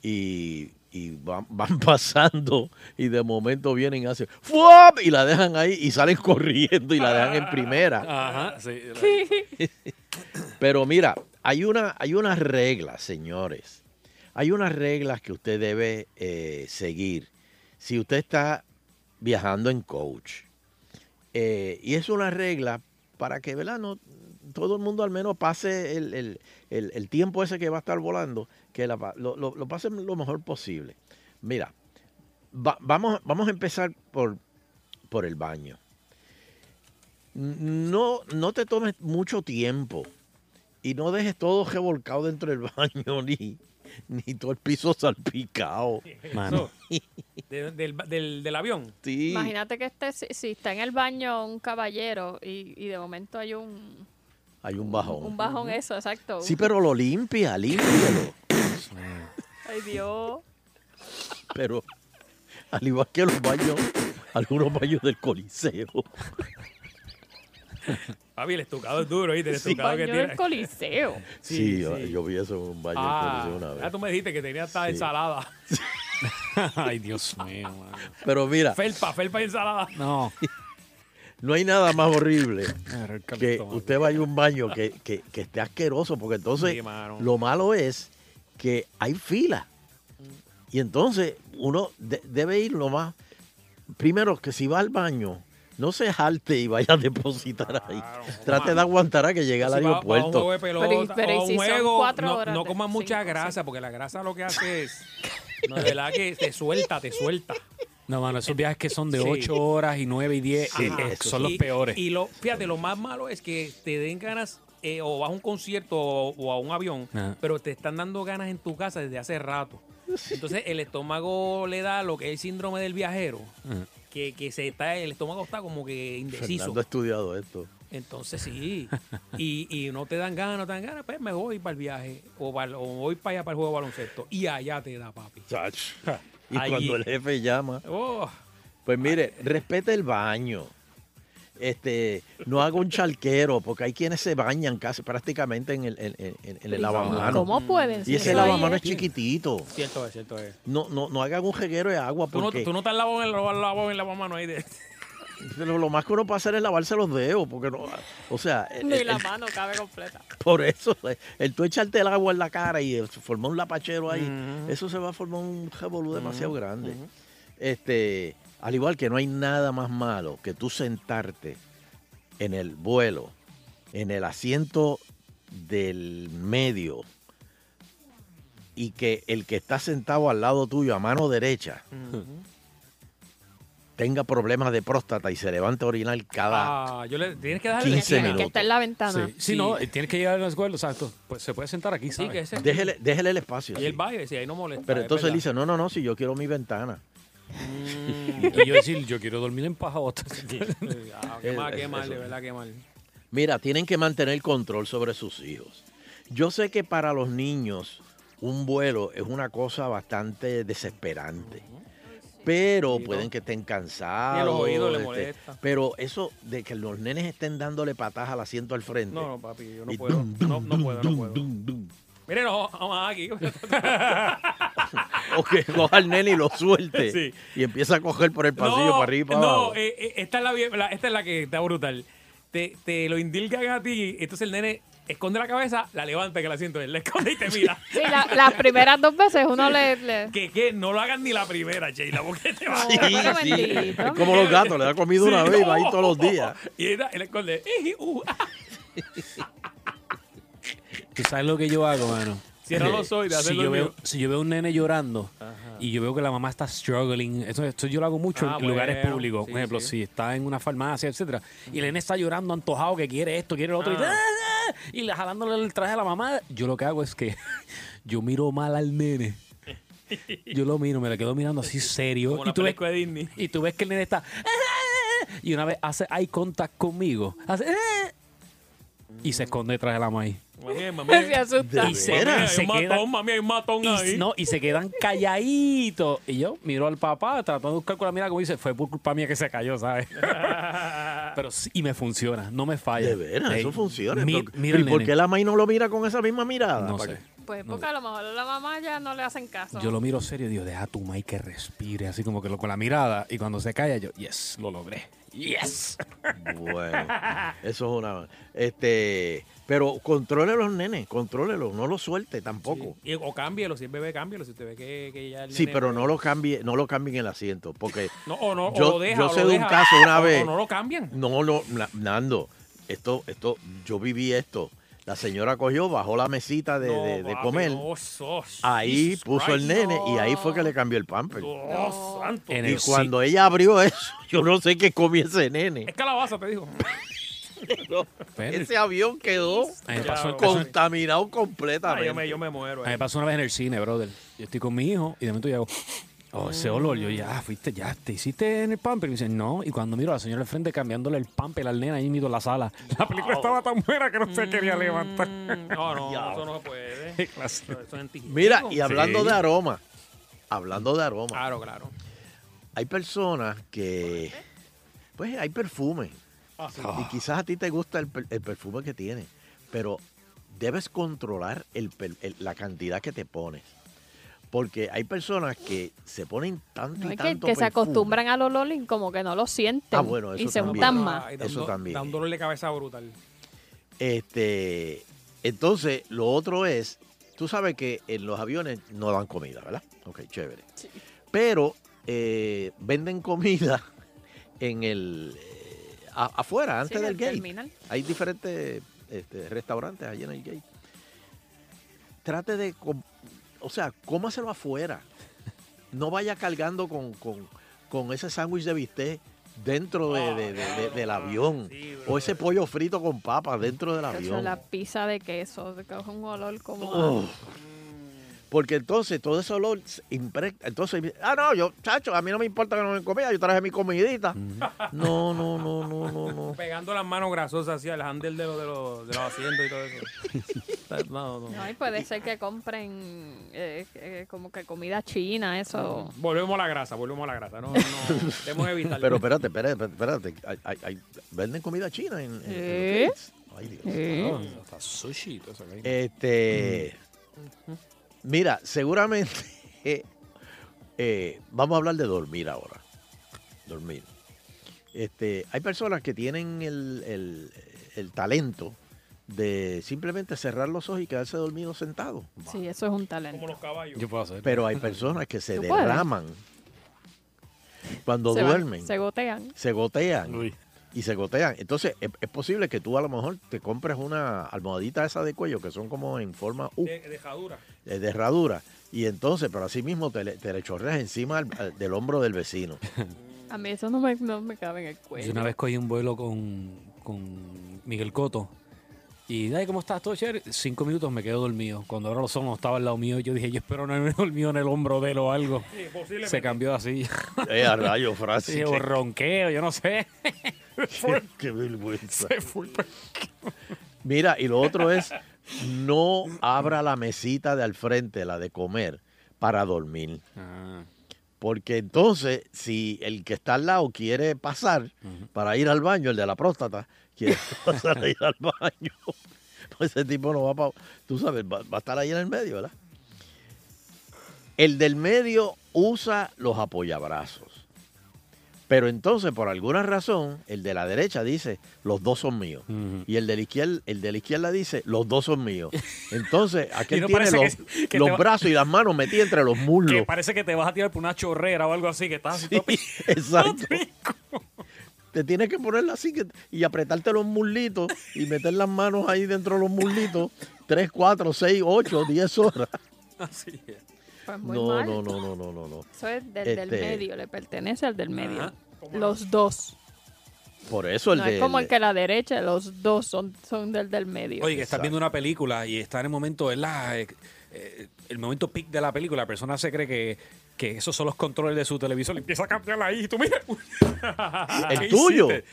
y, y van, van pasando y de momento vienen y hacen ¡fuap! y la dejan ahí y salen corriendo y la dejan en primera.
Ajá, sí.
Pero mira, hay una, hay unas reglas, señores. Hay unas reglas que usted debe eh, seguir. Si usted está viajando en coach. Eh, y es una regla para que, ¿verdad? No, todo el mundo al menos pase el, el- el- el tiempo ese que va a estar volando, que la pa- lo, lo- lo pase lo mejor posible. Mira, va- vamos, vamos a empezar por, por el baño. No, no te tomes mucho tiempo y no dejes todo revolcado dentro del baño ni, ni todo el piso salpicado.
Mano. De- del, del, del avión.
Sí.
Imagínate que este, si, si está en el baño un caballero y, y de momento hay un,
Hay un bajón.
un bajón, eso, exacto.
Sí, pero lo limpia, límpialo.
Ay, Dios.
Pero al igual que los baños, algunos baños del Coliseo.
Papi, el estucado es duro, ¿viste? El
Sí.
estucado que
Baño del
tiene.
coliseo.
Sí, Yo, yo vi eso en un baño
Ah,
del Coliseo una
ya
vez.
tú me dijiste que tenía hasta ensalada.
Ay, Dios mío. Pero mira,
Felpa, felpa y ensalada.
no. No hay nada más horrible
Ah,
que usted vaya a un baño que, que- que esté asqueroso, porque entonces
Sí, mano.
lo malo es que hay fila. Y entonces uno de- debe ir lo más. Primero, que si va al baño, No se jalte y vaya a depositar ahí. Trate de aguantar a que llegue al
Sí, va- va a un
aeropuerto.
juego de pelota,
Pero y- pero
o
y
un
si son
juego,
cuatro
no,
horas
no
de-
comas mucha grasa, porque la grasa lo que hace es. No, de verdad que te suelta, te suelta.
No, mano, esos viajes que son de
Sí.
8 horas y 9 y 10 eh,
Ajá.
eh, son los
Y-
peores.
Y lo, fíjate, lo más malo es que te den ganas eh, o vas a un concierto o, o a un avión,
Ajá.
pero te están dando ganas en tu casa desde hace rato. Entonces el estómago le da lo que es el síndrome del viajero,
Ajá.
que, que se está, el estómago está como que indeciso.
Mm. Fernando ha estudiado esto.
Entonces sí, y, y no te dan ganas, no te dan ganas, pues me voy para el viaje o, para- o voy para allá para el juego de baloncesto. Y allá te da, papi.
Y
Allí.
cuando el jefe llama.
Oh.
Pues mire, respete el baño. Este, no haga un charquero, porque hay quienes se bañan casi prácticamente en el, en, en- en el lavamanos.
¿Cómo pueden?
Y
Si
ese
eso ahí
lavamanos
es-
es chiquitito.
Cierto es, cierto es.
No, no, no hagan un jeguero de agua,
Tú no,
porque
tú no te has lavado en el lavado en lavamanos ahí de...
lo, lo más que uno puede hacer es lavarse los dedos, porque no, o sea, el-
Ni
el-
la mano cabe completa.
por eso, eh, el tú echarte el agua en la cara y eh, formar un lapachero ahí, eso se va a formar un revolú demasiado grande. Este, al igual que no hay nada más malo que tú sentarte en el vuelo, en el asiento del medio y que el que está sentado al lado tuyo a mano derecha tenga problemas de próstata y se levante a orinar cada
Ah, yo le tienes que dar
15
Tiene que
minutos.
estar en la ventana.
Sí, sí, no, eh, tienes que llegar al acuerdo, exacto. Pues se puede sentar aquí, ¿sabes?
que ese-
Déjele, déjele el espacio.
Y
sí.
el baile, si ahí no molesta.
Pero
es
entonces él
verdad.
dice, no, no, no, si yo quiero mi ventana.
Mm. Y yo decir, yo quiero dormir en paja otra.
Ah, qué mal, qué
Eh, Eso.
mal, de verdad, qué mal.
Mira, tienen que mantener control sobre sus hijos. Yo sé que para los niños un vuelo es una cosa bastante desesperante. Pero pueden que estén cansados.
Y a los oídos le
este,
molesta.
Pero eso de que los nenes estén dándole patadas al asiento al frente.
No, no, papi, yo no
Y
puedo.
dum,
No,
dum,
no puedo, no
dum,
puedo.
dum, dum.
Miren, no, vamos aquí.
O que coja al nene y lo suelte.
Sí.
Y empieza a coger por el pasillo para arriba. y para abajo.
No, eh, eh, esta, es la, bien- la- esta es la que está brutal. Te, te lo indilgan a ti, entonces el nene esconde la cabeza, la levanta que la siento él, la esconde y te mira.
Sí, la- las primeras dos veces uno le, le-
Que, que no lo hagan ni la primera, Sheila, porque te va
Sí, sí. Es como los gatos, le da comida
Sí,
una vez y va ahí
no.
todos los días.
Y él, él esconde. "Iji, uh, ah".
¿Tú sabes lo que yo hago, mano?
Cierra los ojos y te haces
si yo,
dormido.
veo, si yo veo un nene llorando y yo veo que la mamá está struggling, esto, esto yo lo hago mucho
Ah,
en lugares
bueno,
públicos.
sí,
Por ejemplo,
sí.
si está en una farmacia, etcétera, y el nene está llorando, antojado, que quiere esto, quiere lo otro, y,
Ah.
¡Ah, ah! y le- jalándole el traje a la mamá, yo lo que hago es que yo miro mal al nene. Yo lo miro, me la quedo mirando así serio.
Como
Y
la
tú, ves,
película de Disney.
y tú ves que el nene está. "Ah, ah, ah", Y una vez hace eye contact conmigo. Hace. "Ah", Y se esconde detrás de la maíz.
Mami, mami, hay-
Se asusta.
Y se,
¿De veras?
mami, hay un
Se queda-
matón, mami, hay un matón ahí.
Y, no, y se quedan calladitos. Y yo miro al papá, tratando de buscar con la mirada, como dice, fue por culpa mía que se cayó, ¿sabes? Pero sí, y me funciona, no me falla.
De veras,
Ey,
eso funciona.
mi-
Pero-
mira
¿Y
el
por
nene.
qué la maíz no lo mira con esa misma mirada?
No
¿Para
sé.
qué?
Pues porque a lo mejor a la mamá ya no le hacen caso.
Yo lo miro serio y digo, deja a tu Mike que respire, así como que lo- con la mirada. Y cuando se calla, yo, yes, lo logré. Yes.
Bueno, eso es una. Este, pero controle los nenes, contrólelos, no los suelte tampoco.
Y- o cámbielo, si es bebé, cámbielo. Si usted ve que, que ya el
Sí,
nene-
pero no lo cambie, no lo cambien el asiento, porque
No, o no, o
yo,
lo deja,
yo
o
sé
lo
de un
deja.
caso una
O- o
vez.
no lo cambian.
No, no, na- Nando, esto, esto, yo viví esto. La señora cogió, bajó la mesita de, de- de
papi,
comer.
no, sos-
Ahí
Jesus
puso el
Christ.
nene y ahí fue que le cambió el pamper.
Oh, santo.
Y cuando ella abrió eso, yo no sé qué comí ese nene.
Es calabaza, te digo.
Ese avión quedó
Ahí pasó el caso.
contaminado
Ay,
completamente.
yo, me, yo me muero.
A mí
ahí.
me pasó una vez en el cine, brother. Yo estoy con mi hijo y de momento yo hago, oh, ese
Mm.
olor. Yo, ya, fuiste, ya, te hiciste en el pamper. Y me dicen, no. Y cuando miro a la señora al frente cambiándole el pamper al nena ahí mismo en la sala. La película estaba tan buena que no se quería
Mm.
levantar.
No, no, eso no se puede.
Qué clase.
Eso es antihigiénico.
Mira, y hablando
Sí.
de aroma, hablando de aroma,
Claro, claro.
hay personas que, pues hay perfume.
Ah, sí.
Y quizás a ti te gusta el, per- el perfume que tiene, pero debes controlar el per- el- la cantidad que te pones. Porque hay personas que se ponen tanto
No
y
es que,
tanto
que se
perfume.
acostumbran al olor y como que no lo sienten.
Ah, bueno,
y
eso
se
también.
untan más.
Ay, da un
Eso
do-
también.
Da un dolor de cabeza brutal.
Este, entonces, lo otro es, tú sabes que en los aviones no dan comida, ¿verdad? Ok, chévere. Pero eh, venden comida en el, a- afuera, antes
en
del
el
gate.
terminal.
Hay diferentes este, restaurantes allí en el gate. Trate de, com- o sea, cómaselo afuera. No vaya cargando con, con- con ese sándwich de bistec dentro de- de- de- de- del avión. o ese pollo frito con papas dentro del
Eso es
avión.
la pizza de queso, que es un olor como... a-
Uf. Porque entonces todo ese olor se impregna. Entonces, ah, no, yo, chacho, a mí no me importa que no me comida, yo traje mi comidita. No, no, no, no, no, no.
Pegando las manos grasosas hacia el handle de, los de, los- de los asientos y todo eso. No, no.
No, y puede ser que compren eh, eh, como que comida china, eso.
Volvemos a la grasa, volvemos a la grasa. No, no, debemos evitar.
Pero espérate, espérate, espérate. Hay- hay- hay- venden comida china en. en- en los
¿Eh?
States? Ay, Dios.
¿Eh?
Hasta sushi. y toda
¿eh?
esa vaina.
Este. Mira, seguramente. eh, vamos a hablar de dormir ahora. Dormir. Este, hay personas que tienen el, el- el talento de simplemente cerrar los ojos y quedarse dormido sentado.
Sí, eso es un talento. Como
los caballos.
Yo puedo hacer.
Pero hay personas que se
Tú puedes.
derraman cuando
se van-
duermen
se gotean.
se gotean. Y se gotean. Entonces, es, es posible que tú a lo mejor te compres una almohadita esa de cuello que son como en forma U,
De- dejadura.
eh, de herradura. Y entonces, pero así mismo te le, te le chorreas encima al- al- del hombro del vecino.
A mí eso no me, no me cabe en el cuello.
Yo una vez cogí un vuelo con, con Miguel Coto. Y, ay, ¿cómo estás? ¿Todo chévere? Cinco minutos me quedo dormido. Cuando ahora los ojos estaba al lado mío, yo dije, yo espero no haberme dormido en el hombro de él o algo.
Sí, posiblemente.
Se cambió así.
Eh, a rayos, Francis.
Sí, o ronqueo, yo no sé.
Qué vergüenza. Mira, y lo otro es, no abra la mesita de al frente, la de comer, para dormir. Ah. Porque entonces, si el que está al lado quiere pasar para ir al baño, el de la próstata, quiere pasar a ir al baño, pues ese tipo no va para... Tú sabes, va, va a estar ahí en el medio, ¿verdad? El del medio usa los apoyabrazos. Pero entonces, por alguna razón, el de la derecha dice, los dos son míos. Y el de la izquierda, el de la izquierda dice, los dos son míos. Entonces, aquel
no
tiene
parece
los,
que- que
los
te va-
brazos y las manos metidas entre los muslos.
Que parece que te vas a tirar por una chorrera o algo así, que estás así todo pi-
Exacto. Te tienes que ponerla así que- y apretarte los muslitos y meter las manos ahí dentro de los muslitos. 3, 4, 6, 8, 10 horas.
así. es.
Pues muy
No,
mal.
no, no, no, no, no, no.
Eso es del, del
Este,
medio, le pertenece al del medio.
Ajá.
Los dos.
Por eso el
no
de.
es como
el
el que la derecha, los dos son, son del del medio.
Oye, que estás viendo una película y está en el momento, ¿verdad? Eh, eh, el momento peak de la película, la persona se cree que, que esos son los controles de su televisor, le empieza a cambiar ahí y tú mira.
¿El
¿Qué
tuyo?
hiciste?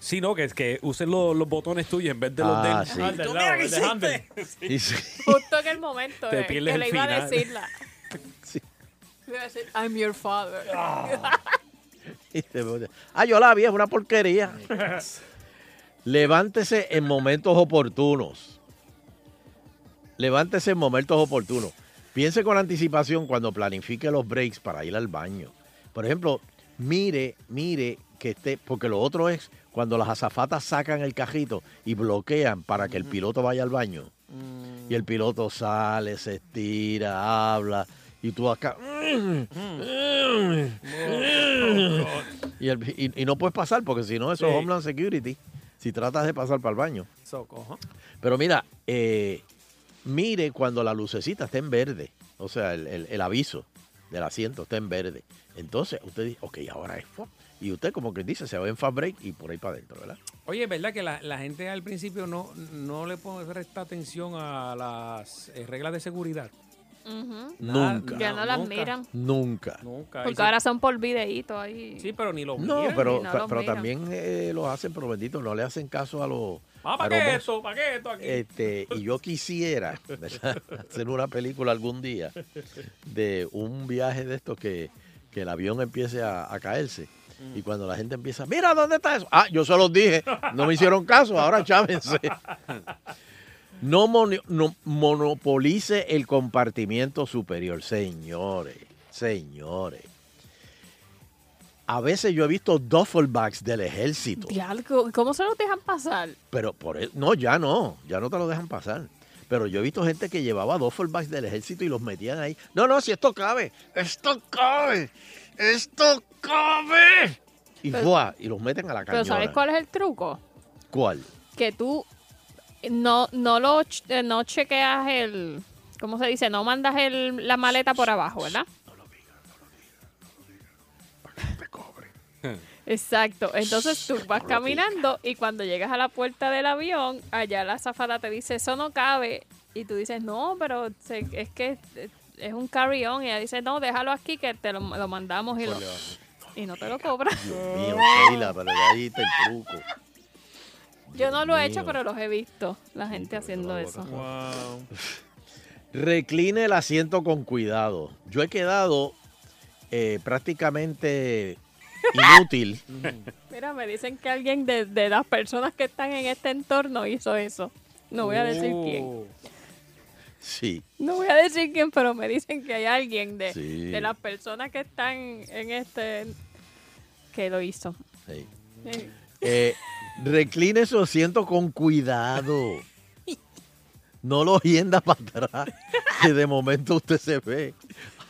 Sí, no, que, que usen los, los botones tuyos en vez de los
Ah,
de él.
sí.
Ah,
Al del
tú
lado,
mira qué
el de
hiciste.
Handel.
Sí, sí.
Justo en el momento
Te
eh, que
pierdes el
le iba a
final.
decirla.
Sí.
Le iba a decir, I'm your father.
Ah, yo la vi, es una porquería. Levántese en momentos oportunos. Levántese en momentos oportunos. Piense con anticipación cuando planifique los breaks para ir al baño. Por ejemplo, mire, mire que esté, porque lo otro es cuando las azafatas sacan el cajito y bloquean para que el piloto vaya al baño. Y el piloto sale, se estira, habla, y tú acá... Y, el- y- y no puedes pasar porque si no, eso es
Sí.
Homeland Security. Si tratas de pasar para el baño.
Socojo.
Pero mira, eh, mire cuando la lucecita esté en verde. O sea, el, el- el aviso del asiento está en verde. Entonces usted dice, ok, ahora es fuck. Y usted, como que dice, se va en fast break y por ahí para adentro, ¿verdad?
Oye, es verdad que la, la gente al principio no, no le pone- resta atención a las eh, reglas de seguridad.
Ujú.
Nada,
Nunca.
Ya no las
nunca.
miran.
Nunca.
Nunca.
Porque
Y se-
ahora son por videitos ahí.
Sí, pero ni lo
No,
miran.
pero,
no
pero
los miran.
también eh, los hacen, pero bendito, no le hacen caso a los.
Ah,
a
¿para
los
qué
mozos.
esto? ¿Para qué esto aquí?
Este, y yo quisiera ¿verdad? hacer una película algún día de un viaje de estos que, que el avión empiece a, a caerse. Y cuando la gente empieza, mira, ¿dónde está eso? Ah, yo se los dije, no me hicieron caso, ahora chávense. No, mono- no monopolice el compartimiento superior, señores, señores. A veces yo he visto duffelbags del ejército.
Diablo, ¿Cómo se los dejan pasar?
Pero por eso, no, ya no, ya no te lo dejan pasar. Pero yo he visto gente que llevaba dos fullbacks del ejército y los metían ahí. No, no, si esto cabe, esto cabe, esto cabe. Y,
Pero-
¡fua! y los meten a la cañona.
Pero ¿sabes cuál es el truco?
¿Cuál?
Que tú no, no lo ch- eh, no chequeas el, ¿cómo se dice? No mandas el, la maleta por abajo, ¿verdad? Exacto. Entonces tú vas caminando y cuando llegas a la puerta del avión, allá la zafada te dice, eso no cabe. Y tú dices, no, pero se- es que eh, es un carry-on. Y ella dice, no, déjalo aquí que te lo, lo mandamos y, lo- y no te lo cobran.
Dios mío, Sheila, pero ya ahí está el truco.
Yo no lo he hecho,
mío.
pero los he visto, la gente haciendo eso.
Recline el asiento con cuidado. Yo he quedado eh, prácticamente inútil.
Mira, me dicen que alguien de, de las personas que están en este entorno hizo eso. No voy a decir
Uh.
quién.
Sí.
No voy a decir quién, pero me dicen que hay alguien de,
Sí.
de las personas que están en este que lo hizo.
sí.
Sí.
Eh, recline su asiento con cuidado. No lo hienda para atrás, que de momento usted se ve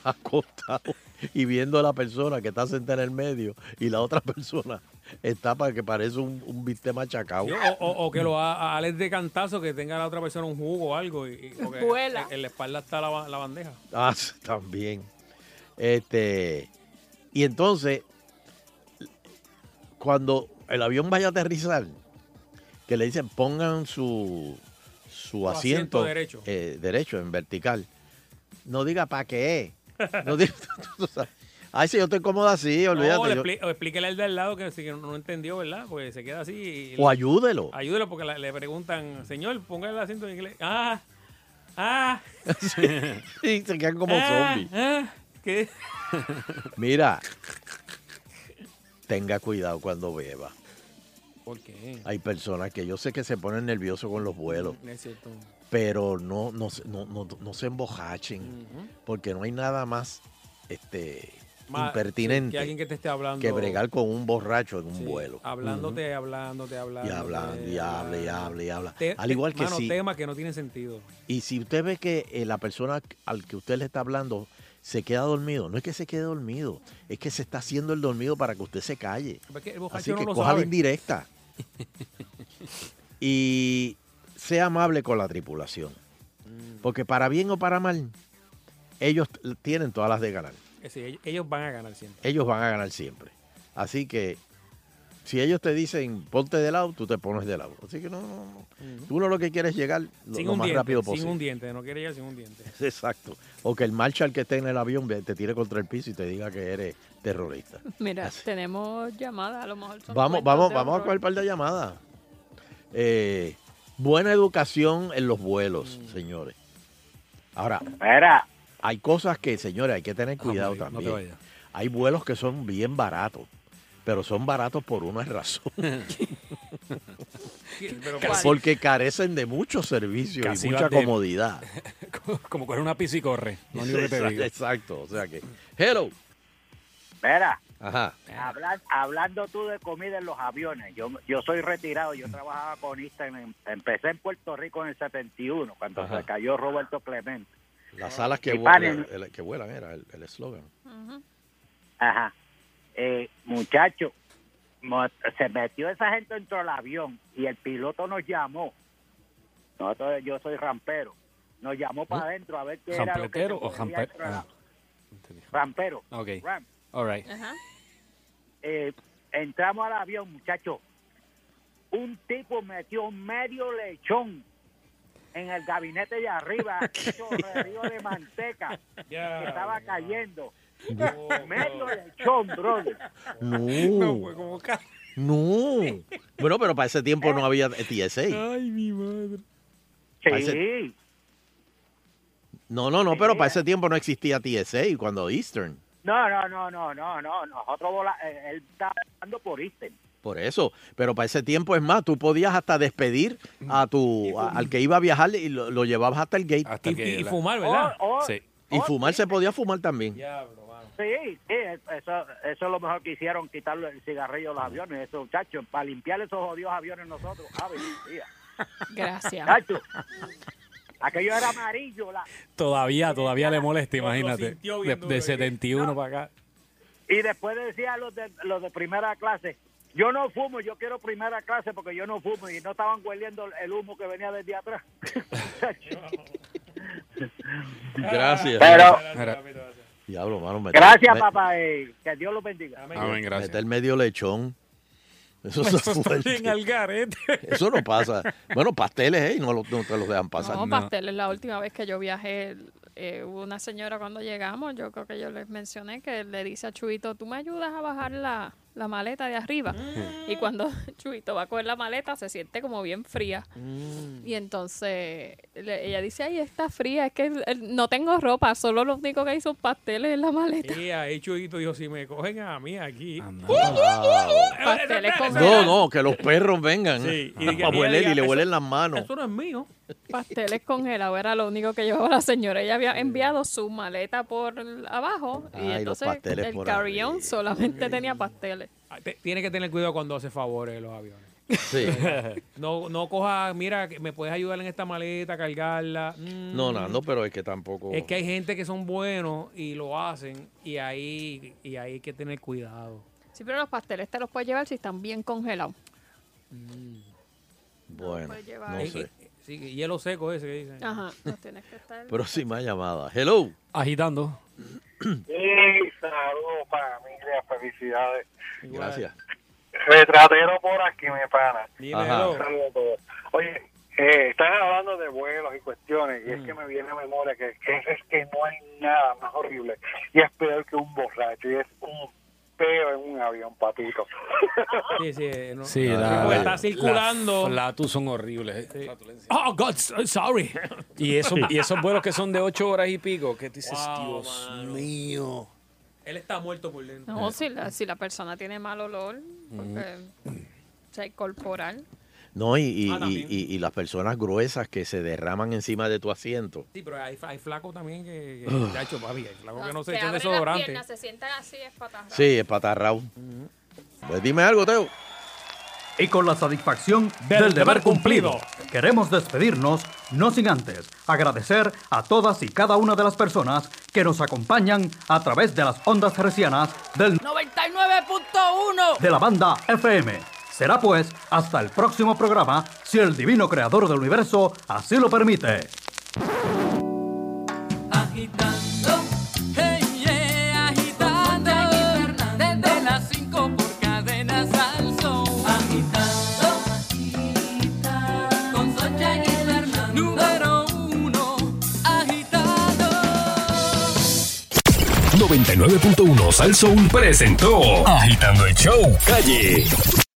acostado y viendo a la persona que está sentada en el medio y la otra persona está para que parece un, un bistec machacado.
Sí, O, o- o que lo haga a Alex de cantazo, que tenga la otra persona un jugo o algo. Y, y- porque
Vuela.
En, en la espalda está la, ba- la bandeja.
Ah, sí, también. Este, y entonces, cuando el avión vaya a aterrizar, que le dicen pongan su, su asiento,
asiento derecho.
eh, derecho, en vertical. No diga para qué. No diga, tú sabes. Ay, si yo estoy cómoda así, olvídate.
o, le
yo-
expli- o explíquele al del lado que, si que no, no entendió, ¿verdad? Pues se queda así. y-
O ayúdelo.
Ayúdelo porque la- le preguntan, señor, ponga el asiento en inglés. Ah, ah.
y se quedan como
ah,
zombies.
ah, ¿Qué?
Mira, tenga cuidado cuando beba.
¿Por qué?
Hay personas que yo sé que se ponen nerviosos con los vuelos.
No Mm, es cierto.
pero no, no, se- no, no, no se embojachen,
Ujú.
porque no hay nada más este,
Ma-
impertinente
que alguien que te esté hablando.
que bregar con un borracho en un vuelo.
Hablándote, hablándote, hablándote.
Y hablando, y habla, y habla, y habla.
Te-
Al igual que
mano,
si,
temas que no tienen sentido.
y si usted ve que eh, la persona al que usted le está hablando se queda dormido, no es que se quede dormido, es que se está haciendo el dormido para que usted se calle.
Pero es que el borracho
Así
no
que
lo
coja la
sabe.
indirecta. y sea amable con la tripulación.
Mm,
Porque para bien o para mal, ellos t- tienen todas las de ganar.
Eh, sí, ellos- ellos van a ganar siempre.
Ellos van a ganar siempre. Así que si ellos te dicen ponte de lado, tú te pones de lado. Así que no, no, no. Tú no lo que quieres es llegar lo,
Sin
lo
un
más
diente,
rápido
Sin un
posible.
diente, no quiere llegar sin un diente.
Exacto. O que el marshal que esté en el avión ve- te tire contra el piso y te diga que eres terrorista.
Mira, tenemos llamada, a lo mejor son
Vamos,
cuentos
vamos,
de
vamos a
horror.
coger un par de llamadas. Eh, buena educación en los vuelos, señores. Ahora, hay cosas que, señores, hay que tener cuidado
María, no te
también.
vayas.
hay vuelos que son bien baratos, pero son baratos por una razón.
Pero
Porque carecen de muchos servicios
Casi
y mucha
vas de-
comodidad.
Como coger una pizza y corre. Lo único que te
Exacto,
digo.
Exacto, o sea que. Hello.
Mira,
Ajá.
hablar, hablando tú de comida en los aviones, yo, yo soy retirado, yo trabajaba con Eastern, em- empecé en Puerto Rico en el 71, cuando
Ajá.
se cayó Roberto Clemente.
Las alas que,
Y
vuelan,
paren.
el- que vuelan era el el eslogan.
Ajá. Eh, muchacho, mo- se metió esa gente dentro del avión y el piloto nos llamó. Nosotros, yo soy rampero. Nos llamó para adentro a ver qué era lo que se
¿Rampletero ¿Eh? o
movía
jamper?
dentro de la-
Ah,
Rampero.
ok.
Ram.
All right.
Eh, entramos al avión, muchacho. Un tipo metió medio lechón en el gabinete de arriba, hecho río de manteca que estaba cayendo. medio lechón, brother.
No. No, Bueno, pero para ese tiempo no había TSA.
Ay, mi madre.
Para ese- No, no, no, pero para ese tiempo no existía TSA cuando Eastern.
No, no, no, no, no, no. Nosotros vola- eh, él estaba volando por Eastern.
Por eso, pero para ese tiempo es más, tú podías hasta despedir a tu a- al que iba a viajar y lo, lo llevabas hasta el gate.
Y- y, y fumar, ¿verdad?
Oh, oh,
Y fumar se podía fumar también.
Sí, sí, eso, eso es lo mejor que hicieron, quitarle el cigarrillo a los aviones, esos muchachos, para limpiar esos jodidos aviones nosotros. Ah, Ave María.
Gracias.
Muchacho, aquello era amarillo, la,
Todavía, todavía le molesta, imagínate.
sintió
De,
bien
de
duro, ¿eh?
71 para acá.
Y después decía los de, los de primera clase, yo no fumo, yo quiero primera clase porque yo no fumo y no estaban hueliendo el humo que venía desde atrás.
Gracias.
Pero-
Mira. Diablo, mano. meter-
Gracias,
me-
papá. eh, que Dios los bendiga.
Meter medio lechón. Eso, está fuerte.
garete.
Eso no pasa. Bueno, pasteles, ¿eh? No, lo- no te los dejan pasar.
No, pasteles. La última vez que yo viajé, eh, hubo una señora cuando llegamos, yo creo que yo les mencioné, que le dice a Chuito, tú me ayudas a bajar la, la maleta de arriba.
Mm.
Y cuando Chuito va a coger la maleta, se siente como bien fría.
Mm.
Y entonces le- ella dice, ay, está fría, es que eh, no tengo ropa, solo lo único que hay son pasteles en la maleta.
Y ahí Chuyito dijo, si me cogen a mí aquí. Uh, eh,
Pasteles con
No, no, que los perros vengan.
Sí, y
a
diga-
hueler y le
eso-
huelen las manos.
Eso no es mío.
Pasteles congelados era lo único que llevaba la señora. Ella había enviado su maleta por abajo y
Ay, los
entonces
pasteles
el
por
carry-on solamente tenía pasteles.
Te- Tiene que tener cuidado cuando hace favores los aviones.
Sí.
No, no coja, mira, que me puedes ayudar en esta maleta, cargarla. Mm.
No, no, no, pero es que tampoco.
Es que hay gente que son buenos y lo hacen y ahí, y ahí hay que tener cuidado.
Sí, pero los pasteles te los puedes llevar si están bien congelados.
Bueno,
puedes llevar.
no
Es
sé.
Mm. Sí, que hielo seco ese que dicen.
Ajá, los tienes que estar.
Próxima llamada. Hello.
Agitando.
Sí, saludos, familia, felicidades.
Gracias.
Retratero por aquí, mi pana.
Ajá.
Saludos a todos. Oye, eh, están hablando de vuelos y cuestiones, y es que me viene a memoria que, que es, es que no hay nada más horrible y es peor que un borracho, y es un peo en un avión, papito.
Sí, sí, eh, no.
Sí,
Porque
Ah, la, la-
está circulando.
Las flatus son horribles. eh.
Oh, God, so- sorry.
Y, eso, y esos vuelos que son de ocho horas y pico, que dices, Dios mío.
Él está muerto por dentro.
No, si la, si la persona tiene mal olor, porque,
Mm.
o sea, corporal.
No, y, y,
Ah,
y,
también.
y- y las personas gruesas que se derraman encima de tu asiento.
Sí, pero hay, hay flacos también que,
Ugh.
que hecho papi, hay flacos que no se
te
echan
abren Las
desodorante.
piernas, se sientan así, es
Ah.
fatal.
Sí, es patarrao.
Mm.
Pues dime algo, Teo.
Y con la satisfacción
Del
del,
deber
deber cumplido. Queremos despedirnos, no sin antes agradecer a todas y cada una de las personas que nos acompañan a través de las ondas hercianas del
99.1.
de la banda FM. Será pues hasta el próximo programa, si el divino creador del universo así lo permite.
agitando, hey, yeah, agitando, desde las 5 por cadenas al sol, agitando, con Socha y Fernando, número uno, agitando.
99.1 Sal Soul presentó Agitando el Show Calle.